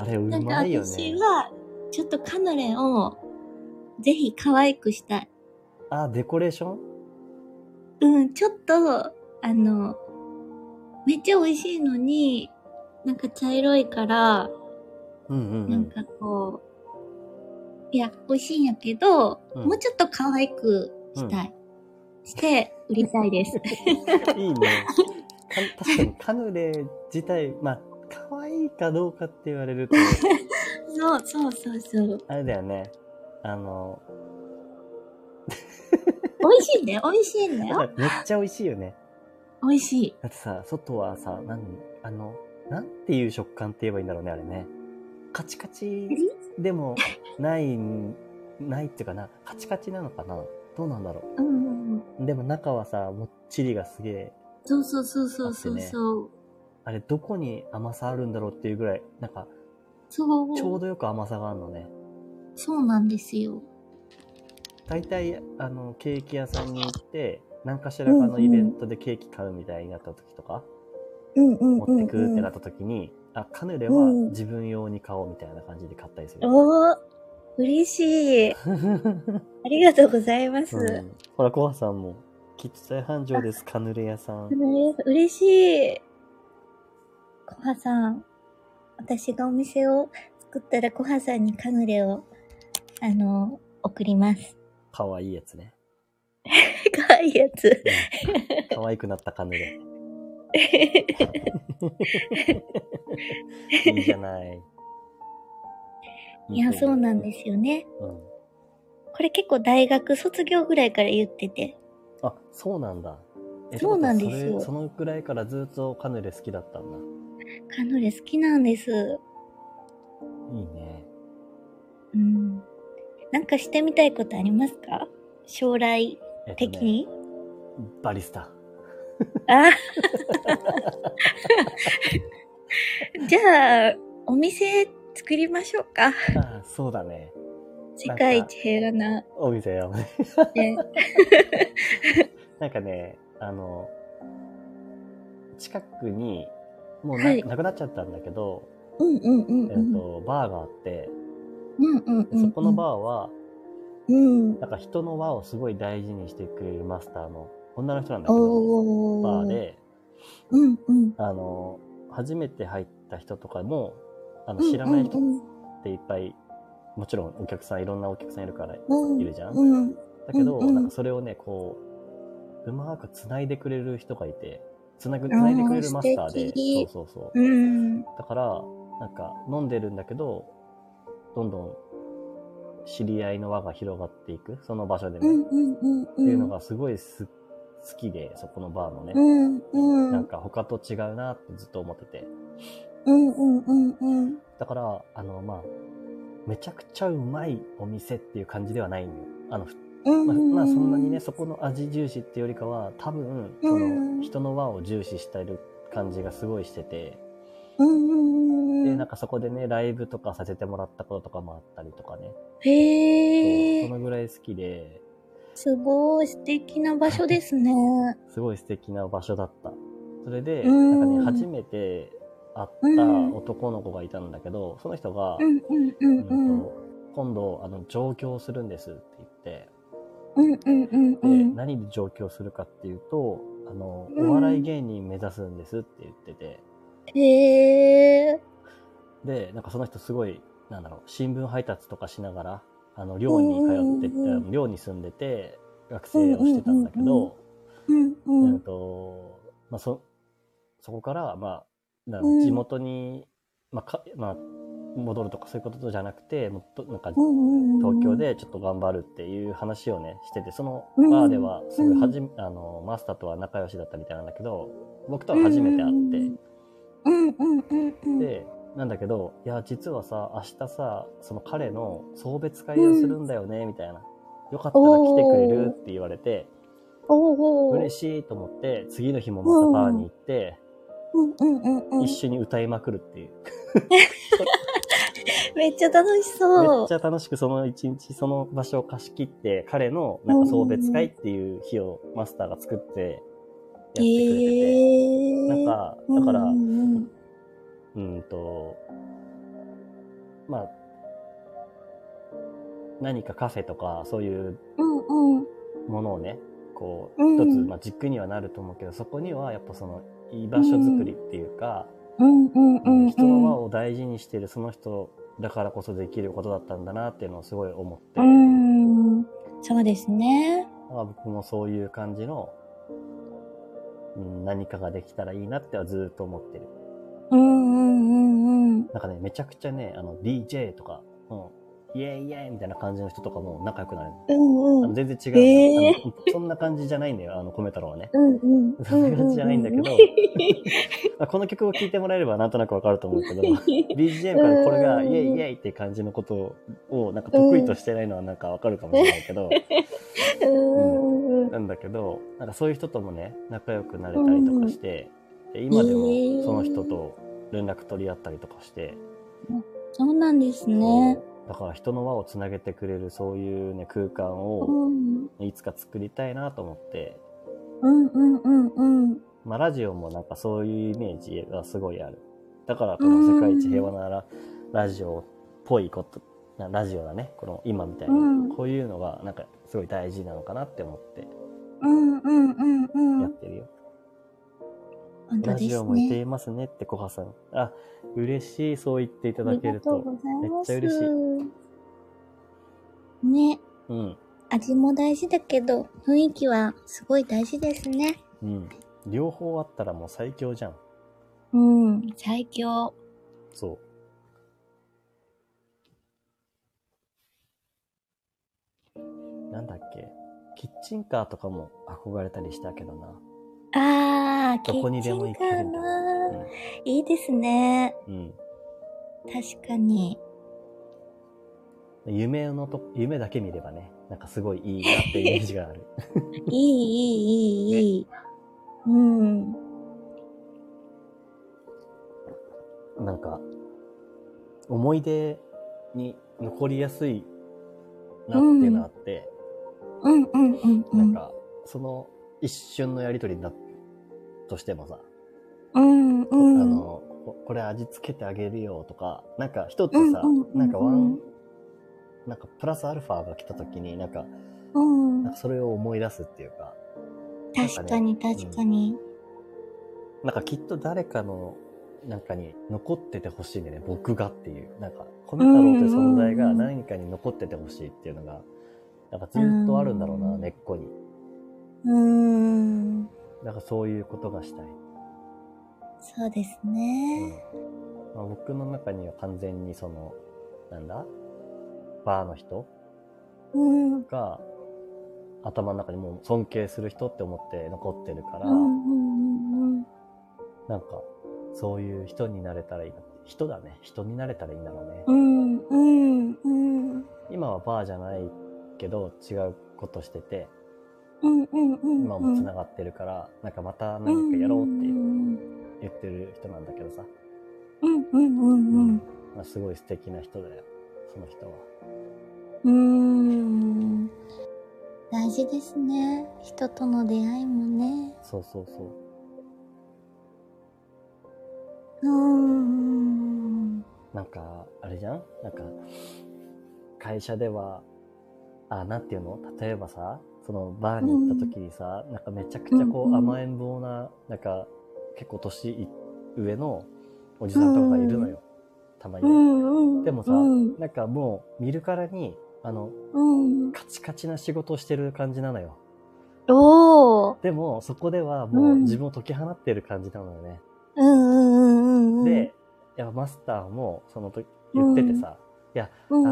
Speaker 1: あれう
Speaker 2: なんか
Speaker 1: まいよね
Speaker 2: 私。は、ちょっとカヌレを、ぜひ可愛くしたい。
Speaker 1: あ、デコレーション
Speaker 2: うん、ちょっと、あの、めっちゃ美味しいのに、なんか茶色いから、
Speaker 1: うんうんう
Speaker 2: なん
Speaker 1: ん。
Speaker 2: かこう、いや、美味しいんやけど、
Speaker 1: うん
Speaker 2: もうちょっと可愛くしたい。して、売りた
Speaker 1: (laughs)
Speaker 2: いです。
Speaker 1: いいね。か確かにカヌレ自体、まあ、可愛いかどうかって言われると、
Speaker 2: そう、そうそうそう。
Speaker 1: あれだよね。あの、
Speaker 2: 美味しいんだよ、美味しいんだ
Speaker 1: だか
Speaker 2: よ。
Speaker 1: らめっちゃ美味しいよね。
Speaker 2: 美味しい。
Speaker 1: だってさ、外はさ、なん、あの、なんていう食感って言えばいいんだろうね、あれね。カチカチでもない、ないっていうかな、カチカチなのかなどうなんだろ
Speaker 2: うんうんうん。
Speaker 1: う。でも中はさ、もっちりがすげえ、
Speaker 2: そうそうそうそうそうそう。
Speaker 1: あれどこに甘さあるんだろうっていうぐらい、なんか、
Speaker 2: そう。
Speaker 1: ちょうどよく甘さがあるのね。
Speaker 2: そうなんですよ。
Speaker 1: 大体あのケーキ屋さんに行って何かしらかのイベントでケーキ買うみたいになった時とか、
Speaker 2: うんうん
Speaker 1: 持ってくってなった時に、あカヌレは自分用に買おうみたいな感じで買ったりする、
Speaker 2: おー、嬉しい。
Speaker 1: (laughs)
Speaker 2: ありがとうございます。
Speaker 1: うんほらコハさんも「キッチン繁盛ですカヌレ屋さん
Speaker 2: 嬉しい。コハさん、私がお店を作ったらコハさんにカヌレを、あの、送ります。」
Speaker 1: かわいいやつね
Speaker 2: (laughs) かわいいや
Speaker 1: (laughs)
Speaker 2: つ。
Speaker 1: かわいくなったカヌ
Speaker 2: (laughs)
Speaker 1: レいいじゃない、
Speaker 2: いや、そうなんですすよね。
Speaker 1: うん、
Speaker 2: これ結構大学卒業ぐらいから言ってて。
Speaker 1: あそうなんだえ
Speaker 2: そうなん
Speaker 1: ってことは
Speaker 2: ですよ
Speaker 1: それそのくらいからずっとカヌレ好きだったんだ
Speaker 2: カヌレ好きなんです。
Speaker 1: いいね
Speaker 2: うん。なんかしてみたいことありますか将来
Speaker 1: えっとね
Speaker 2: 的に、
Speaker 1: バリスタ
Speaker 2: あじゃあ、お店作りましょうか。
Speaker 1: あそうだね
Speaker 2: 世界一平和な。
Speaker 1: お店をね (laughs)
Speaker 2: ね、
Speaker 1: なんかねあの近くにもうな,、
Speaker 2: はい
Speaker 1: なくなっちゃったんだけど、
Speaker 2: うんうんうん
Speaker 1: え
Speaker 2: う
Speaker 1: っ
Speaker 2: ん。
Speaker 1: とバーがあって
Speaker 2: うんう
Speaker 1: で
Speaker 2: んうん。
Speaker 1: そこのバーは、
Speaker 2: うん。
Speaker 1: なんか人の輪をすごい大事にしてくれるマスターの女の人なんだけど
Speaker 2: お
Speaker 1: バ
Speaker 2: ー。
Speaker 1: ー。で
Speaker 2: うんうん。
Speaker 1: あの初めて入った人とかもあの知らない人
Speaker 2: うん
Speaker 1: っていっぱいもちろんお客さんいろんなお客さんいるから
Speaker 2: うんうん。
Speaker 1: いるじゃん
Speaker 2: うん。
Speaker 1: だけど、
Speaker 2: うんうん
Speaker 1: なんかそれをね、こう、うまく繋いでくれる人がいて、繋ぐ、繋いでくれるマスター
Speaker 2: あー素
Speaker 1: で、
Speaker 2: 敵
Speaker 1: そうそうそう。
Speaker 2: うん。
Speaker 1: だから、なんか飲んでるんだけど、どんどん知り合いの輪が広がっていく、その場所で
Speaker 2: うん
Speaker 1: ね。
Speaker 2: うんうんうん。って
Speaker 1: っていうの。がすごいす好きで、そこのバーの
Speaker 2: う
Speaker 1: ね。
Speaker 2: んうん。う
Speaker 1: なん
Speaker 2: ん
Speaker 1: か他と違うなってずっと思ってて。
Speaker 2: うんうんうん。
Speaker 1: だから、あの、まあ、めちゃくちゃうまいお店っていう感じではないのよ。あの、
Speaker 2: うん
Speaker 1: まあ、まあそんなにねそこの味重視ってよりかは多分そ
Speaker 2: うん
Speaker 1: の人の輪を重視してる感じがすごいしてて、
Speaker 2: うんうんう
Speaker 1: で
Speaker 2: ん
Speaker 1: なん。かそこでねライブとかさせてもらったこととかもあったりとかね、
Speaker 2: へ
Speaker 1: そう
Speaker 2: ー
Speaker 1: そ。のぐらい好きです
Speaker 2: ごい素敵な場所ですね。
Speaker 1: すごい素敵な場所だったそれで、
Speaker 2: うん
Speaker 1: なんかね初めて会った男の子がいたんだけど、その人が、
Speaker 2: うんうんうん
Speaker 1: うん
Speaker 2: うん。
Speaker 1: と今度あの上京するんですって言って
Speaker 2: うんうんうん
Speaker 1: で、
Speaker 2: うん。
Speaker 1: 何で上京するかっていうとあの
Speaker 2: うん
Speaker 1: お笑い芸人目指すんですって言ってて、
Speaker 2: へー。
Speaker 1: でなんかその人すごいなんだろう新聞配達とかしながらあの寮に通ってて、
Speaker 2: うんうんうん
Speaker 1: あの寮に住んでて学生をしてたんだけど、
Speaker 2: うんう
Speaker 1: えっ
Speaker 2: ん。
Speaker 1: とまあ、そそこから、まあ、なんだ
Speaker 2: う
Speaker 1: ろ
Speaker 2: ん
Speaker 1: う地元に、まあかまあ、戻るとかそういうことじゃなくて、もっとなんか
Speaker 2: うんうんうんうん
Speaker 1: 東京。でちょっと頑張るっていう話をね、してて、その
Speaker 2: うん
Speaker 1: バーでは、すごいはじ、あの、マスターとは仲良しだったみたいなんだけど、僕とは初めて会って、
Speaker 2: うんうんうんうん。
Speaker 1: で、なんだけど、いや、実はさ、明日さ、その彼の送別会をするんだよね、みたいな。よかったら来てくれるって言われて、
Speaker 2: おお。
Speaker 1: 嬉しいと思って、次の日もまたバーに行って、
Speaker 2: うんうんうんうん
Speaker 1: 一。緒に歌いまくるっていう。
Speaker 2: めっちゃ楽し
Speaker 1: め
Speaker 2: そ
Speaker 1: っ
Speaker 2: う
Speaker 1: ち。ゃ楽しくその一日その場所を貸し切って、彼のなんか送別会っていう日をマスターが作ってやってくれて
Speaker 2: え
Speaker 1: て、
Speaker 2: え。
Speaker 1: なんか、だから、
Speaker 2: うん
Speaker 1: う
Speaker 2: うんうん
Speaker 1: んと、まあ、何かカフェとかそういう
Speaker 2: うんうん。
Speaker 1: ものをね、こう、
Speaker 2: うん
Speaker 1: 一つ、まあ、軸にはなると思うけど、そこにはやっぱその居場所作りっていうか、
Speaker 2: うんうんう
Speaker 1: うん
Speaker 2: んうん。
Speaker 1: 人の輪を大事にしてるその人だからこそできることだったんだなっていうのをすごい思って、
Speaker 2: うん。そうですね。
Speaker 1: まあ、僕もそういう感じの、うん、何かができたらいいなってはずーっと思ってる。
Speaker 2: うんうんうんうん。
Speaker 1: なんかね、めちゃくちゃね、あの、DJ とか、うん、イエイイエイみたいな感じの人とかも仲良くなる。
Speaker 2: うん
Speaker 1: あ
Speaker 2: う
Speaker 1: の
Speaker 2: ん。
Speaker 1: 全然違う、
Speaker 2: えー
Speaker 1: あのそんな感じじゃないんだよ、あの、米太郎はね。
Speaker 2: うんうん。
Speaker 1: そんな感じじゃないんだけど
Speaker 2: うう
Speaker 1: まあこの曲を聴いてもらえればなんとなくわかると思う
Speaker 2: (laughs)
Speaker 1: けど、
Speaker 2: う
Speaker 1: BGM からこれが
Speaker 2: う
Speaker 1: イ
Speaker 2: ん
Speaker 1: エイイエイっていう感じのことを、なんか得意としてないのはなんかわかるかもしれないけど、
Speaker 2: んうんうん。
Speaker 1: なんだけど、なんかそういう人ともね、仲良くなれたりとかして、で今で
Speaker 2: え
Speaker 1: も
Speaker 2: ー
Speaker 1: その人と連絡取り合ったりとかして、
Speaker 2: そうなんですね。
Speaker 1: そうだから人の輪をつなげてくれるそういうね、空間
Speaker 2: う
Speaker 1: を
Speaker 2: ん。
Speaker 1: いつか作りたいなと思って、
Speaker 2: うんうんうんうん。
Speaker 1: まあラジオもなんかそういうイメージがすごいある。だからこの世界一平和なララジオっぽいこと、なラジオだね、この今みたいな、
Speaker 2: うん
Speaker 1: こういうのがなんかすごい大事なのかなって思って
Speaker 2: うんうんうんう
Speaker 1: やっ
Speaker 2: ん。
Speaker 1: てるよ。
Speaker 2: 本当
Speaker 1: ラ
Speaker 2: で
Speaker 1: ジ
Speaker 2: す
Speaker 1: オもいて
Speaker 2: ね。
Speaker 1: いますねって、コハさん。あ、嬉しい、そう言っていた
Speaker 2: あ
Speaker 1: だ
Speaker 2: り
Speaker 1: け
Speaker 2: が
Speaker 1: る
Speaker 2: と
Speaker 1: と。
Speaker 2: うございます。
Speaker 1: めっちゃ
Speaker 2: ね、
Speaker 1: うん、
Speaker 2: 味も大事だけど、雰囲気はすごい大事ですね。
Speaker 1: うん。両方あったらもう最強じゃん。
Speaker 2: うん、最強。
Speaker 1: そう。なんだっけキッチンカーとかも憧れたりしたけどな。
Speaker 2: あー、キ
Speaker 1: どこに
Speaker 2: ッチ
Speaker 1: でも行
Speaker 2: ンカ
Speaker 1: ける
Speaker 2: ー
Speaker 1: んだ
Speaker 2: な。いいですね。
Speaker 1: うん。
Speaker 2: 確かに。
Speaker 1: うん、夢のと、夢だけ見ればね、なんかすごいいいなってイメージがある。 (laughs)
Speaker 2: いい、いい、いい、いい。うん。
Speaker 1: なんか、思い出に残りやすいなっていうのがあって、
Speaker 2: うん、うん、うん、う
Speaker 1: なん
Speaker 2: ん。
Speaker 1: か、その一瞬のやりとりだとしてもさ、
Speaker 2: うん、う
Speaker 1: あ
Speaker 2: ん。
Speaker 1: の、ここれ味付けてあげるよとか、なんか一つさ、
Speaker 2: うんうんうんうん
Speaker 1: なんかワン、なんかプラスアルファが来た時に、なんか、
Speaker 2: うん
Speaker 1: なんかそれを思い出すっていうか、
Speaker 2: 確かに、確かに。
Speaker 1: なんかきっと誰かの、なんかに残っててほしいんだよね、僕がっていう。なんか、米太郎という存在
Speaker 2: うん
Speaker 1: が
Speaker 2: うんうん
Speaker 1: 何かに残っててほしいっていうのが、なんかずっとあるんだろうな、
Speaker 2: うん
Speaker 1: 根っこに。
Speaker 2: うん。
Speaker 1: なんかそういうことがしたい。
Speaker 2: そうです
Speaker 1: うん
Speaker 2: ね。
Speaker 1: まあ、僕の中には完全にその、なんだバーの人
Speaker 2: うん。うん、
Speaker 1: が頭の中にもう尊敬する人って思って残ってるから、
Speaker 2: うん、うん。
Speaker 1: なんかそういう人になれたらいいな人だね人になれたらいいんだろうね、
Speaker 2: うん、うん、うん。
Speaker 1: 今はバーじゃないけど違うことしてて
Speaker 2: うんうんうんうん。
Speaker 1: 今も繋がってるから、なんかまた何かやろうって
Speaker 2: うん
Speaker 1: 言ってる人なんだけどさ、
Speaker 2: うんうんうん
Speaker 1: まあ、すごい素敵な人だよその人は
Speaker 2: うん。うん。大事ですね。人との出会いもね。
Speaker 1: そうそうそう
Speaker 2: うん。
Speaker 1: なんか、あれじゃんなんか、会社では、あ、なんていうの例えばさ、そのバーに行った時にさ、なんかめちゃくちゃこ
Speaker 2: う
Speaker 1: う
Speaker 2: んうん
Speaker 1: 甘えん坊な、なんか結構年い上のおじさんとかがいるのよ。たま
Speaker 2: う
Speaker 1: に。
Speaker 2: んうん。
Speaker 1: でもさ
Speaker 2: うん、
Speaker 1: なんかもう見るからに、あの、
Speaker 2: うん。
Speaker 1: カチカチな仕事をしてる感じなのよ。
Speaker 2: おー。
Speaker 1: でも、そこではもううん自分を解き放ってる感じなのよね。
Speaker 2: うんうんうんうんうん。
Speaker 1: で、や、マスターも、その時、言っててさ、
Speaker 2: うん
Speaker 1: あ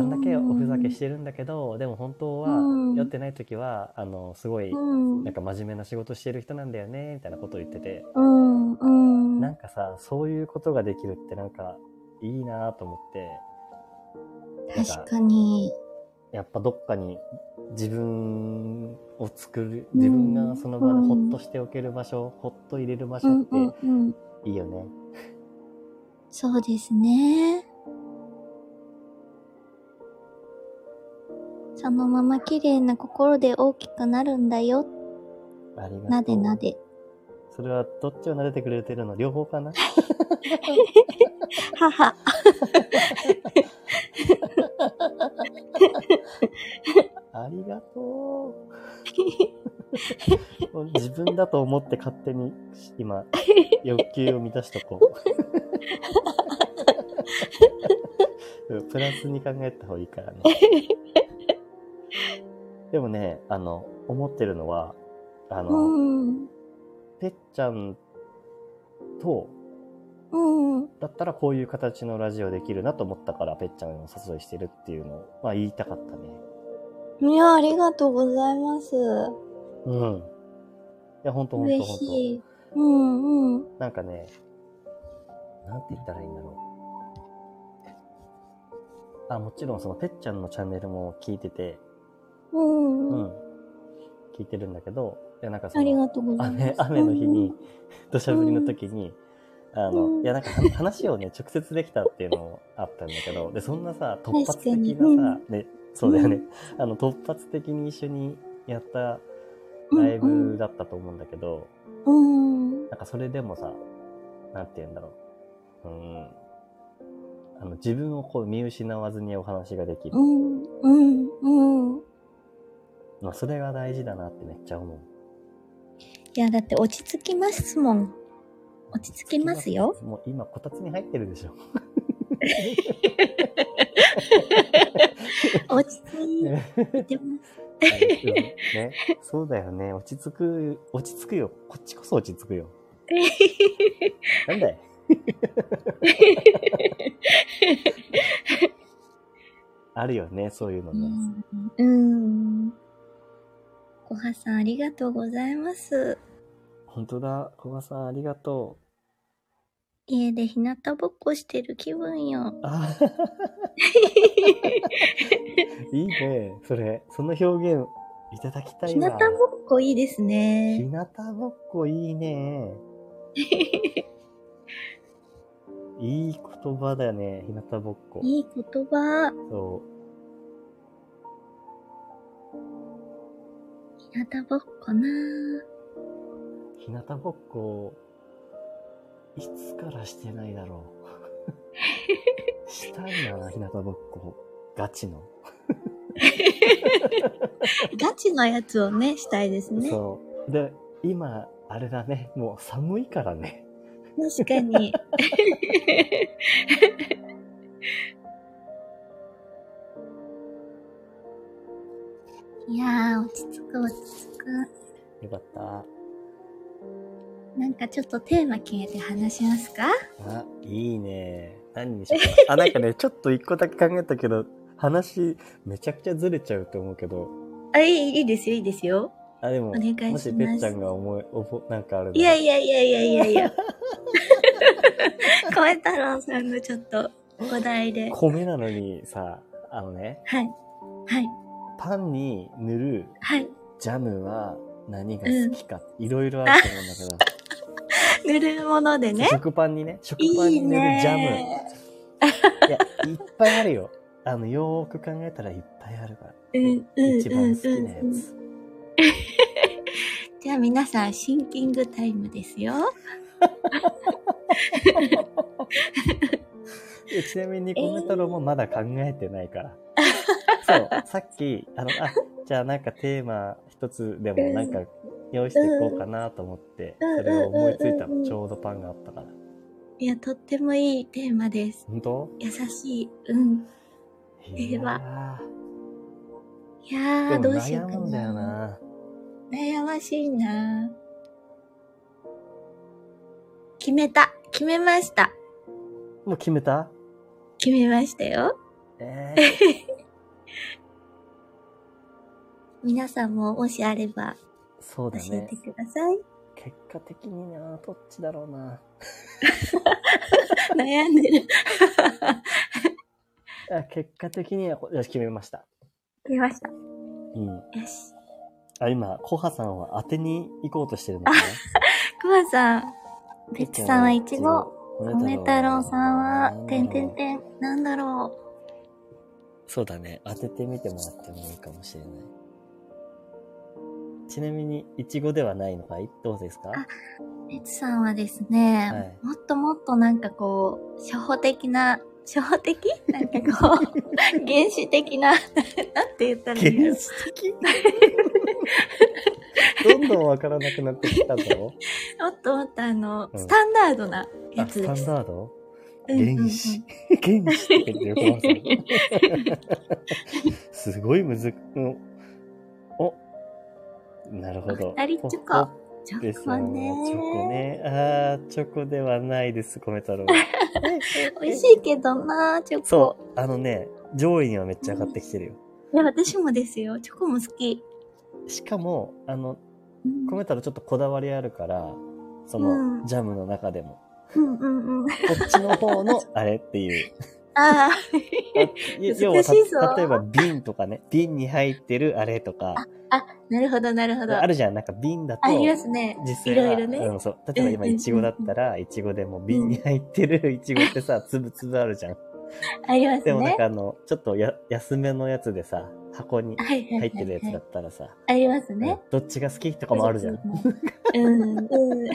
Speaker 1: んだけおふざけしてるんだけど、でも本当は
Speaker 2: うん、
Speaker 1: 酔ってない時は、あの、すごい、
Speaker 2: うん
Speaker 1: なんか真面目な仕事してる人なんだよね、みたいなことを言ってて、
Speaker 2: うんうん
Speaker 1: なんかさ、そういうことができるってなんか、いいなぁと思って、なんか
Speaker 2: 確かに
Speaker 1: やっぱどっかに自分を作る、
Speaker 2: うん
Speaker 1: 自分がその場で
Speaker 2: うん
Speaker 1: ほっとしておける場所、ほっと入れる場
Speaker 2: う
Speaker 1: 所
Speaker 2: ん
Speaker 1: っ
Speaker 2: うん
Speaker 1: て
Speaker 2: うん
Speaker 1: いいよね。
Speaker 2: そうですねそのまま綺麗な心で大きくなるんだよ
Speaker 1: ありがとう。
Speaker 2: なでな。で
Speaker 1: それはどっちを撫でてくれてるの両方かな
Speaker 2: 母
Speaker 1: ありがとう。もう自分だと思って勝手に今、欲求を満たしとこう。うんプラスに考えた方がいいからね。でもね、あの、思ってるのは、あ
Speaker 2: う
Speaker 1: の、
Speaker 2: ん
Speaker 1: てっちゃんと、
Speaker 2: うん
Speaker 1: だったらこういう形のラジオできるなと思ったから、ぺっちゃんにお誘いしてるっていうのを、まあ言いたかったね。
Speaker 2: いやありがとうございます
Speaker 1: うん。いや、ほんとほんと
Speaker 2: 嬉
Speaker 1: ほん
Speaker 2: し
Speaker 1: と。
Speaker 2: いうんうん
Speaker 1: なんかね、なんて言ったらいいんだろう。あ、もちろんそのぺっちゃんのチャンネルも聞いてて、
Speaker 2: うん
Speaker 1: う
Speaker 2: うんん。
Speaker 1: 聞いてるんだけど、いや、なんかそ
Speaker 2: あり
Speaker 1: の、
Speaker 2: がとうございます
Speaker 1: 雨、雨の日に、土砂降りの時に、あ
Speaker 2: う
Speaker 1: の、
Speaker 2: ん
Speaker 1: いや、なんか話話をね、直接できたっていうのもあったんだけど、で、そんなさ、突発的
Speaker 2: 確か
Speaker 1: なさ、ね、そうだよね。あの、突発的に一緒にやったライブだったと思うんだけど、
Speaker 2: うんうん
Speaker 1: なんかそれでもさ、なんて言うんだろう。うん。あの、自分をこう見失わずにお話ができる
Speaker 2: う。んうんうん
Speaker 1: まあ、それが大事だなってめっちゃ思う。
Speaker 2: いやだって落ち着きますもん落ち着きますよ。
Speaker 1: もう今、こたつに入ってるで
Speaker 2: (laughs)
Speaker 1: しょ。
Speaker 2: 落ち着
Speaker 1: ね
Speaker 2: いてます
Speaker 1: ね、そうだよね。落ち着く、落ち着くよ。こっちこそ落ち着く
Speaker 2: (laughs)
Speaker 1: よ。なんだいあるよね、そういうのね。
Speaker 2: うんごはさんありがとうございます
Speaker 1: 本当だ、小葉さんありがとう。
Speaker 2: 家で日向ぼっこしてる気分よ
Speaker 1: あ (laughs) いいね、それ。その表現いただきたい
Speaker 2: 日向
Speaker 1: な。
Speaker 2: ぼっこいいです
Speaker 1: 日
Speaker 2: ね
Speaker 1: 向ぼっこいいね。いい言葉だよね、日向ぼっこ。
Speaker 2: いい言葉
Speaker 1: そう。
Speaker 2: 日向ぼっこな
Speaker 1: 日向ぼっこ、いつからしてないだろう。したいな、日向ぼっこ。ガチの。
Speaker 2: ガチのやつをねしたいですね
Speaker 1: そう。で、今、あれだね、もう寒いからね。
Speaker 2: 確かに (laughs) いやー落ち着く落ち着く
Speaker 1: よかった。
Speaker 2: なんかちょっとテーマ決めて話しますか
Speaker 1: あ、いいね。何にしよう
Speaker 2: (laughs)
Speaker 1: か。あ、なんかね、ちょっと一個だけ考えたけど、話、めちゃくちゃずれちゃうと思うけど。
Speaker 2: あ、いい、いいですよ、いいですよ。
Speaker 1: あ、でも、
Speaker 2: お願いします
Speaker 1: もしべっちゃんが思い、おぼ、なんかある
Speaker 2: いや
Speaker 1: や、
Speaker 2: いやいやいやいやいや。小太郎さんのちょっとお題で。
Speaker 1: 米なのにさ、あのね、
Speaker 2: はい。はい。
Speaker 1: パンに塗る
Speaker 2: はい。
Speaker 1: ジャムは何が好きか、いろいろあると思うんだけど。
Speaker 2: 塗るものでね。
Speaker 1: 食パンにね、食パン
Speaker 2: いい
Speaker 1: に塗るジャム。
Speaker 2: ね。 (laughs)
Speaker 1: いや、いっぱいあるよ。あの、よーく考えたらいっぱいあるから。
Speaker 2: うんうんうんうん
Speaker 1: 一番好きなやつ。
Speaker 2: じゃあ皆さん、シンキングタイムですよ。
Speaker 1: えちなみに、コメ太郎もまだ考えてないから。そう、さっき、あの、あ、じゃあなんかテーマ一つでもなんか用意していこうかなと思って、
Speaker 2: うん
Speaker 1: それを思いついた
Speaker 2: うんうんうんうん
Speaker 1: の。ちょうどパンがあったから。
Speaker 2: いや、とってもいいテーマです。
Speaker 1: 本当
Speaker 2: 優しい。うん。
Speaker 1: い
Speaker 2: テー
Speaker 1: や
Speaker 2: いや
Speaker 1: ー
Speaker 2: ー、
Speaker 1: で
Speaker 2: ど
Speaker 1: も
Speaker 2: うしよ
Speaker 1: 悩
Speaker 2: うか
Speaker 1: むんだよ
Speaker 2: な。
Speaker 1: な。
Speaker 2: 悩ましいな。決めた。決めました。
Speaker 1: もう決めた
Speaker 2: 決めましたよ。
Speaker 1: えー、
Speaker 2: (laughs) 皆さんももしあれば
Speaker 1: そう
Speaker 2: 教
Speaker 1: だ
Speaker 2: え
Speaker 1: ね
Speaker 2: て。ください。
Speaker 1: 結果的にな、どっちだろうな。
Speaker 2: 悩んでる。
Speaker 1: あ結果的には、こよし、決めました。
Speaker 2: 決めました。よ
Speaker 1: うん。
Speaker 2: し。
Speaker 1: あ、今、コハさんは当てに行こうとしてるんですね。
Speaker 2: くまさん、べっちさんはいちご、
Speaker 1: 米
Speaker 2: 米太郎さ
Speaker 1: なんだろ
Speaker 2: んは、
Speaker 1: う
Speaker 2: てんてんてん、なんだろ
Speaker 1: そうだね。当ててみてもらってもいいかもしれない。ちなみに、いちごではないのかいどうですか
Speaker 2: あう。べっちさんはですね、
Speaker 1: はい
Speaker 2: もっともっとなんかこう、初歩的な、初歩的なん
Speaker 1: (laughs)
Speaker 2: かこう、原始的な、なんて言ったらいいの
Speaker 1: 原始的どんどんわからなくなってきたぞ。
Speaker 2: もっともっとあの、
Speaker 1: うん
Speaker 2: スタンダードなや
Speaker 1: あ、
Speaker 2: つ
Speaker 1: スタ
Speaker 2: で
Speaker 1: ン
Speaker 2: す。
Speaker 1: ダード
Speaker 2: うんうんうん
Speaker 1: 原始。原始って言ってるよくわかん
Speaker 2: (laughs)
Speaker 1: ないすごいむずく、うんお、なるほど。
Speaker 2: 二人チョコ
Speaker 1: ポッポ
Speaker 2: チ
Speaker 1: で
Speaker 2: ョ
Speaker 1: す
Speaker 2: コ
Speaker 1: よ
Speaker 2: ね
Speaker 1: ね。チョコね。あー、チョコではないです、米太郎。
Speaker 2: 美味しいけどなチョコ。
Speaker 1: そう。あのね、上位にはめっちゃ上がってきてるよ。
Speaker 2: いや、私もですよ。チョコも好き。
Speaker 1: しかも、あの、
Speaker 2: うん
Speaker 1: 米太郎ちょっとこだわりあるから、その、
Speaker 2: うん
Speaker 1: ジャムの中でも、
Speaker 2: うんうんうん。
Speaker 1: こっちの方
Speaker 2: (laughs)
Speaker 1: のあれっていう。あ
Speaker 2: ああ。難しいぞ
Speaker 1: 要はた、例えば瓶とかね、瓶に入ってるあれとか、
Speaker 2: (laughs) なるほど、なるほど。
Speaker 1: あるじゃん、なんか瓶だと、
Speaker 2: ありますね。
Speaker 1: 実際
Speaker 2: いろ
Speaker 1: はい
Speaker 2: ろね。
Speaker 1: うん、そう。例えば
Speaker 2: う
Speaker 1: 今、
Speaker 2: んうんうんうん
Speaker 1: いちごだったら、いちごでも瓶に入って
Speaker 2: (laughs)
Speaker 1: るいちごってさ、つぶつぶあるじゃん。
Speaker 2: あります
Speaker 1: でもなん
Speaker 2: ね。
Speaker 1: かあの、ちょっとや安めのやつでさ、箱に
Speaker 2: はいはいは
Speaker 1: 入っ
Speaker 2: い
Speaker 1: てるやつ
Speaker 2: は
Speaker 1: だ
Speaker 2: い。
Speaker 1: ったらさ、
Speaker 2: ありますね。
Speaker 1: どっちが好きとかもあるじゃん。
Speaker 2: うん。うん。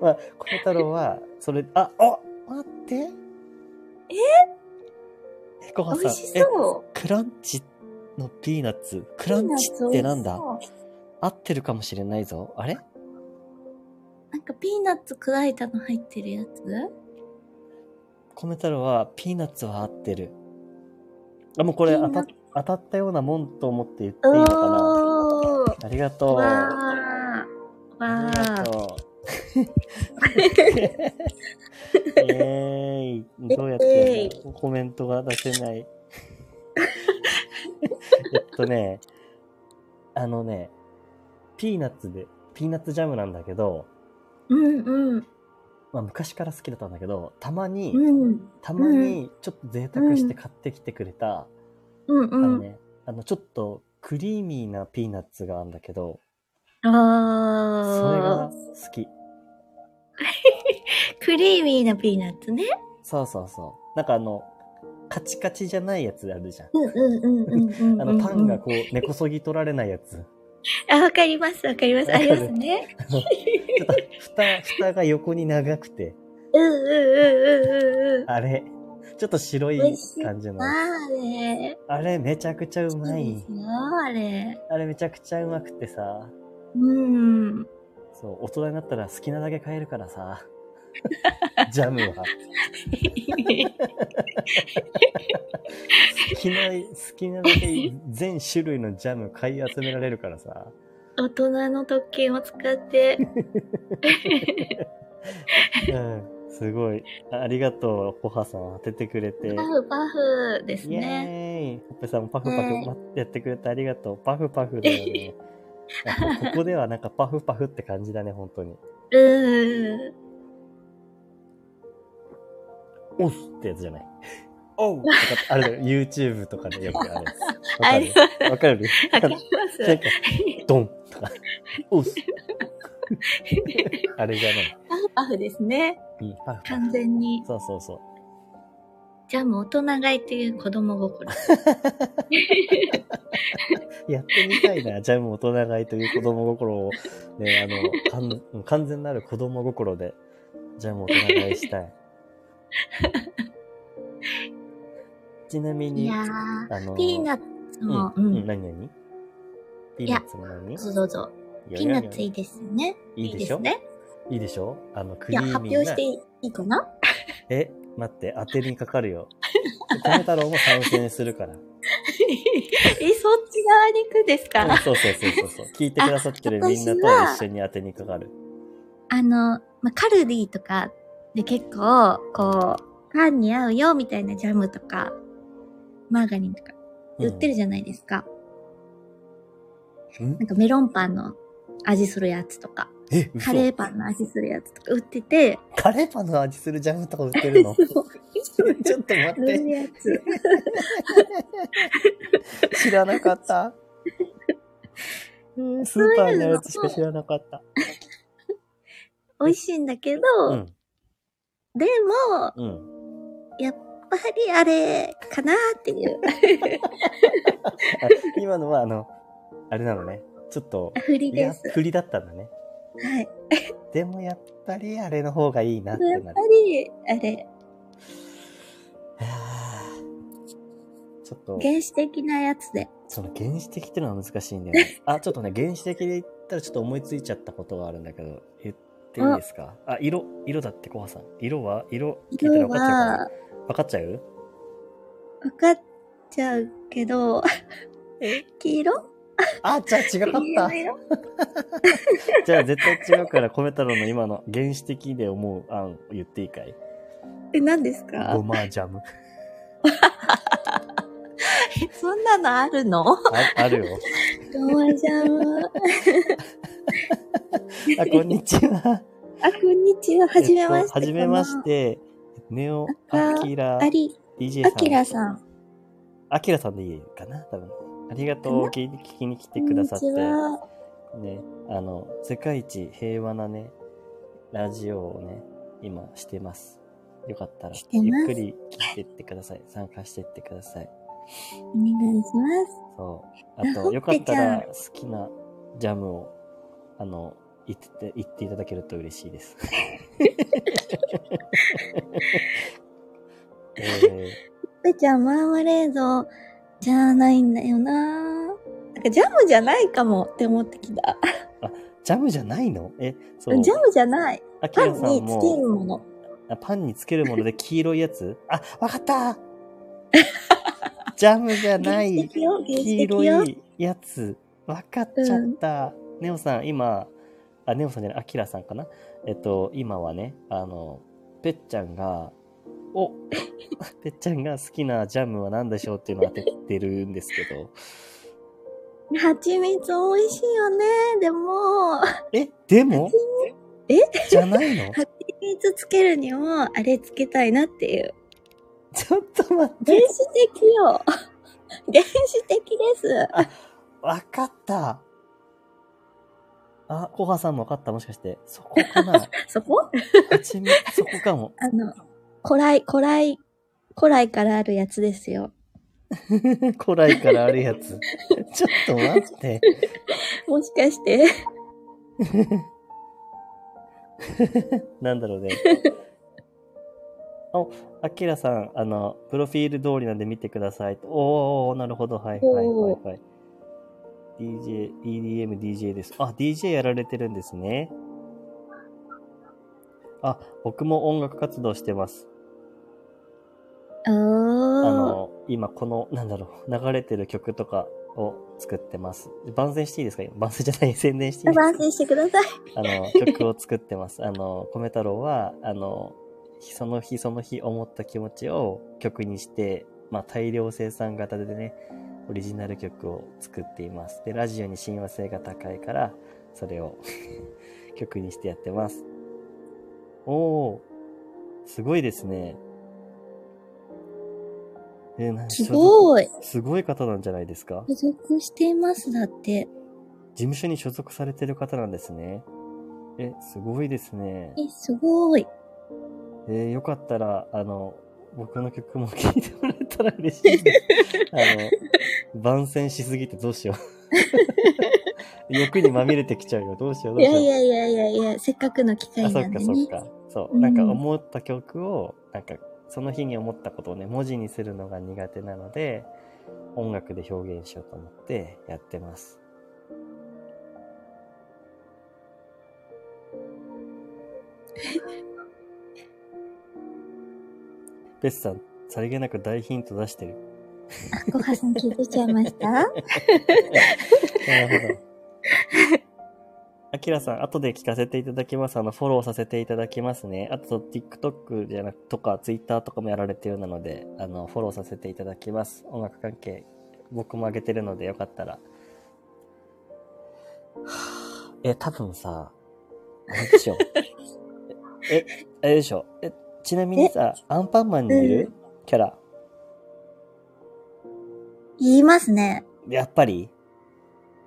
Speaker 1: まあ、小太郎は、それ、あ、あ待って。ええごは
Speaker 2: 美
Speaker 1: さん
Speaker 2: 味し、
Speaker 1: え、
Speaker 2: そう。
Speaker 1: クランチのピーナッツ。クランチってなんだ
Speaker 2: ピーナッツ美味しそ
Speaker 1: 合ってるかもしれないぞ。あれ
Speaker 2: うなんかピーナッツ砕いたの入ってるやつ
Speaker 1: 米太郎は、ピーナッツは合ってる。あ、もうこれ
Speaker 2: ピー
Speaker 1: 当
Speaker 2: ナ
Speaker 1: た
Speaker 2: ッツ
Speaker 1: 当たったようなもんと思って言っていいのかな
Speaker 2: おー。
Speaker 1: ありがとう。
Speaker 2: わ
Speaker 1: あ
Speaker 2: (laughs) ー。わ
Speaker 1: りが
Speaker 2: ー。
Speaker 1: とう。えーい。どうやってやるのコメントが出せ
Speaker 2: (laughs)
Speaker 1: ない。えっとね、あのね、ピーナッツで、ピーナッツジャムなんだけど、
Speaker 2: うんうん。
Speaker 1: まあ昔から好きだったんだけど、たまに、
Speaker 2: うん。
Speaker 1: たまにちょっと贅沢して買ってきてくれた、
Speaker 2: うん
Speaker 1: あの
Speaker 2: うん。
Speaker 1: ね、あのちょっとクリーミーなピーナッツがあるんだけど、それが
Speaker 2: あー。
Speaker 1: 好き。
Speaker 2: クリーミーなピーナッツね。
Speaker 1: そうそうそう。なんかあの、カチカチじゃないやつあるじゃん。
Speaker 2: うんうんうんうんうん。
Speaker 1: あの、パンが。こう、根こそぎ取られないやつ。
Speaker 2: あ、わかりますわかります。
Speaker 1: わ
Speaker 2: あ
Speaker 1: か
Speaker 2: り
Speaker 1: る
Speaker 2: ますね。
Speaker 1: ちょっと、蓋、蓋が横に長くて、
Speaker 2: うんうんうんうんうん。
Speaker 1: あれ、ちょっと白い
Speaker 2: 美味しい
Speaker 1: 感じの。
Speaker 2: まあね。
Speaker 1: あれ、めちゃくちゃうま
Speaker 2: そうで
Speaker 1: い
Speaker 2: す。よ、あれ。
Speaker 1: あれ、めちゃくちゃうまくてさ、
Speaker 2: うん。
Speaker 1: そう、大人になったら好きなだけ買えるからさ、ジャムは。好きな、好きなだけ全種類のジャム買い集められるからさ。
Speaker 2: 大人の特権を使って。
Speaker 1: うん、すごい。あありがとう、ポハさん。当ててくれて。
Speaker 2: パフパフです
Speaker 1: イエ
Speaker 2: ね。
Speaker 1: ーイ。ほっぺさんもパフパフ、
Speaker 2: ね
Speaker 1: まやってくれてありがとう。パフパフだよ
Speaker 2: (laughs)
Speaker 1: ね。あここではなんかパフパフって感じだね、本当に。
Speaker 2: うん。
Speaker 1: オスってやつじゃない。おうとかあれだよ、YouTube とかでよくある
Speaker 2: あ
Speaker 1: や
Speaker 2: り
Speaker 1: つ。わかるわかる
Speaker 2: わかりま
Speaker 1: なん
Speaker 2: す。
Speaker 1: か、ドンとか、オス。あれじゃない。
Speaker 2: パフパフですね。
Speaker 1: うんパフパフ。
Speaker 2: 完全に。
Speaker 1: そうそうそう。
Speaker 2: じゃあもう大人買いという子供心。
Speaker 1: やってみたいな、ジャム大人買いという子供心を、
Speaker 2: (laughs)
Speaker 1: ね、あの、完完全なる子供心で、ジャム大人買いしたい。
Speaker 2: (laughs)
Speaker 1: ちなみ
Speaker 2: い
Speaker 1: に、
Speaker 2: や
Speaker 1: あ
Speaker 2: ー。
Speaker 1: の、
Speaker 2: ピーナッツも、うん。
Speaker 1: うん、うん、何々ピーナッツも何
Speaker 2: どうぞどうぞ。
Speaker 1: いや
Speaker 2: ピーナッツいいですよね。
Speaker 1: いいでしょ
Speaker 2: いいですね。
Speaker 1: いいでしょあの、ク
Speaker 2: い
Speaker 1: リ
Speaker 2: や、
Speaker 1: ーミー
Speaker 2: 発
Speaker 1: な。
Speaker 2: 表していいかな
Speaker 1: え、待って、当てにかかるよ。米太郎も参戦するから。
Speaker 2: (laughs) え、そっち側に行くんですか、
Speaker 1: うんそうそうそうそうそう。聞いてくださってるみんなと
Speaker 2: あ私は (laughs)
Speaker 1: 一緒に当てにかかる。
Speaker 2: あの、まあ、カルディとかで、結構、こう、パンに合うよ、みたいなジャムとか、マーガリンとか、売ってるじゃないですか。
Speaker 1: うんん
Speaker 2: なんかメロンパンの味するやつとか、
Speaker 1: え、嘘
Speaker 2: カレーパンの味するやつとか売ってて、
Speaker 1: カレーパンの味するジャムとか売ってる
Speaker 2: (laughs)
Speaker 1: のちょっと待
Speaker 2: 売
Speaker 1: っ
Speaker 2: れ
Speaker 1: て。
Speaker 2: るやつ。
Speaker 1: 知らなかった。スーパーにあるやつしか知らなかった。
Speaker 2: 美味しいんだけど、
Speaker 1: うん。
Speaker 2: でも、
Speaker 1: うん。
Speaker 2: やっぱりあれ、かなっていう。
Speaker 1: あ今のは、あの、あれなのね。ちょっと、
Speaker 2: 振り
Speaker 1: い
Speaker 2: で
Speaker 1: や
Speaker 2: す。、
Speaker 1: 振りだったんだね。
Speaker 2: はい。
Speaker 1: でもやっぱりあれの方がいいなって
Speaker 2: やっ
Speaker 1: な
Speaker 2: ぱ
Speaker 1: る。
Speaker 2: り、あれ、
Speaker 1: はぁちょっと、
Speaker 2: 原始的なやつで。
Speaker 1: その原始的っていうのは難しいんだよ
Speaker 2: (laughs)
Speaker 1: ね。あ、ちょっとね、原始的で言ったらちょっと思いついちゃったことがあるんだけど、言っていいですかあ、色、色だって、コハさん。色は色、聞いたら
Speaker 2: 色
Speaker 1: 分かっちゃうか
Speaker 2: は、
Speaker 1: な分かっちゃう
Speaker 2: わかっちゃうけど、黄色
Speaker 1: あ、じゃあ違かっ
Speaker 2: 黄
Speaker 1: た
Speaker 2: 色。よ
Speaker 1: (laughs) じゃあ絶対違うから、米太郎の今の原始的で思う案言っていいかい
Speaker 2: え、何です
Speaker 1: ご
Speaker 2: か
Speaker 1: まジャム。
Speaker 2: えそんなのあるの
Speaker 1: ああるよ。
Speaker 2: ごまジャム。
Speaker 1: あ、こんにち
Speaker 2: (laughs)
Speaker 1: は。
Speaker 2: (laughs) あ、こんにちは。はじめまして。
Speaker 1: はじめまして。ネオ、アキラ
Speaker 2: あ、り、
Speaker 1: DJ さ
Speaker 2: あ
Speaker 1: ん。
Speaker 2: きらさん。
Speaker 1: アキラさんでいいかな多分。ありがとう。聞い聞きに来てくださって。
Speaker 2: こんにちは。
Speaker 1: ね、あの、世界一平和なね、ラジオをね、今してます。よかったら、
Speaker 2: してます
Speaker 1: ゆっくり聞いてってください。参加してってください。
Speaker 2: お願いします。
Speaker 1: そう。
Speaker 2: あ
Speaker 1: あ
Speaker 2: (laughs) ほっ
Speaker 1: と、
Speaker 2: ぺ
Speaker 1: よかったら
Speaker 2: ち
Speaker 1: 好きなジャムを、あの、言ってて、言っていただけると嬉しい
Speaker 2: (laughs)
Speaker 1: です。え
Speaker 2: ぺちゃん、マーマレードじゃないんだよななんかジャムじゃないかもって思ってきた。
Speaker 1: ージャムじゃないのえ、
Speaker 2: ジ
Speaker 1: そう。
Speaker 2: ャムじゃない。
Speaker 1: アキ
Speaker 2: パン
Speaker 1: ラ
Speaker 2: に
Speaker 1: さ
Speaker 2: つ
Speaker 1: んも
Speaker 2: けるもの。
Speaker 1: あパンにつけるもので黄色いやつあ、わかった
Speaker 2: (laughs)
Speaker 1: ジャムじゃな
Speaker 2: 原
Speaker 1: い
Speaker 2: 始的よ、原
Speaker 1: 黄
Speaker 2: 始
Speaker 1: 色
Speaker 2: 的よ。
Speaker 1: いやつ。わかっちゃった。ネオさん、今、あ、ネオさんじゃない、アキラさんかなえっと、今はね、あの、ぺっちゃんが、お (laughs) ぺっちゃんが好きなジャムは何でしょうっていうのを当ててるんですけど。
Speaker 2: 蜂蜜美味しいよね。でも、
Speaker 1: え、でも
Speaker 2: え
Speaker 1: じゃないの
Speaker 2: 蜂蜜つけるにも、あれつけたいなっていう。
Speaker 1: ちょっと待っ
Speaker 2: 原
Speaker 1: て。
Speaker 2: 始的よ。 (laughs) 原始的です。
Speaker 1: わかった。あ、コハさんもわかった、もしかして。そこか
Speaker 2: (laughs)
Speaker 1: な
Speaker 2: そこ
Speaker 1: 蜂蜜、そこかも。
Speaker 2: あの、古来、古来、古来からあるやつですよ。
Speaker 1: 古来からあるやつ。ちょっと待って。
Speaker 2: もしかして、
Speaker 1: なんだろうね。お、あきらさん、あの、プロフィール通りなんで見てくださいと。おー、なるほど。はいはいはいはい。DJ、EDM、DJ です。あ、DJ やられてるんですね。あ、僕も音楽活動してます。
Speaker 2: お
Speaker 1: あ
Speaker 2: ー、
Speaker 1: の、今この、なんだろう、流れてる曲とかを作ってます。番宣していいですか番宣じゃない、宣伝していいですか
Speaker 2: 安心してください。
Speaker 1: あの、曲を作ってます。あ (laughs) の、米太郎は、あの、その日その日思った気持ちを曲にして、まあ、大量生産型でね、オリジナル曲を作っています。で、ラジオに親和性が高いから、それを (laughs) 曲にしてやってます。おー、すごいですね。えーなん
Speaker 2: すご
Speaker 1: い。
Speaker 2: い。
Speaker 1: すごい方なんじゃないですか
Speaker 2: 付属しています、だって。
Speaker 1: 事務所に所属されてる方なんですね。え、すごいですね。
Speaker 2: え、すごい。
Speaker 1: えーよかったら、あの、僕の曲も聴いてもらえたら嬉しい
Speaker 2: (laughs)
Speaker 1: です。あの、番宣しすぎてどうしよう。 (laughs) 欲にまみれてきちゃうよ。どうしよう、ど
Speaker 2: いう
Speaker 1: し
Speaker 2: や
Speaker 1: よう。
Speaker 2: いやいやいやいや、せっかくの機
Speaker 1: あ、
Speaker 2: 会
Speaker 1: そ
Speaker 2: な
Speaker 1: っ
Speaker 2: んで
Speaker 1: かそ
Speaker 2: ね
Speaker 1: っ。か。そうう。
Speaker 2: ん
Speaker 1: なんか思った曲を、なんか、その日に思ったことをね、文字にするのが苦手なので、音楽で表現しようと思ってやって
Speaker 2: (laughs)
Speaker 1: ます。ベスさん、さりげなく大ヒント出してる。
Speaker 2: あ、ごは
Speaker 1: (laughs)
Speaker 2: さん気づいちゃいました
Speaker 1: なるほど。あきらさん、後で聞かせていただきます。あの、フォローさせていただきますね。あと、TikTok じゃなく、とか、Twitter とかもやられてるようなので、あの、フォローさせていただきます。音楽関係、僕も上げてるので、よかったら。は (sighs) ぁえ、多分さ、あれでしょ。 (laughs) え、あれでしょ。え、ちなみにさ、アンパンマンにいる、キャラ。
Speaker 2: 言いますね。
Speaker 1: やっぱり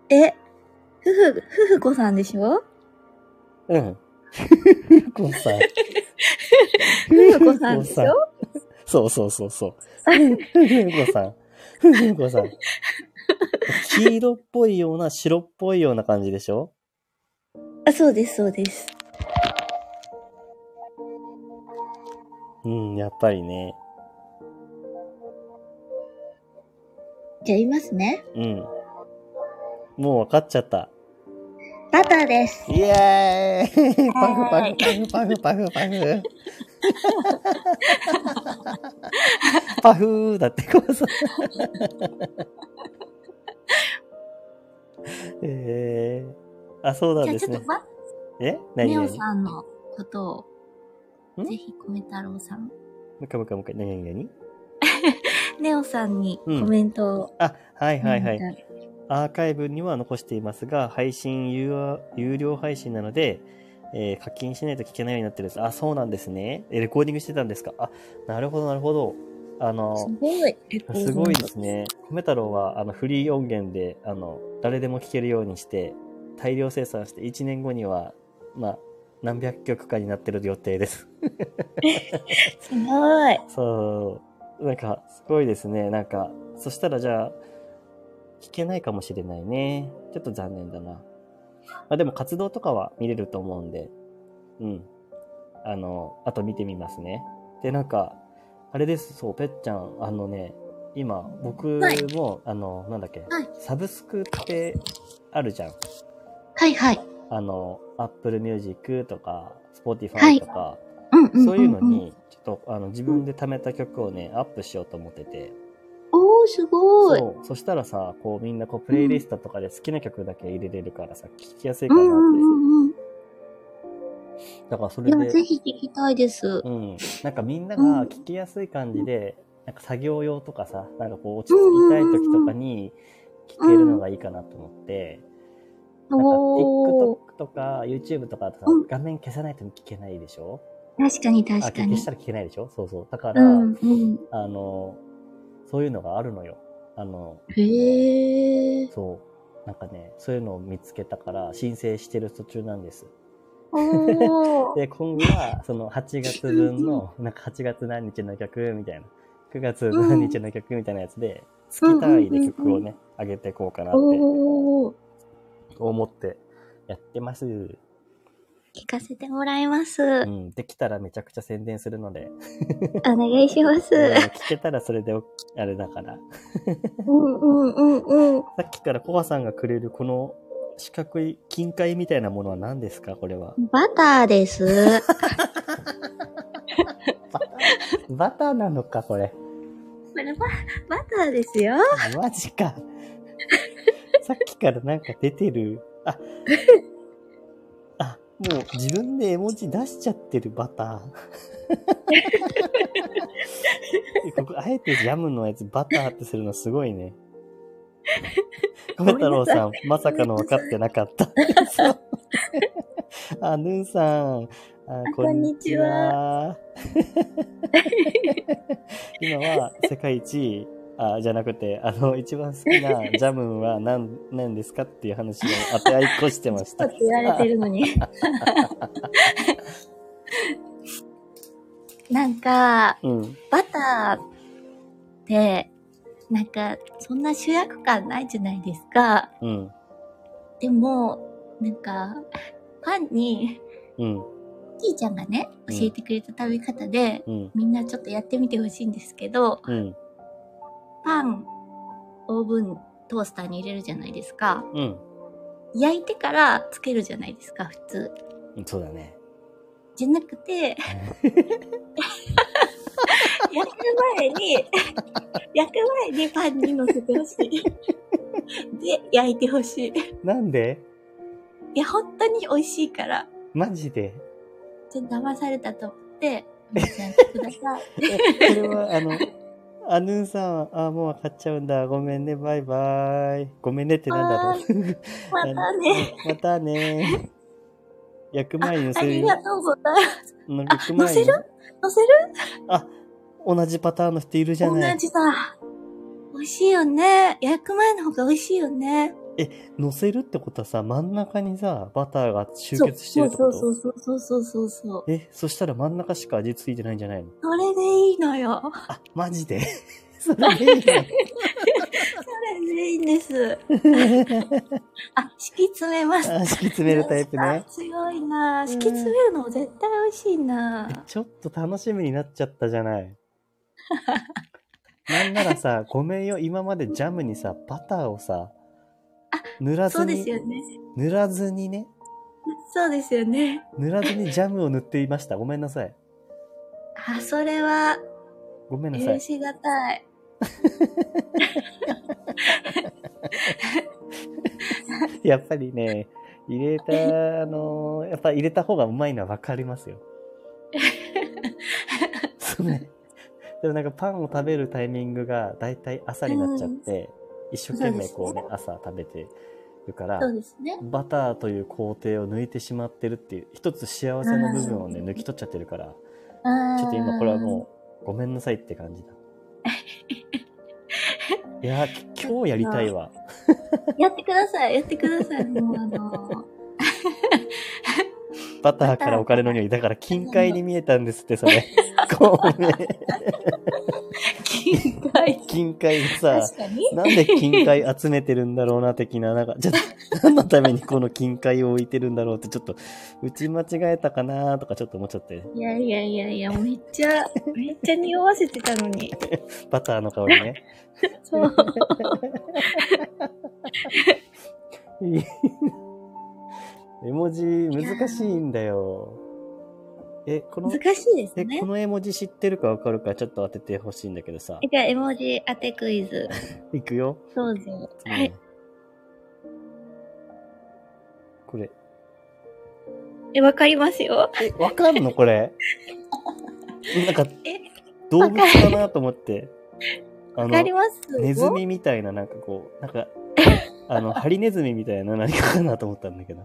Speaker 2: え、ふふ、ふふこさんでしょ
Speaker 1: うん。ふふこさん。
Speaker 2: ふふこさんでしょ
Speaker 1: そうそうそうそう。ふふこさん。ふふこさん。黄色っぽいような白っぽいような感じでしょ
Speaker 2: あ、そうです、そうです。
Speaker 1: うん、やっぱりね。
Speaker 2: じゃあ言いますね。
Speaker 1: うん。もう分かっちゃった。
Speaker 2: バターです。
Speaker 1: イエーイパフパフパフパフパフパフ。パフーだってこそ。えー、あ、そうなん
Speaker 2: じゃあ
Speaker 1: で
Speaker 2: ち
Speaker 1: す
Speaker 2: ょ
Speaker 1: ね
Speaker 2: っと。バ
Speaker 1: え何
Speaker 2: ネオ
Speaker 1: 何
Speaker 2: さんのことを、
Speaker 1: ん
Speaker 2: ぜひコメ太郎さん。
Speaker 1: もう一回もう一回もう一回。何何何
Speaker 2: ネオさんにコ
Speaker 1: うん
Speaker 2: メントを。
Speaker 1: あ、はいはいは
Speaker 2: お
Speaker 1: い。
Speaker 2: 願いします
Speaker 1: アーカイブには残していますが、配信有料有料配信なので、えー課金しないと聞けないようになってるんです。あ、そうなんですね。え、レコーディングしてたんですかあ、なるほどなるほど。あの
Speaker 2: す、ごい。
Speaker 1: すごいです。ね。米太郎はあのフリー音源であの誰でも聴けるようにして大量生産して1年後には、まあ、何百曲かになってる予定です。
Speaker 2: すごい。
Speaker 1: そう。なんかすごいですね。なんかそしたらじゃあ聴けないかもしれないね。ちょっと残念だな。まあでも活動とかは見れると思うんで。うん。あの、あと見てみますね。で、なんか、あれです。そう、ぺっちゃん、あのね、今、僕も、
Speaker 2: はい
Speaker 1: あの、なんだっけ、
Speaker 2: はい
Speaker 1: サブスクってあるじゃん。
Speaker 2: はいはい。
Speaker 1: あの、Apple Music とか、
Speaker 2: は
Speaker 1: Spotify
Speaker 2: い
Speaker 1: とか、
Speaker 2: うんうんんん
Speaker 1: そういうの。に、ちょっと、あの、自分で貯めた曲をね、アップしようと思ってて。
Speaker 2: おー、すごい。
Speaker 1: そう。そしたらさ、こう、みんな、こう、プレイリストとかで好きな曲だけ入れれるからさ、聴きやすいうかなって
Speaker 2: ん。うんうん
Speaker 1: だから、そ
Speaker 2: うん。い
Speaker 1: れ
Speaker 2: や、
Speaker 1: で。
Speaker 2: ぜひ聞きたいです
Speaker 1: う。ん、なんかみんな
Speaker 2: うん
Speaker 1: が聞きやすい感じで、なんか作業用とかさ、なんかこう落ち着きたい時とかに聞けるのがいいかなと思って、なんか
Speaker 2: おー。
Speaker 1: TikTok とか YouTube とかだとさ
Speaker 2: うん
Speaker 1: 画面消さないと聞けないでしょ
Speaker 2: 確かに
Speaker 1: あ、
Speaker 2: 確か
Speaker 1: 消
Speaker 2: に
Speaker 1: し。たら聞けないでしょそうそう。だか
Speaker 2: う
Speaker 1: ら、
Speaker 2: んうん。
Speaker 1: あの、そういうのがあるのよ。あの、
Speaker 2: へえ。
Speaker 1: そう。なんかね、そういうのを見つけたから申請してる途中なんです。
Speaker 2: おー。
Speaker 1: (laughs) で、今後は、その8月分の、なんか8月何日の曲みたいな、9月何日の曲みたいなやつで、
Speaker 2: うん
Speaker 1: 月単位で曲をね、上げていこうかなって
Speaker 2: おー。
Speaker 1: 思ってやってます。う
Speaker 2: 聞かせてもらいます。お
Speaker 1: ん。できたらめちゃくちゃ宣伝するので、
Speaker 2: 願いします。
Speaker 1: うん聞けたらそれでお、あれだから。
Speaker 2: うんうんうんうん。
Speaker 1: さっきからコバさんがくれるこの四角い金塊みたいなものは何ですかこれは。
Speaker 2: バターです。
Speaker 1: バターなのか、これ。
Speaker 2: (laughs) これバ、バターですよ。
Speaker 1: (laughs) マジか。さっきからなんか出てる。 (laughs) あ、あ、もう自分で絵文字出しちゃってるバ (laughs) ター。ここ、あえてジャムのやつバターってするのすごいね。米太郎さん、まさかの分かってなか (laughs) った。そうあ、ヌーさん。あ
Speaker 2: こんにちは。
Speaker 1: (laughs) 今は世界一あじゃなくてあの一番好きなジャムは何何ですかっていう話を当て合いっこしてまし
Speaker 2: そ
Speaker 1: た
Speaker 2: うって言われてる
Speaker 1: (laughs)
Speaker 2: のに。なんか、
Speaker 1: うん
Speaker 2: バターって、なんか、そんな主役感ないじゃないですか。
Speaker 1: うん
Speaker 2: でも、なんか、パンに、
Speaker 1: うん
Speaker 2: キーちゃんがね、
Speaker 1: う
Speaker 2: 教
Speaker 1: ん
Speaker 2: えてくれた食べ方で、
Speaker 1: うん
Speaker 2: みんなちょっとやってみてほしいんですけど、
Speaker 1: うん
Speaker 2: パン、オーブン、トースターに入れるじゃないですか。
Speaker 1: うん
Speaker 2: 焼いてからつけるじゃないですか、普通。
Speaker 1: うんそうだね
Speaker 2: じゃなくて、焼く前に、焼く前にパンに乗せてほしい。で、焼いてほしい。
Speaker 1: なんで
Speaker 2: いや、本当に美味しいから、
Speaker 1: マジで
Speaker 2: ちょっと騙されたと思
Speaker 1: (laughs)
Speaker 2: って、お店やってください。
Speaker 1: え、これは、あの、アヌーさんは、あ、もう分かっちゃうんだ。ごめんね、バイバイ。ごめんねってなんだろう。
Speaker 2: またね。
Speaker 1: (laughs) あの。またね。焼く
Speaker 2: あ
Speaker 1: 前に乗
Speaker 2: あ
Speaker 1: せる
Speaker 2: り
Speaker 1: よ
Speaker 2: が。とうございます。
Speaker 1: の
Speaker 2: あ
Speaker 1: 焼く前に
Speaker 2: 乗せる乗せる
Speaker 1: あ、同じパターンの人いるじゃな
Speaker 2: 同
Speaker 1: い。
Speaker 2: じだ。美味しいよね。焼く前の方が美味しいよね。
Speaker 1: 乗せるってことはさ、真ん中にさ、バターが集結してるってこと
Speaker 2: そうそうそうそうそうそうそう。
Speaker 1: え、そしたら真ん中しか味ついてないんじゃないの
Speaker 2: それでいいのよ。
Speaker 1: あ、マジ
Speaker 2: (laughs)
Speaker 1: でそれでいいの
Speaker 2: それでいいん
Speaker 1: (laughs)
Speaker 2: です。あ、敷き詰めます。
Speaker 1: あ敷き詰めるタイプね
Speaker 2: あ。強いなぁ敷き詰めるのも絶対美味しいなぁ
Speaker 1: ちょっと楽しみになっちゃったじゃない。
Speaker 2: (laughs)
Speaker 1: なんならさ、ごめんよ、今までジャムにさ、バターをさ、塗ら
Speaker 2: そ
Speaker 1: ず
Speaker 2: うですよ
Speaker 1: に、
Speaker 2: ね。
Speaker 1: 塗らずにね、
Speaker 2: そうですよね。
Speaker 1: 塗らずにジャムを塗っていました。ごめんなさい。
Speaker 2: あ、それは、
Speaker 1: ごめんなさ
Speaker 2: 許
Speaker 1: い。
Speaker 2: しがたい。
Speaker 1: やっぱりね、入れた、あのーやっぱ入れた方がうまいのはわかります
Speaker 2: (laughs)
Speaker 1: よ。それ。でもなんかパンを食べるタイミングがだいたい朝になっちゃって、一生懸命こうね、朝食べてるから、
Speaker 2: そうですね。
Speaker 1: バターという工程を抜いてしまってるっていう、一つ幸せの部分をね、
Speaker 2: う
Speaker 1: 抜き取っちゃってるから、
Speaker 2: あー
Speaker 1: ちょっと今これはもう、ごめんなさいって感じ
Speaker 2: (laughs)
Speaker 1: だ。いやー、き今日やりたいわ。
Speaker 2: やってください、やってください。もうあの、
Speaker 1: (laughs) バターからお金の匂い。だから金塊に見えたんですって、そ
Speaker 2: (laughs)
Speaker 1: れ。ごめん。
Speaker 2: 金塊。
Speaker 1: 金塊でさ、
Speaker 2: 確かに。
Speaker 1: なんで金塊集めてるんだろうな、的な。なんか、ちょっと、何のためにこの金塊を置いてるんだろうって、ちょっと、打ち間違えたかなとか、ちょっと思っちゃって。
Speaker 2: いやいやいやいや、めっちゃ、めっちゃ匂わせてたのに。
Speaker 1: バターの香りね。
Speaker 2: そう。
Speaker 1: いい (laughs) 絵文字難しいんだよ。え、この
Speaker 2: 難、しいです
Speaker 1: え、
Speaker 2: ね
Speaker 1: こ。の絵文字知ってるかわかるかちょっと当ててほしいんだけどさ
Speaker 2: え。じゃあ、絵文字当てクイズ。
Speaker 1: いくよ。
Speaker 2: どうぞ。は
Speaker 1: ね
Speaker 2: い。
Speaker 1: これ。
Speaker 2: え、わかりますよ。
Speaker 1: え、わか
Speaker 2: (laughs)
Speaker 1: んのこれ。なんか
Speaker 2: え、
Speaker 1: 動物かなと思って。あ
Speaker 2: わかり
Speaker 1: の、
Speaker 2: ます
Speaker 1: ネズミみたいな、なんかこう、なん
Speaker 2: (laughs)
Speaker 1: か、あの、ハリネズミみたいな何かかなと思ったんだけど。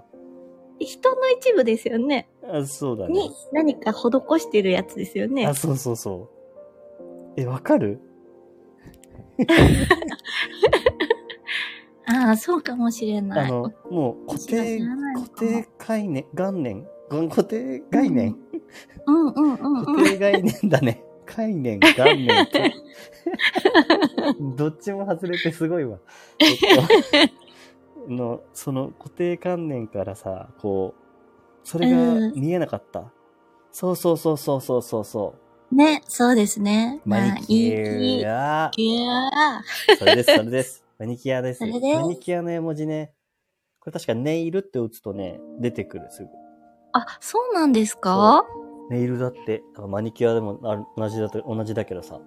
Speaker 2: 人の一部ですよね。
Speaker 1: あ、そうだね
Speaker 2: に。何か施してるやつですよね
Speaker 1: あ、。そうそうそう。え、わかる
Speaker 2: ああ、そうかもしれな
Speaker 1: あ
Speaker 2: い。
Speaker 1: の、もう固定
Speaker 2: 知らない、の
Speaker 1: 固
Speaker 2: かも
Speaker 1: 定概念、元年が固定概念、
Speaker 2: うんうんうんう
Speaker 1: 固
Speaker 2: ん。
Speaker 1: 定概念だね。概念、元年って。どっちも外れてすごいわ。えっとの、その固定観念からさ、こう、それが
Speaker 2: うん
Speaker 1: 見えなかった。そうそうそうそうそうそうそう。
Speaker 2: ね、そうですね。
Speaker 1: マニキ
Speaker 2: まあいいい
Speaker 1: ュア。
Speaker 2: いやー
Speaker 1: それです、それです。マニキュアです。
Speaker 2: それです
Speaker 1: マニキュアの絵文字ね。これ確かネイルって打つとね、出てくる、すぐ。
Speaker 2: あ、そうなんですか
Speaker 1: ネイルだって、あマニキュアでもあ同じだと、同じだけどさ。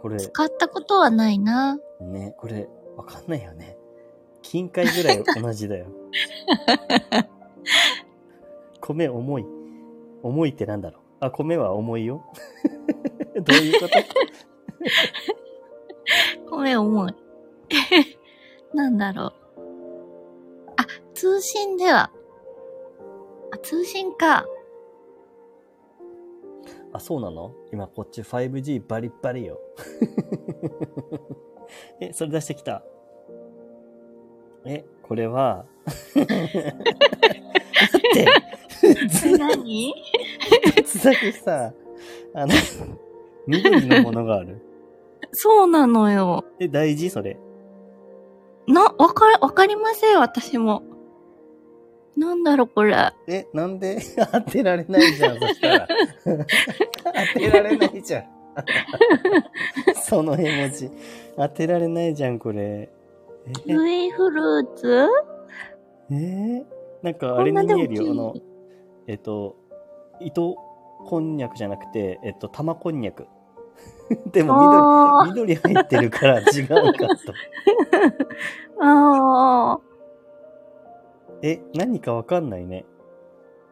Speaker 1: これ、
Speaker 2: 使ったことはないな。
Speaker 1: ね、これ、わかんないよね。金塊ぐらい同じだよ。米重い。重いってなんだろう。あ、米は重いよ。 (laughs) どういうこと
Speaker 2: ごめん、重い。 (laughs) なんだろう。あ、通信では。あ、通信か。
Speaker 1: あ、そうなの今こっち 5G バリバリよ。 (laughs) え、それ出してきた。え、これは、だって、
Speaker 2: それ何
Speaker 1: つだけさ、あの、緑のものがある。
Speaker 2: (laughs) そうなのよ。
Speaker 1: え、大事それ。
Speaker 2: な、わか、わかりません、私も。なんだろ、これ。
Speaker 1: え、なんで (laughs) 当てられないじゃん、そしたら。当てられないじゃん。 (laughs) その絵文字。当てられないじゃん、これ。え
Speaker 2: キウイフルーツ
Speaker 1: えー、なんかあれに見えるよ。あの、えっと、糸こんにゃくじゃなくて、えっと、玉こんにゃく。 (laughs) でも
Speaker 2: あ
Speaker 1: 緑、緑入ってるから違うかと。
Speaker 2: ああ。
Speaker 1: え、何かわかんないね。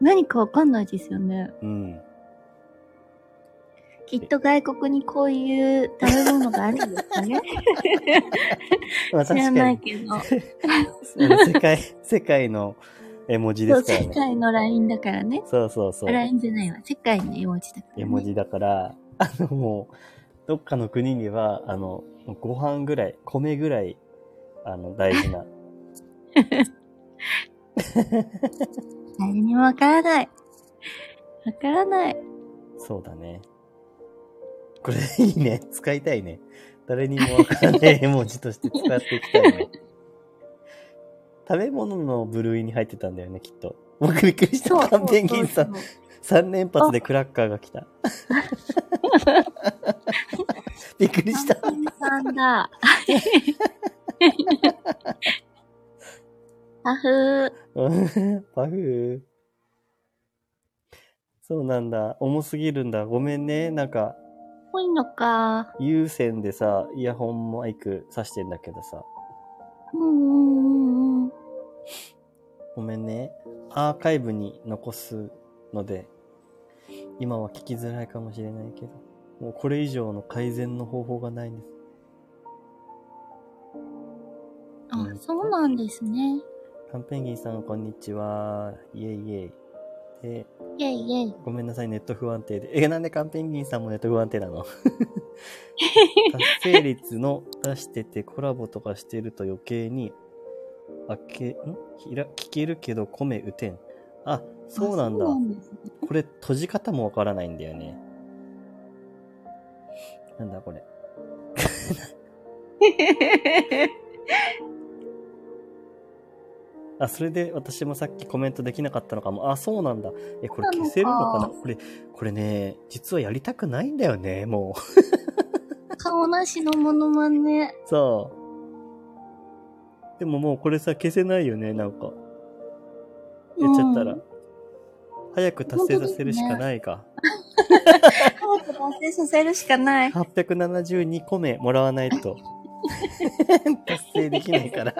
Speaker 2: 何かわかんないですよね。
Speaker 1: うん。
Speaker 2: きっと外国にこういう食べ物があるんですかね。
Speaker 1: まあ
Speaker 2: 知
Speaker 1: (laughs) 確
Speaker 2: ら
Speaker 1: か
Speaker 2: ない
Speaker 1: に、
Speaker 2: けど。
Speaker 1: あの世界、世界の絵文字で
Speaker 2: そう、
Speaker 1: すから
Speaker 2: 世
Speaker 1: ね。
Speaker 2: 界の LINE だからね。
Speaker 1: そうそうそう。
Speaker 2: LINE じゃないわ。世界の絵文字だから、ね。
Speaker 1: 絵文字だから、 (laughs) あのもう、どっかの国には、あの、ご飯ぐらい、米ぐらい、あの、大事
Speaker 2: (laughs)
Speaker 1: な。
Speaker 2: 誰にもわからない。わからない。
Speaker 1: そうだね。これいいね。使いたいね。誰にもわから
Speaker 2: (laughs)
Speaker 1: ない絵文字として使っていきたいね。食べ物の部類に入ってたんだよね、きっと。僕びっくりした。カンペンギンさん、
Speaker 2: そう
Speaker 1: 3連発でクラッカーが来
Speaker 2: (laughs)
Speaker 1: た。びっくりした。
Speaker 2: カンペンギンさんだ。あふー。
Speaker 1: (laughs) うんパフー。そうなんだ。重すぎるんだ。ごめんね。なんか、
Speaker 2: 多いのか。
Speaker 1: 有線でさ、イヤホンマイク挿してんだけどさ。
Speaker 2: うんうんうんうん。
Speaker 1: ごめんね。アーカイブに残すので、今は聞きづらいかもしれないけど、もうこれ以上の改善の方法がないんです。
Speaker 2: あ
Speaker 1: う、ん
Speaker 2: そうなんですね。
Speaker 1: カンペンギンさん、こんにちは。イェイイェイ。で、
Speaker 2: イェイイェイ。
Speaker 1: ごめんなさい、ネット不安定で。え、なんでカンペンギンさんもネット不安定な
Speaker 2: (laughs)
Speaker 1: の達成率の出しててコラボとかしてると余計に、あけ、んひら聞けるけど米打てん。あ、そうなんだ
Speaker 2: あ。そうなんですね。
Speaker 1: これ閉じ方もわからないんだよね。なんだこれ。あ、それで私もさっきコメントできなかったのかも。あ、そうなんだ。え、これ消せるのかな
Speaker 2: なの
Speaker 1: これ、これね、実はやりたくないんだよね、もう。
Speaker 2: 顔なしのモノマネ。
Speaker 1: そう。でももうこれさ、消せないよね、なんか。やっちゃったら。
Speaker 2: うん
Speaker 1: 早く達成させるしかないか。
Speaker 2: 早く達成させるしかない。
Speaker 1: 872個目もらわない
Speaker 2: (laughs)
Speaker 1: と達成できないから。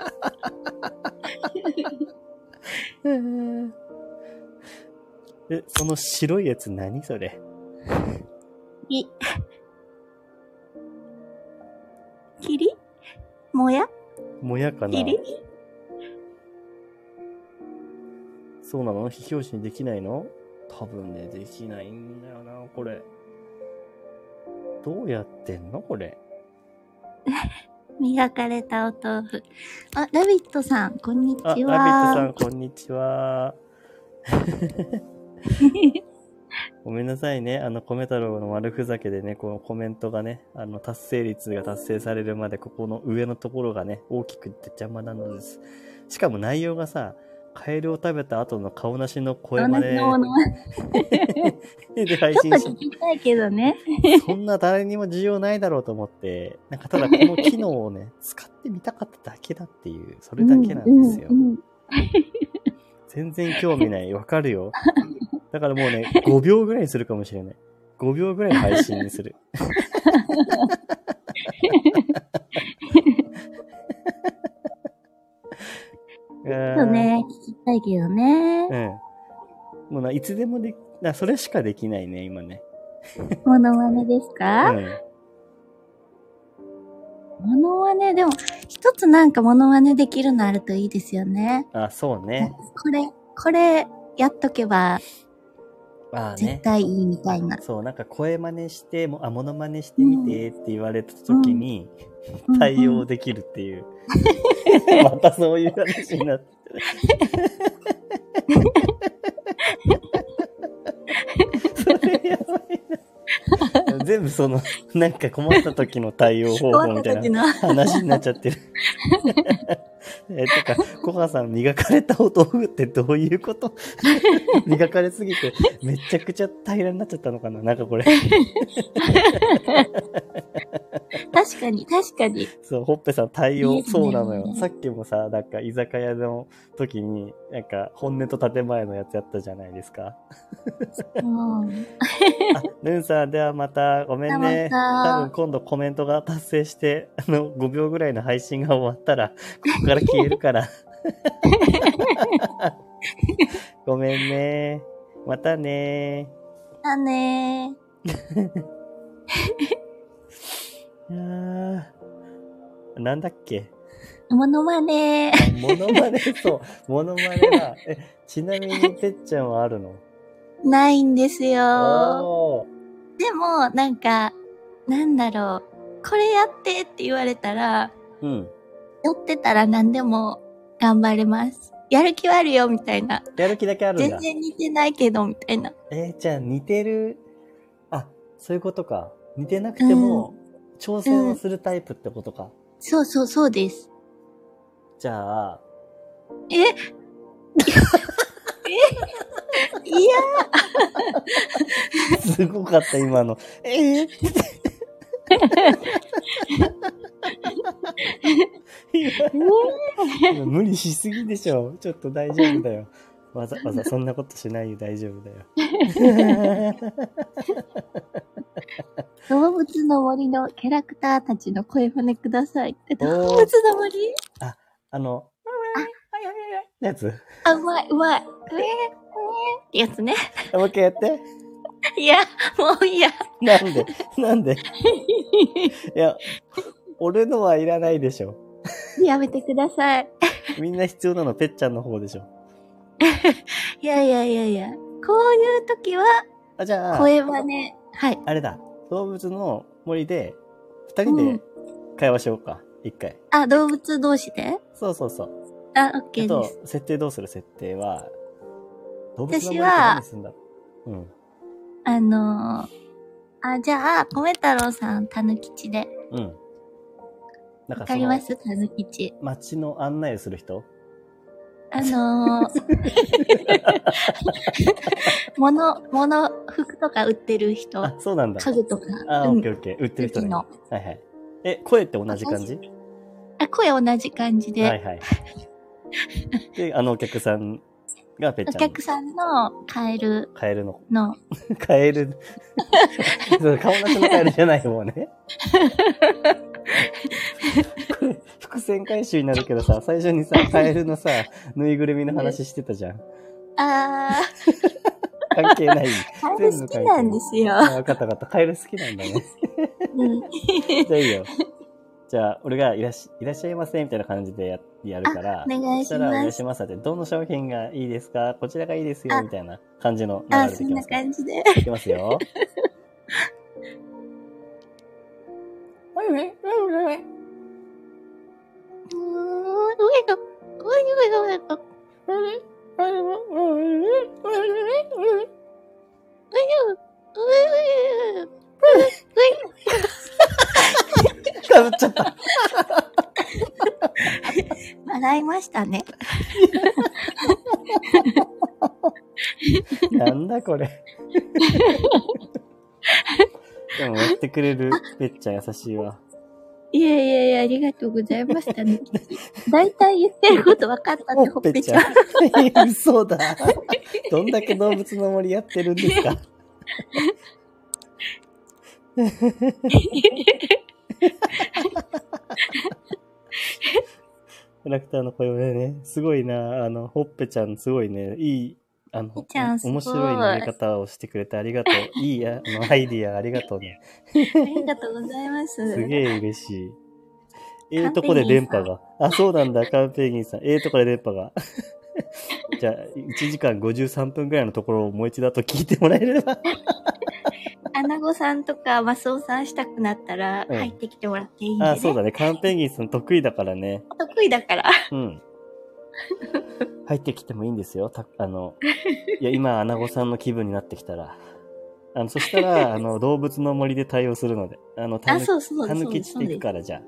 Speaker 1: え、その白いやつ何それ
Speaker 2: い。きりもや
Speaker 1: もやかな
Speaker 2: きり
Speaker 1: そうなの非表紙にできないの多分ね、できないんだよな、これ。どうやってんのこれ。
Speaker 2: 磨かれたお豆腐。あ、ラビットさん、こんにちは。
Speaker 1: あ、ラビットさん、こんにちは。
Speaker 2: (laughs)
Speaker 1: ごめんなさいね。あの、米太郎の悪ふざけでね、このコメントがね、あの、達成率が達成されるまで、ここの上のところがね、大きくって邪魔なのです。しかも内容がさ、カエルを食べた後の顔なしの声まで
Speaker 2: 私のモノマネ
Speaker 1: (laughs) で配
Speaker 2: ちょっ
Speaker 1: 信
Speaker 2: と聞
Speaker 1: し、
Speaker 2: きたいけどね。
Speaker 1: そんな誰にも需要ないだろうと思って、なんかただこの機能をね、使ってみたかっただけだっていう、それだけなんですよ
Speaker 2: う。んうん
Speaker 1: 全然興味ない。わかるよ。だからもうね、5秒ぐらいにするかもしれない。5秒ぐらいの配信にする。う
Speaker 2: うんそうね、聞きたいけどね。
Speaker 1: ん。もうな、いつでもでき、な、それしかできないね、今ね。
Speaker 2: モノマネです
Speaker 1: う
Speaker 2: か、
Speaker 1: ん。
Speaker 2: モノマネ、でも、一つなんかモノマネできるのあるといいですよね。
Speaker 1: あ、そうね。
Speaker 2: これ、これ、やっとけば
Speaker 1: ああね
Speaker 2: 絶。対いいみたいな。
Speaker 1: そう、なんか声真似して、もあ、モノマネしてみてって言われた時に、対応できるっていう。 (laughs) またそういう話になって。それやばいな。全部その、なんか困った時の対応方
Speaker 2: うんうん。
Speaker 1: 法
Speaker 2: 困
Speaker 1: み
Speaker 2: った
Speaker 1: い
Speaker 2: た時
Speaker 1: な
Speaker 2: の。
Speaker 1: 話になっちゃってる。え、てか、コハさん、磨かれたお豆腐ってどういうこと磨かれすぎて、めちゃくちゃ平らになっちゃったのかななんかこれ。
Speaker 2: 確かに、確かに。
Speaker 1: そう、ほっぺさん対
Speaker 2: いい
Speaker 1: 応、
Speaker 2: ですね
Speaker 1: そうなのよ。さっきもさ、なんか居酒屋の時に、なんか本音と建前のやつやったじゃないです
Speaker 2: (laughs)
Speaker 1: か。
Speaker 2: うん。
Speaker 1: あ、ヌンさん、ではまた、ごめんね。
Speaker 2: ではまた
Speaker 1: 多分今度コメントが達成して、あの、5秒ぐらいの配信が終わったら、ここから消えるから。ごめんね。またね。
Speaker 2: だね
Speaker 1: あーなんだっ
Speaker 2: (laughs)
Speaker 1: け
Speaker 2: ー。ものまねー。
Speaker 1: モノマネそう。モノマネだ。え、ちなみにてっちゃんはあるの
Speaker 2: ないんですよ。
Speaker 1: おー
Speaker 2: でも、なんか、なんだろう。これやってって言われたら、
Speaker 1: うん。
Speaker 2: 酔ってたら何でも頑張れます。やる気はあるよ、みたいな。
Speaker 1: やる気だけあるんだ
Speaker 2: 全。然似てないけど、みたいな。
Speaker 1: えー、じゃあ似てる、あ、そういうことか。似てなくても、挑戦をするタイプってことか。
Speaker 2: そうそう、そうです。
Speaker 1: じゃあ、
Speaker 2: ええいや、
Speaker 1: すごかった、今の。えー、今無理しすぎでしょ。ちょっと大丈夫だよ。わざわざそんなことしないよ、大丈夫だ
Speaker 2: (laughs)
Speaker 1: よ。
Speaker 2: 動物の森のキャラクターたちの声真似くださいって。動物の森
Speaker 1: あの、はいはいはいはいのやつ。
Speaker 2: あ、うまい、うまい。うえ、うえってやつね。
Speaker 1: もう一回やって。
Speaker 2: いや、もういいや。
Speaker 1: (laughs) なんでなんでいや、俺のはいらないでしょ。
Speaker 2: やめてください。
Speaker 1: みんな必要なの、ぺっちゃんの方でしょ。
Speaker 2: いやいやいやいや。こういう時は、
Speaker 1: あ、じゃあ、
Speaker 2: 声真似。はい。
Speaker 1: あれだ。動物の森で、二人で会話しようか。一、回。
Speaker 2: あ、動物同士で
Speaker 1: そうそうそう。
Speaker 2: あ、オッケ
Speaker 1: えっ
Speaker 2: ー
Speaker 1: と
Speaker 2: です。、
Speaker 1: 設定どうする設定は、動物の森
Speaker 2: 私
Speaker 1: で
Speaker 2: は
Speaker 1: 何すんだろう。うん。
Speaker 2: あのー、あ、じゃあ、米太郎さん、たぬきちで。
Speaker 1: うん。なん
Speaker 2: わ
Speaker 1: か
Speaker 2: か
Speaker 1: そ
Speaker 2: りま
Speaker 1: の、
Speaker 2: すたぬきち。
Speaker 1: 街の案内をする人
Speaker 2: あのー、 (laughs) 物、物、服とか売ってる人
Speaker 1: あ、、そうなんだ。
Speaker 2: 家具とか。
Speaker 1: あ、
Speaker 2: う
Speaker 1: オ
Speaker 2: ん
Speaker 1: ッケーオッケー。売ってる人
Speaker 2: うち
Speaker 1: ね。
Speaker 2: の
Speaker 1: はいはい。え、声って同じ感じ
Speaker 2: あ声同じ感じで、
Speaker 1: はいはい。で、あのお客さんがぺっ
Speaker 2: お
Speaker 1: ちゃん。
Speaker 2: 客さんのカエル
Speaker 1: カエルの。
Speaker 2: の、
Speaker 1: カエル。そう顔なしのカエルじゃないもんね。これ、伏線回収になるけどさ、最初にさ、カエルのさ、ぬいぐるみの話してたじゃん。
Speaker 2: あ
Speaker 1: 関係ない。
Speaker 2: ー、カエル好きなんですよ。
Speaker 1: あ、わかったわかった。カエル好きなんだね。
Speaker 2: うん
Speaker 1: じゃあいいよ。じゃあ、俺がいらっしいらっしゃいませ、みたいな感じでややるから。
Speaker 2: お願い
Speaker 1: そし
Speaker 2: した
Speaker 1: ら、お願
Speaker 2: ま
Speaker 1: い
Speaker 2: す。
Speaker 1: しますって、どの商品がいいですかこちらがいいです
Speaker 2: あ
Speaker 1: よ、みたいな感じの流
Speaker 2: あ
Speaker 1: れ
Speaker 2: ー、
Speaker 1: で
Speaker 2: そ
Speaker 1: い
Speaker 2: ん
Speaker 1: きま
Speaker 2: な
Speaker 1: すか。
Speaker 2: 感じで。
Speaker 1: いきますよ。
Speaker 2: おいおいおいおい。うーん、おいと、おいおいおいと。
Speaker 1: かぶっちゃった。
Speaker 2: 笑いましたね。
Speaker 1: なんだこれ。でも、やってくれるぺっちゃん優しいわ。
Speaker 2: いやいやいや、ありがとうございました (laughs) ね。大体言ってること分かったって、ほっぺちゃん。
Speaker 1: ん。
Speaker 2: (laughs)
Speaker 1: 嘘だ。どんだけ動物の森やってるんですか。キャラクターの声をね、すごいな、あの、ほっぺちゃん、すごいね、いい、あの、
Speaker 2: ほっぺちゃんすごい
Speaker 1: 面白い投げ方をしてくれてありがとう。
Speaker 2: (laughs)
Speaker 1: いい、あの、アイディアありがとうね。
Speaker 2: ありがとうございます。
Speaker 1: すげえ嬉しい。ええとこで連覇が。あ、そうなんだ、カンペーギンさん。ええとこで連覇が。 (laughs) じゃあ、1時間53分ぐらいのところをもう一度と聞いてもらえれば。
Speaker 2: 穴子さんとかマスオさんしたくなったら
Speaker 1: うん
Speaker 2: 入ってきてもらっていいんで、ね
Speaker 1: あ、そうだね。カンペーギンさん得意だからね。
Speaker 2: 得意だから。
Speaker 1: うん。入ってきてもいいんですよ。たあ
Speaker 2: (laughs)
Speaker 1: の、いや、今、アナゴさんの気分になってきたら。あの、そした
Speaker 2: (laughs)
Speaker 1: ら、あの、動物の森で対応するので。あの、た
Speaker 2: あ、
Speaker 1: ぬ
Speaker 2: そうそう
Speaker 1: た
Speaker 2: そ
Speaker 1: ぬ
Speaker 2: うそう
Speaker 1: き
Speaker 2: です。
Speaker 1: ちていくから、じゃあ。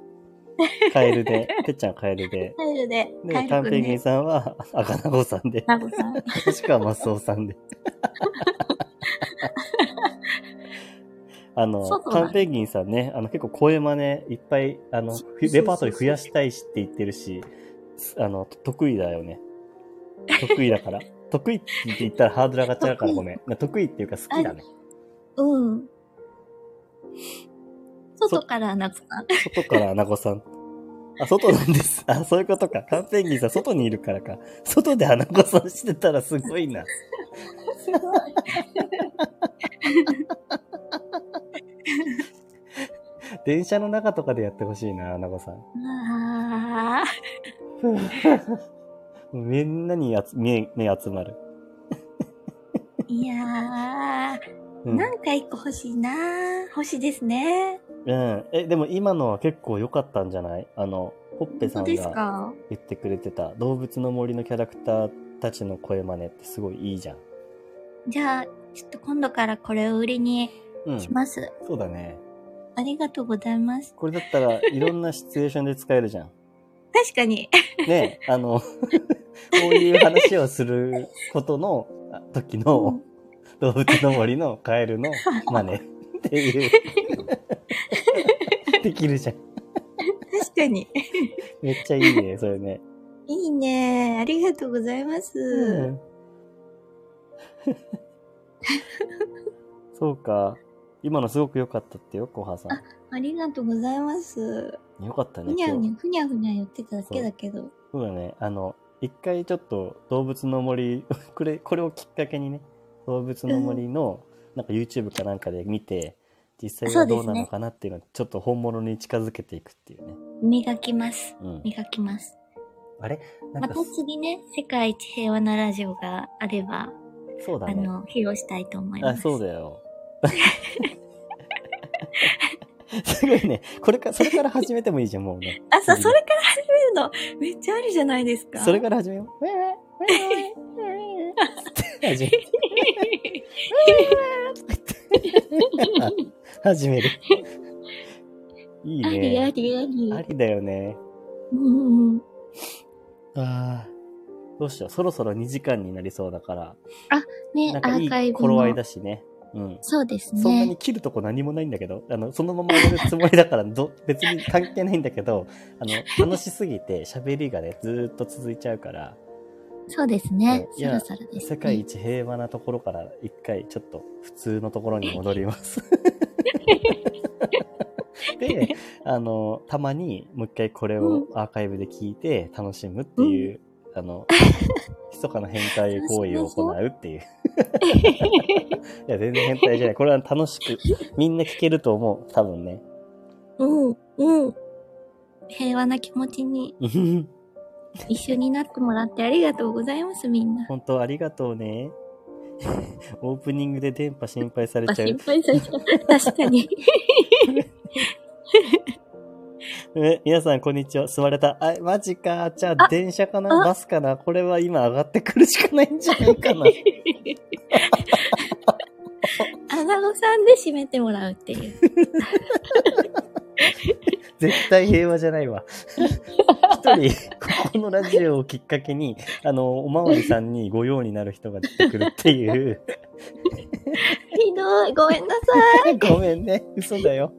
Speaker 1: カエルで。てっちゃんはカエルで。
Speaker 2: タイルで、タ
Speaker 1: ね、
Speaker 2: イ
Speaker 1: カ
Speaker 2: ル
Speaker 1: ン
Speaker 2: く
Speaker 1: ペ
Speaker 2: ん
Speaker 1: ギン
Speaker 2: ね。
Speaker 1: さんは赤名子さんで、
Speaker 2: 穴子さん。
Speaker 1: 星川マスオさんで。あの
Speaker 2: そう、そう
Speaker 1: カンペギンさんね、あの、結構声真似いっぱい、あの、
Speaker 2: そうそうそう
Speaker 1: レパートリー増やしたいしって言ってるし、あの、得意だよ
Speaker 2: (laughs)
Speaker 1: ね。得意だから。得意って言ったらハードル上がっちゃうからごめん。得意っていうか好きだね。
Speaker 2: うん。外から穴子さん。
Speaker 1: 外からアナゴさん。あ、外なんです。あ、そういうことか。カンペンギンさん、外にいるからか。外で花子さんしてたらすごいな。
Speaker 2: すごい。
Speaker 1: (laughs) 電車の中とかでやってほしいな、花子さん。
Speaker 2: ああ。
Speaker 1: みんなにやつ目目集まる。
Speaker 2: いやー、
Speaker 1: うん。
Speaker 2: なんか一個欲しいなー。欲しいですね。
Speaker 1: うん、え、でも今のは結構良かったんじゃないあの、ほっぺ
Speaker 2: 本
Speaker 1: さ
Speaker 2: 当
Speaker 1: ん
Speaker 2: です
Speaker 1: が
Speaker 2: か
Speaker 1: 言ってくれてた動物の森のキャラクターたちの声真似ってすごいいいじゃん。
Speaker 2: じゃあ、ちょっと今度からこれを売りに
Speaker 1: うん。
Speaker 2: します。
Speaker 1: そうだね。
Speaker 2: ありがとうございます。
Speaker 1: これだった
Speaker 2: (laughs)
Speaker 1: らいろんなシチュエーションで使えるじゃん。
Speaker 2: 確かに。 (laughs)
Speaker 1: ねえ、あの、 (laughs) こういう話をすることのあ時の動物の森のカエル
Speaker 2: (laughs)
Speaker 1: の真似っていう。できるじゃん。
Speaker 2: 確かに。
Speaker 1: めっちゃいいね、それね。
Speaker 2: いいねー。ありがとうございます。
Speaker 1: うん。 (laughs) そうか。今のすごく良かったってよ、コハさん。
Speaker 2: ありがとうございます。
Speaker 1: 良かった
Speaker 2: ふ
Speaker 1: ね、
Speaker 2: にゃ
Speaker 1: 今
Speaker 2: ふに
Speaker 1: 日。
Speaker 2: ゃ、ふにゃふにゃ言ってただけだけど。
Speaker 1: そうだね。あの、一回ちょっと動物の森、 (laughs) これ、これをきっかけにね、動物の森の、なんか YouTube かなんかで見て、実際はどうなのかなっていうのをちょっと本物に近づけていくっていうね。
Speaker 2: 磨きます。
Speaker 1: うん。
Speaker 2: 磨きます。
Speaker 1: あれな
Speaker 2: ま
Speaker 1: んか
Speaker 2: た、次ね、世界一平和なラジオがあれば、
Speaker 1: そうだ
Speaker 2: あ
Speaker 1: ね。
Speaker 2: の、披露したいと思いま
Speaker 1: あ、
Speaker 2: す。
Speaker 1: そうだよ。 (laughs) すごいね。これか、それから始めてもいいじゃん、もうね。
Speaker 2: あ、そう、
Speaker 1: 次
Speaker 2: それから始めるの、めっちゃありじゃないですか。
Speaker 1: それから始めよう。ウェイウェイウェイウェイウェイウェイって始める始める。いい
Speaker 2: ありあ
Speaker 1: ね。
Speaker 2: りあ
Speaker 1: あ
Speaker 2: り。
Speaker 1: りだよね。
Speaker 2: うんうん。
Speaker 1: ああ。どうしよう。そろそろ2時間になりそうだから。な
Speaker 2: ね
Speaker 1: ん、
Speaker 2: ア
Speaker 1: かい
Speaker 2: ーカイ
Speaker 1: い
Speaker 2: ブ
Speaker 1: 頃合い
Speaker 2: の。
Speaker 1: だしね。うん。
Speaker 2: そうです
Speaker 1: そんな
Speaker 2: ね
Speaker 1: に。切るとこ何もないんだけど、あの、そのままやるつもりだから、ど、別に関係ないんだけど、あの、楽しすぎて喋りがね、ずーっと続いちゃうから、
Speaker 2: そうですね。
Speaker 1: い
Speaker 2: そろ
Speaker 1: や
Speaker 2: そろです、ね。
Speaker 1: 世界一平和なところから一回ちょっと普通のところに戻り (laughs) ます。で、あの、たまにもう一回これをアーカイブで聞いて楽しむっていう、あの、密かな変態行為を行うって (laughs) いう。いや、全然変態じゃない。これは楽しく、みんな聞けると思う。多分 (laughs) ね。
Speaker 2: (laughs) うん、うん。平和な気持ちに一緒になってもらってありがとうございます、
Speaker 1: (laughs)
Speaker 2: みんな。
Speaker 1: 本当ありがとうね。 (laughs) オープニングで電波心配されちゃう
Speaker 2: 心。配されちゃう。確か
Speaker 1: (laughs)
Speaker 2: に。
Speaker 1: え、皆さん、こんにちは。座れた。あ、マジか。じゃあ、電車かな
Speaker 2: あ
Speaker 1: バスかなこれは今上がってくるしかないんじゃないかな。
Speaker 2: アナゴさんで締めてもらうっていう。
Speaker 1: 絶対平和じゃないわ。一人、ここのラジオをきっかけに、あの、おまわりさんに御用になる人が出てくるっていう。
Speaker 2: ひどい。ごめんなさ
Speaker 1: ごめんね。嘘だよ。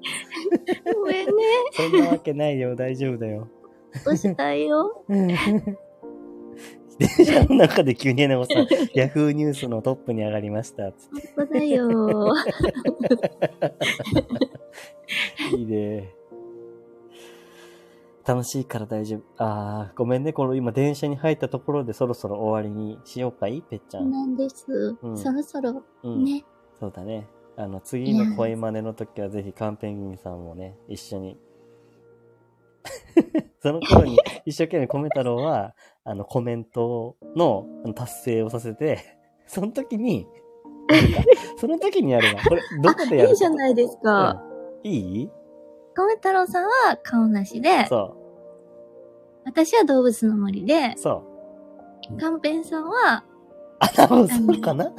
Speaker 2: い。ごめんね。
Speaker 1: そんなわけないよ。大丈夫だよ。
Speaker 2: どうしたよ。
Speaker 1: 電車の中で急にね、おさん、ヤフーニュースのトップに上がりました。つっ
Speaker 2: 本当
Speaker 1: (laughs)
Speaker 2: だよ。
Speaker 1: ていいね。楽しいから大丈夫。あー、ごめんね。この今電車に入ったところでそろそろ終わりにしようかいぺっちゃん。
Speaker 2: なんです。
Speaker 1: うん
Speaker 2: そろそろ
Speaker 1: うん。
Speaker 2: ね。
Speaker 1: そうだね。あの、次の声真似の時はぜひカンペンギンさんもね、一緒に。 (laughs) その頃に一生懸命コメ太郎は、あの、コメントのあの達成をさせて、その時に、やるかその時にやるわ。これ、どこでやる
Speaker 2: (laughs) いいじゃないですか。
Speaker 1: うんいい
Speaker 2: かめ太郎さんは顔なしで、
Speaker 1: そ
Speaker 2: 私は動物の森で
Speaker 1: う、、そう。
Speaker 2: かんぺんさんは、
Speaker 1: あ、多分そうかなわ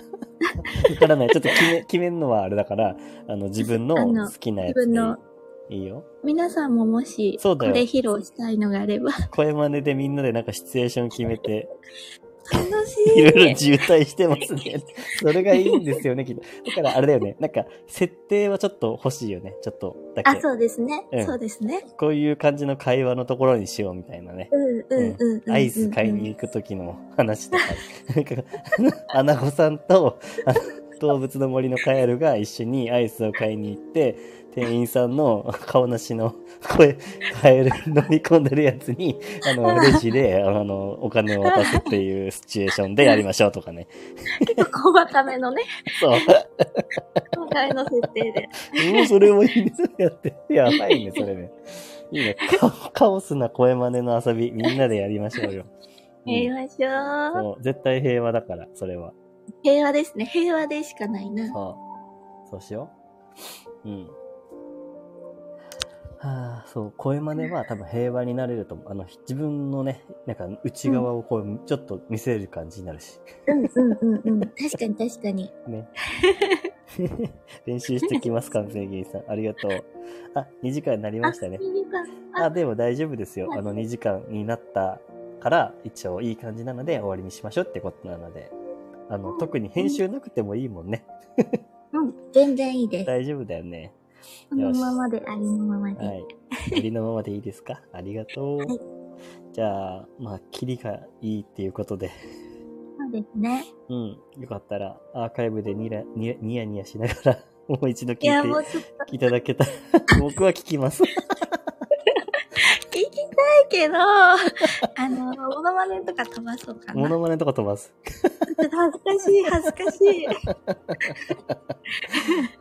Speaker 1: からない。ちょっと決
Speaker 2: (laughs)
Speaker 1: め、決めんのはあれだから、あの、自分の
Speaker 2: あの
Speaker 1: 好きなや
Speaker 2: 自
Speaker 1: つ
Speaker 2: 分
Speaker 1: で
Speaker 2: の
Speaker 1: いいよ。
Speaker 2: 皆さんももし、
Speaker 1: そ
Speaker 2: こ
Speaker 1: うだよ
Speaker 2: れ披露したいのがあれば、
Speaker 1: 声真似でみんなでなんかシチュエーション決めて、
Speaker 2: 楽し
Speaker 1: い
Speaker 2: い。
Speaker 1: ろいろ渋滞してます
Speaker 2: (laughs)
Speaker 1: ね。それがいいんですよね、きっと。だからあれだよね。なんか、設定はちょっと欲しいよね。ちょっとだ
Speaker 2: あ、
Speaker 1: け。
Speaker 2: そうですね
Speaker 1: う。ん
Speaker 2: そうですね。
Speaker 1: こういう感じの会話のところにしようみたいなね。
Speaker 2: うんうんうんうん。
Speaker 1: アイ (laughs)
Speaker 2: (laughs)
Speaker 1: ス買いに行く時の話とか。なんか、アナゴさんと、あの動物の森のカエルが一緒にアイスを買いに行って、店員さんの (laughs) 顔なしの声、カエル飲み込んでるやつに、あの、レジで、あの、お金を渡すっていうシチュエーションでやりましょうとかね。
Speaker 2: 結構細かめのね、
Speaker 1: そう。
Speaker 2: 今回の設定で。
Speaker 1: もうそれもいいね、それやって。やばいね、それね。いいね。カカオスな声真似の遊び、みんなでやりましょうよ。うん
Speaker 2: やりましょう。
Speaker 1: そう絶対平和だから、それは。
Speaker 2: 平和ですね。平和でしかないな。
Speaker 1: そう。そうしよう。うん。はあ、そう、声真似は多分平和になれると思う。あの、自分のね、なんか内側をこう、ちょっと見せる感じになる
Speaker 2: (laughs)
Speaker 1: し。
Speaker 2: うんうんうんうん。確かに確かに。
Speaker 1: ね。練習してきます、完成芸さん。ありがとう。あ、2時間になりましたね
Speaker 2: い。いか
Speaker 1: あ、でも大丈夫ですよ。
Speaker 2: はい
Speaker 1: あの、2時間になったから、一応いい感じなので終わりにしましょうってことなので。あの、特に編集なくてもいいもんね。
Speaker 2: うん、全然いいです。
Speaker 1: 大丈夫だよね。
Speaker 2: このままで、ありのままで。
Speaker 1: はい。ありのままでいいですか (laughs) ありがとう。
Speaker 2: はい
Speaker 1: じゃあ、まあ、キリがいいっていうことで、
Speaker 2: そうですね。
Speaker 1: うん、よかったら、アーカイブでニラニヤニヤニヤしながら、 (laughs) もう一度聞い
Speaker 2: い
Speaker 1: て
Speaker 2: や、もうちょっと
Speaker 1: いただけた
Speaker 2: (laughs)
Speaker 1: ら、僕は聞きます。
Speaker 2: 聞きたいけど、 (laughs) あの、モノマネとか飛ばそうか
Speaker 1: モ
Speaker 2: な。ちょ
Speaker 1: ノマネとか飛ばす。
Speaker 2: っと恥ずかしい、恥ずかしい。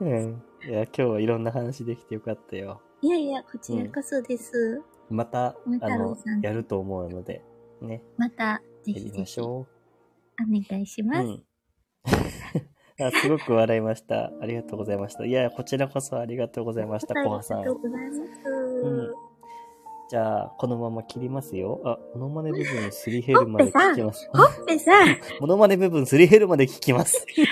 Speaker 1: うん。いや、今日はいろんな話できてよかったよ。
Speaker 2: いやいや、こちらこそです。
Speaker 1: また、
Speaker 2: 梅
Speaker 1: あ
Speaker 2: 太郎
Speaker 1: の
Speaker 2: さん、
Speaker 1: やると思うので、ね、
Speaker 2: また、ぜ
Speaker 1: や
Speaker 2: ひ
Speaker 1: り
Speaker 2: ぜ
Speaker 1: ま
Speaker 2: ひ、
Speaker 1: し
Speaker 2: お
Speaker 1: ょ
Speaker 2: 願いし
Speaker 1: う。
Speaker 2: ます。
Speaker 1: うん。 (laughs) あすごく笑いました。ありがとうございました。いや、こちらこそありがとうございました、
Speaker 2: あ
Speaker 1: コハさ
Speaker 2: りが
Speaker 1: ん
Speaker 2: と。うございます。
Speaker 1: んじゃあ、このまま切りますよ。あ、モノマネ部分すり減るまで聞きます。
Speaker 2: ほっぺさん、ほっ
Speaker 1: モノマネ部分すり減るまで聞き
Speaker 2: (laughs)
Speaker 1: ます。
Speaker 2: ぺ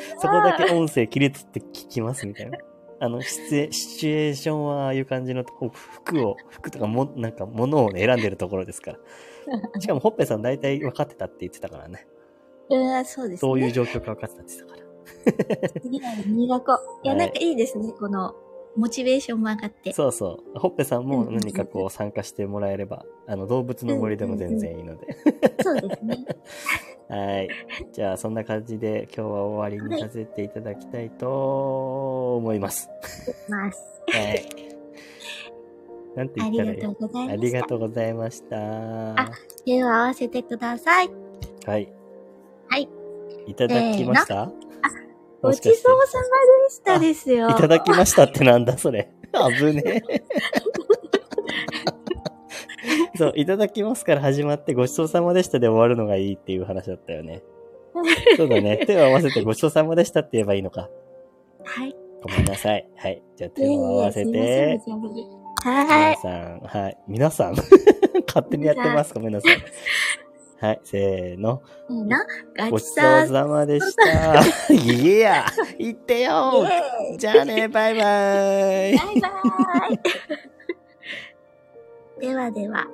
Speaker 2: さ
Speaker 1: (laughs)
Speaker 2: ん。
Speaker 1: そこだけ音声切れつって聞きますみたいな。あの、シチュエシチュエーションはああいう感じのとこ、服を、服とかも、なんか物をね、選んでるところです
Speaker 2: (laughs)
Speaker 1: から。しかも、ほっぺさん大体分かってたって言ってたからね。
Speaker 2: うわ、そうですね。
Speaker 1: どういう状況か分かってたって言ってたから。
Speaker 2: 次なる磨こう。いや、
Speaker 1: はい
Speaker 2: なんかいいですね、この、モチベーションも上がって。
Speaker 1: そうそう。ほっぺさんも
Speaker 2: うん
Speaker 1: 何かこう参加してもらえれば、あの、動物の森でも全然いいので。
Speaker 2: そうですね。
Speaker 1: はい。じゃあ、そんな感じで今日は終わりにさせていただきたいと思います。
Speaker 2: ます。
Speaker 1: (laughs) はい。なんて
Speaker 2: あ
Speaker 1: 言っ
Speaker 2: り
Speaker 1: たら
Speaker 2: が
Speaker 1: いい
Speaker 2: とうござい
Speaker 1: あ
Speaker 2: まし
Speaker 1: りが
Speaker 2: た。
Speaker 1: とうございました。は
Speaker 2: 手を合わせてください。
Speaker 1: い。
Speaker 2: はい。
Speaker 1: いただきました
Speaker 2: ごちそうさまでしたですよ。
Speaker 1: まいただきましたってなんだそれ。危ねえ。そう、いただきますから始まって、ごちそうさまでしたで終わるのがいいっていう話だったよね。そうだね。手を合わせてごちそうさまでしたって言えばいいのか。
Speaker 2: はい。
Speaker 1: ごめんなさい。はい。じゃあ手を合わせ
Speaker 2: いえいえ
Speaker 1: て。
Speaker 2: すいません無茶ぶりはい
Speaker 1: 皆。さん、はい。皆さん (laughs) 勝手にやってます。ごめんなさい。はい。せーの。
Speaker 2: いいな。ご
Speaker 1: ご
Speaker 2: ち
Speaker 1: ち
Speaker 2: そ
Speaker 1: そうう
Speaker 2: さま。
Speaker 1: さまでした。いや行ってよ
Speaker 2: イェーイ
Speaker 1: じゃあね、バイバイ
Speaker 2: (laughs) バイバーイ。ではでは。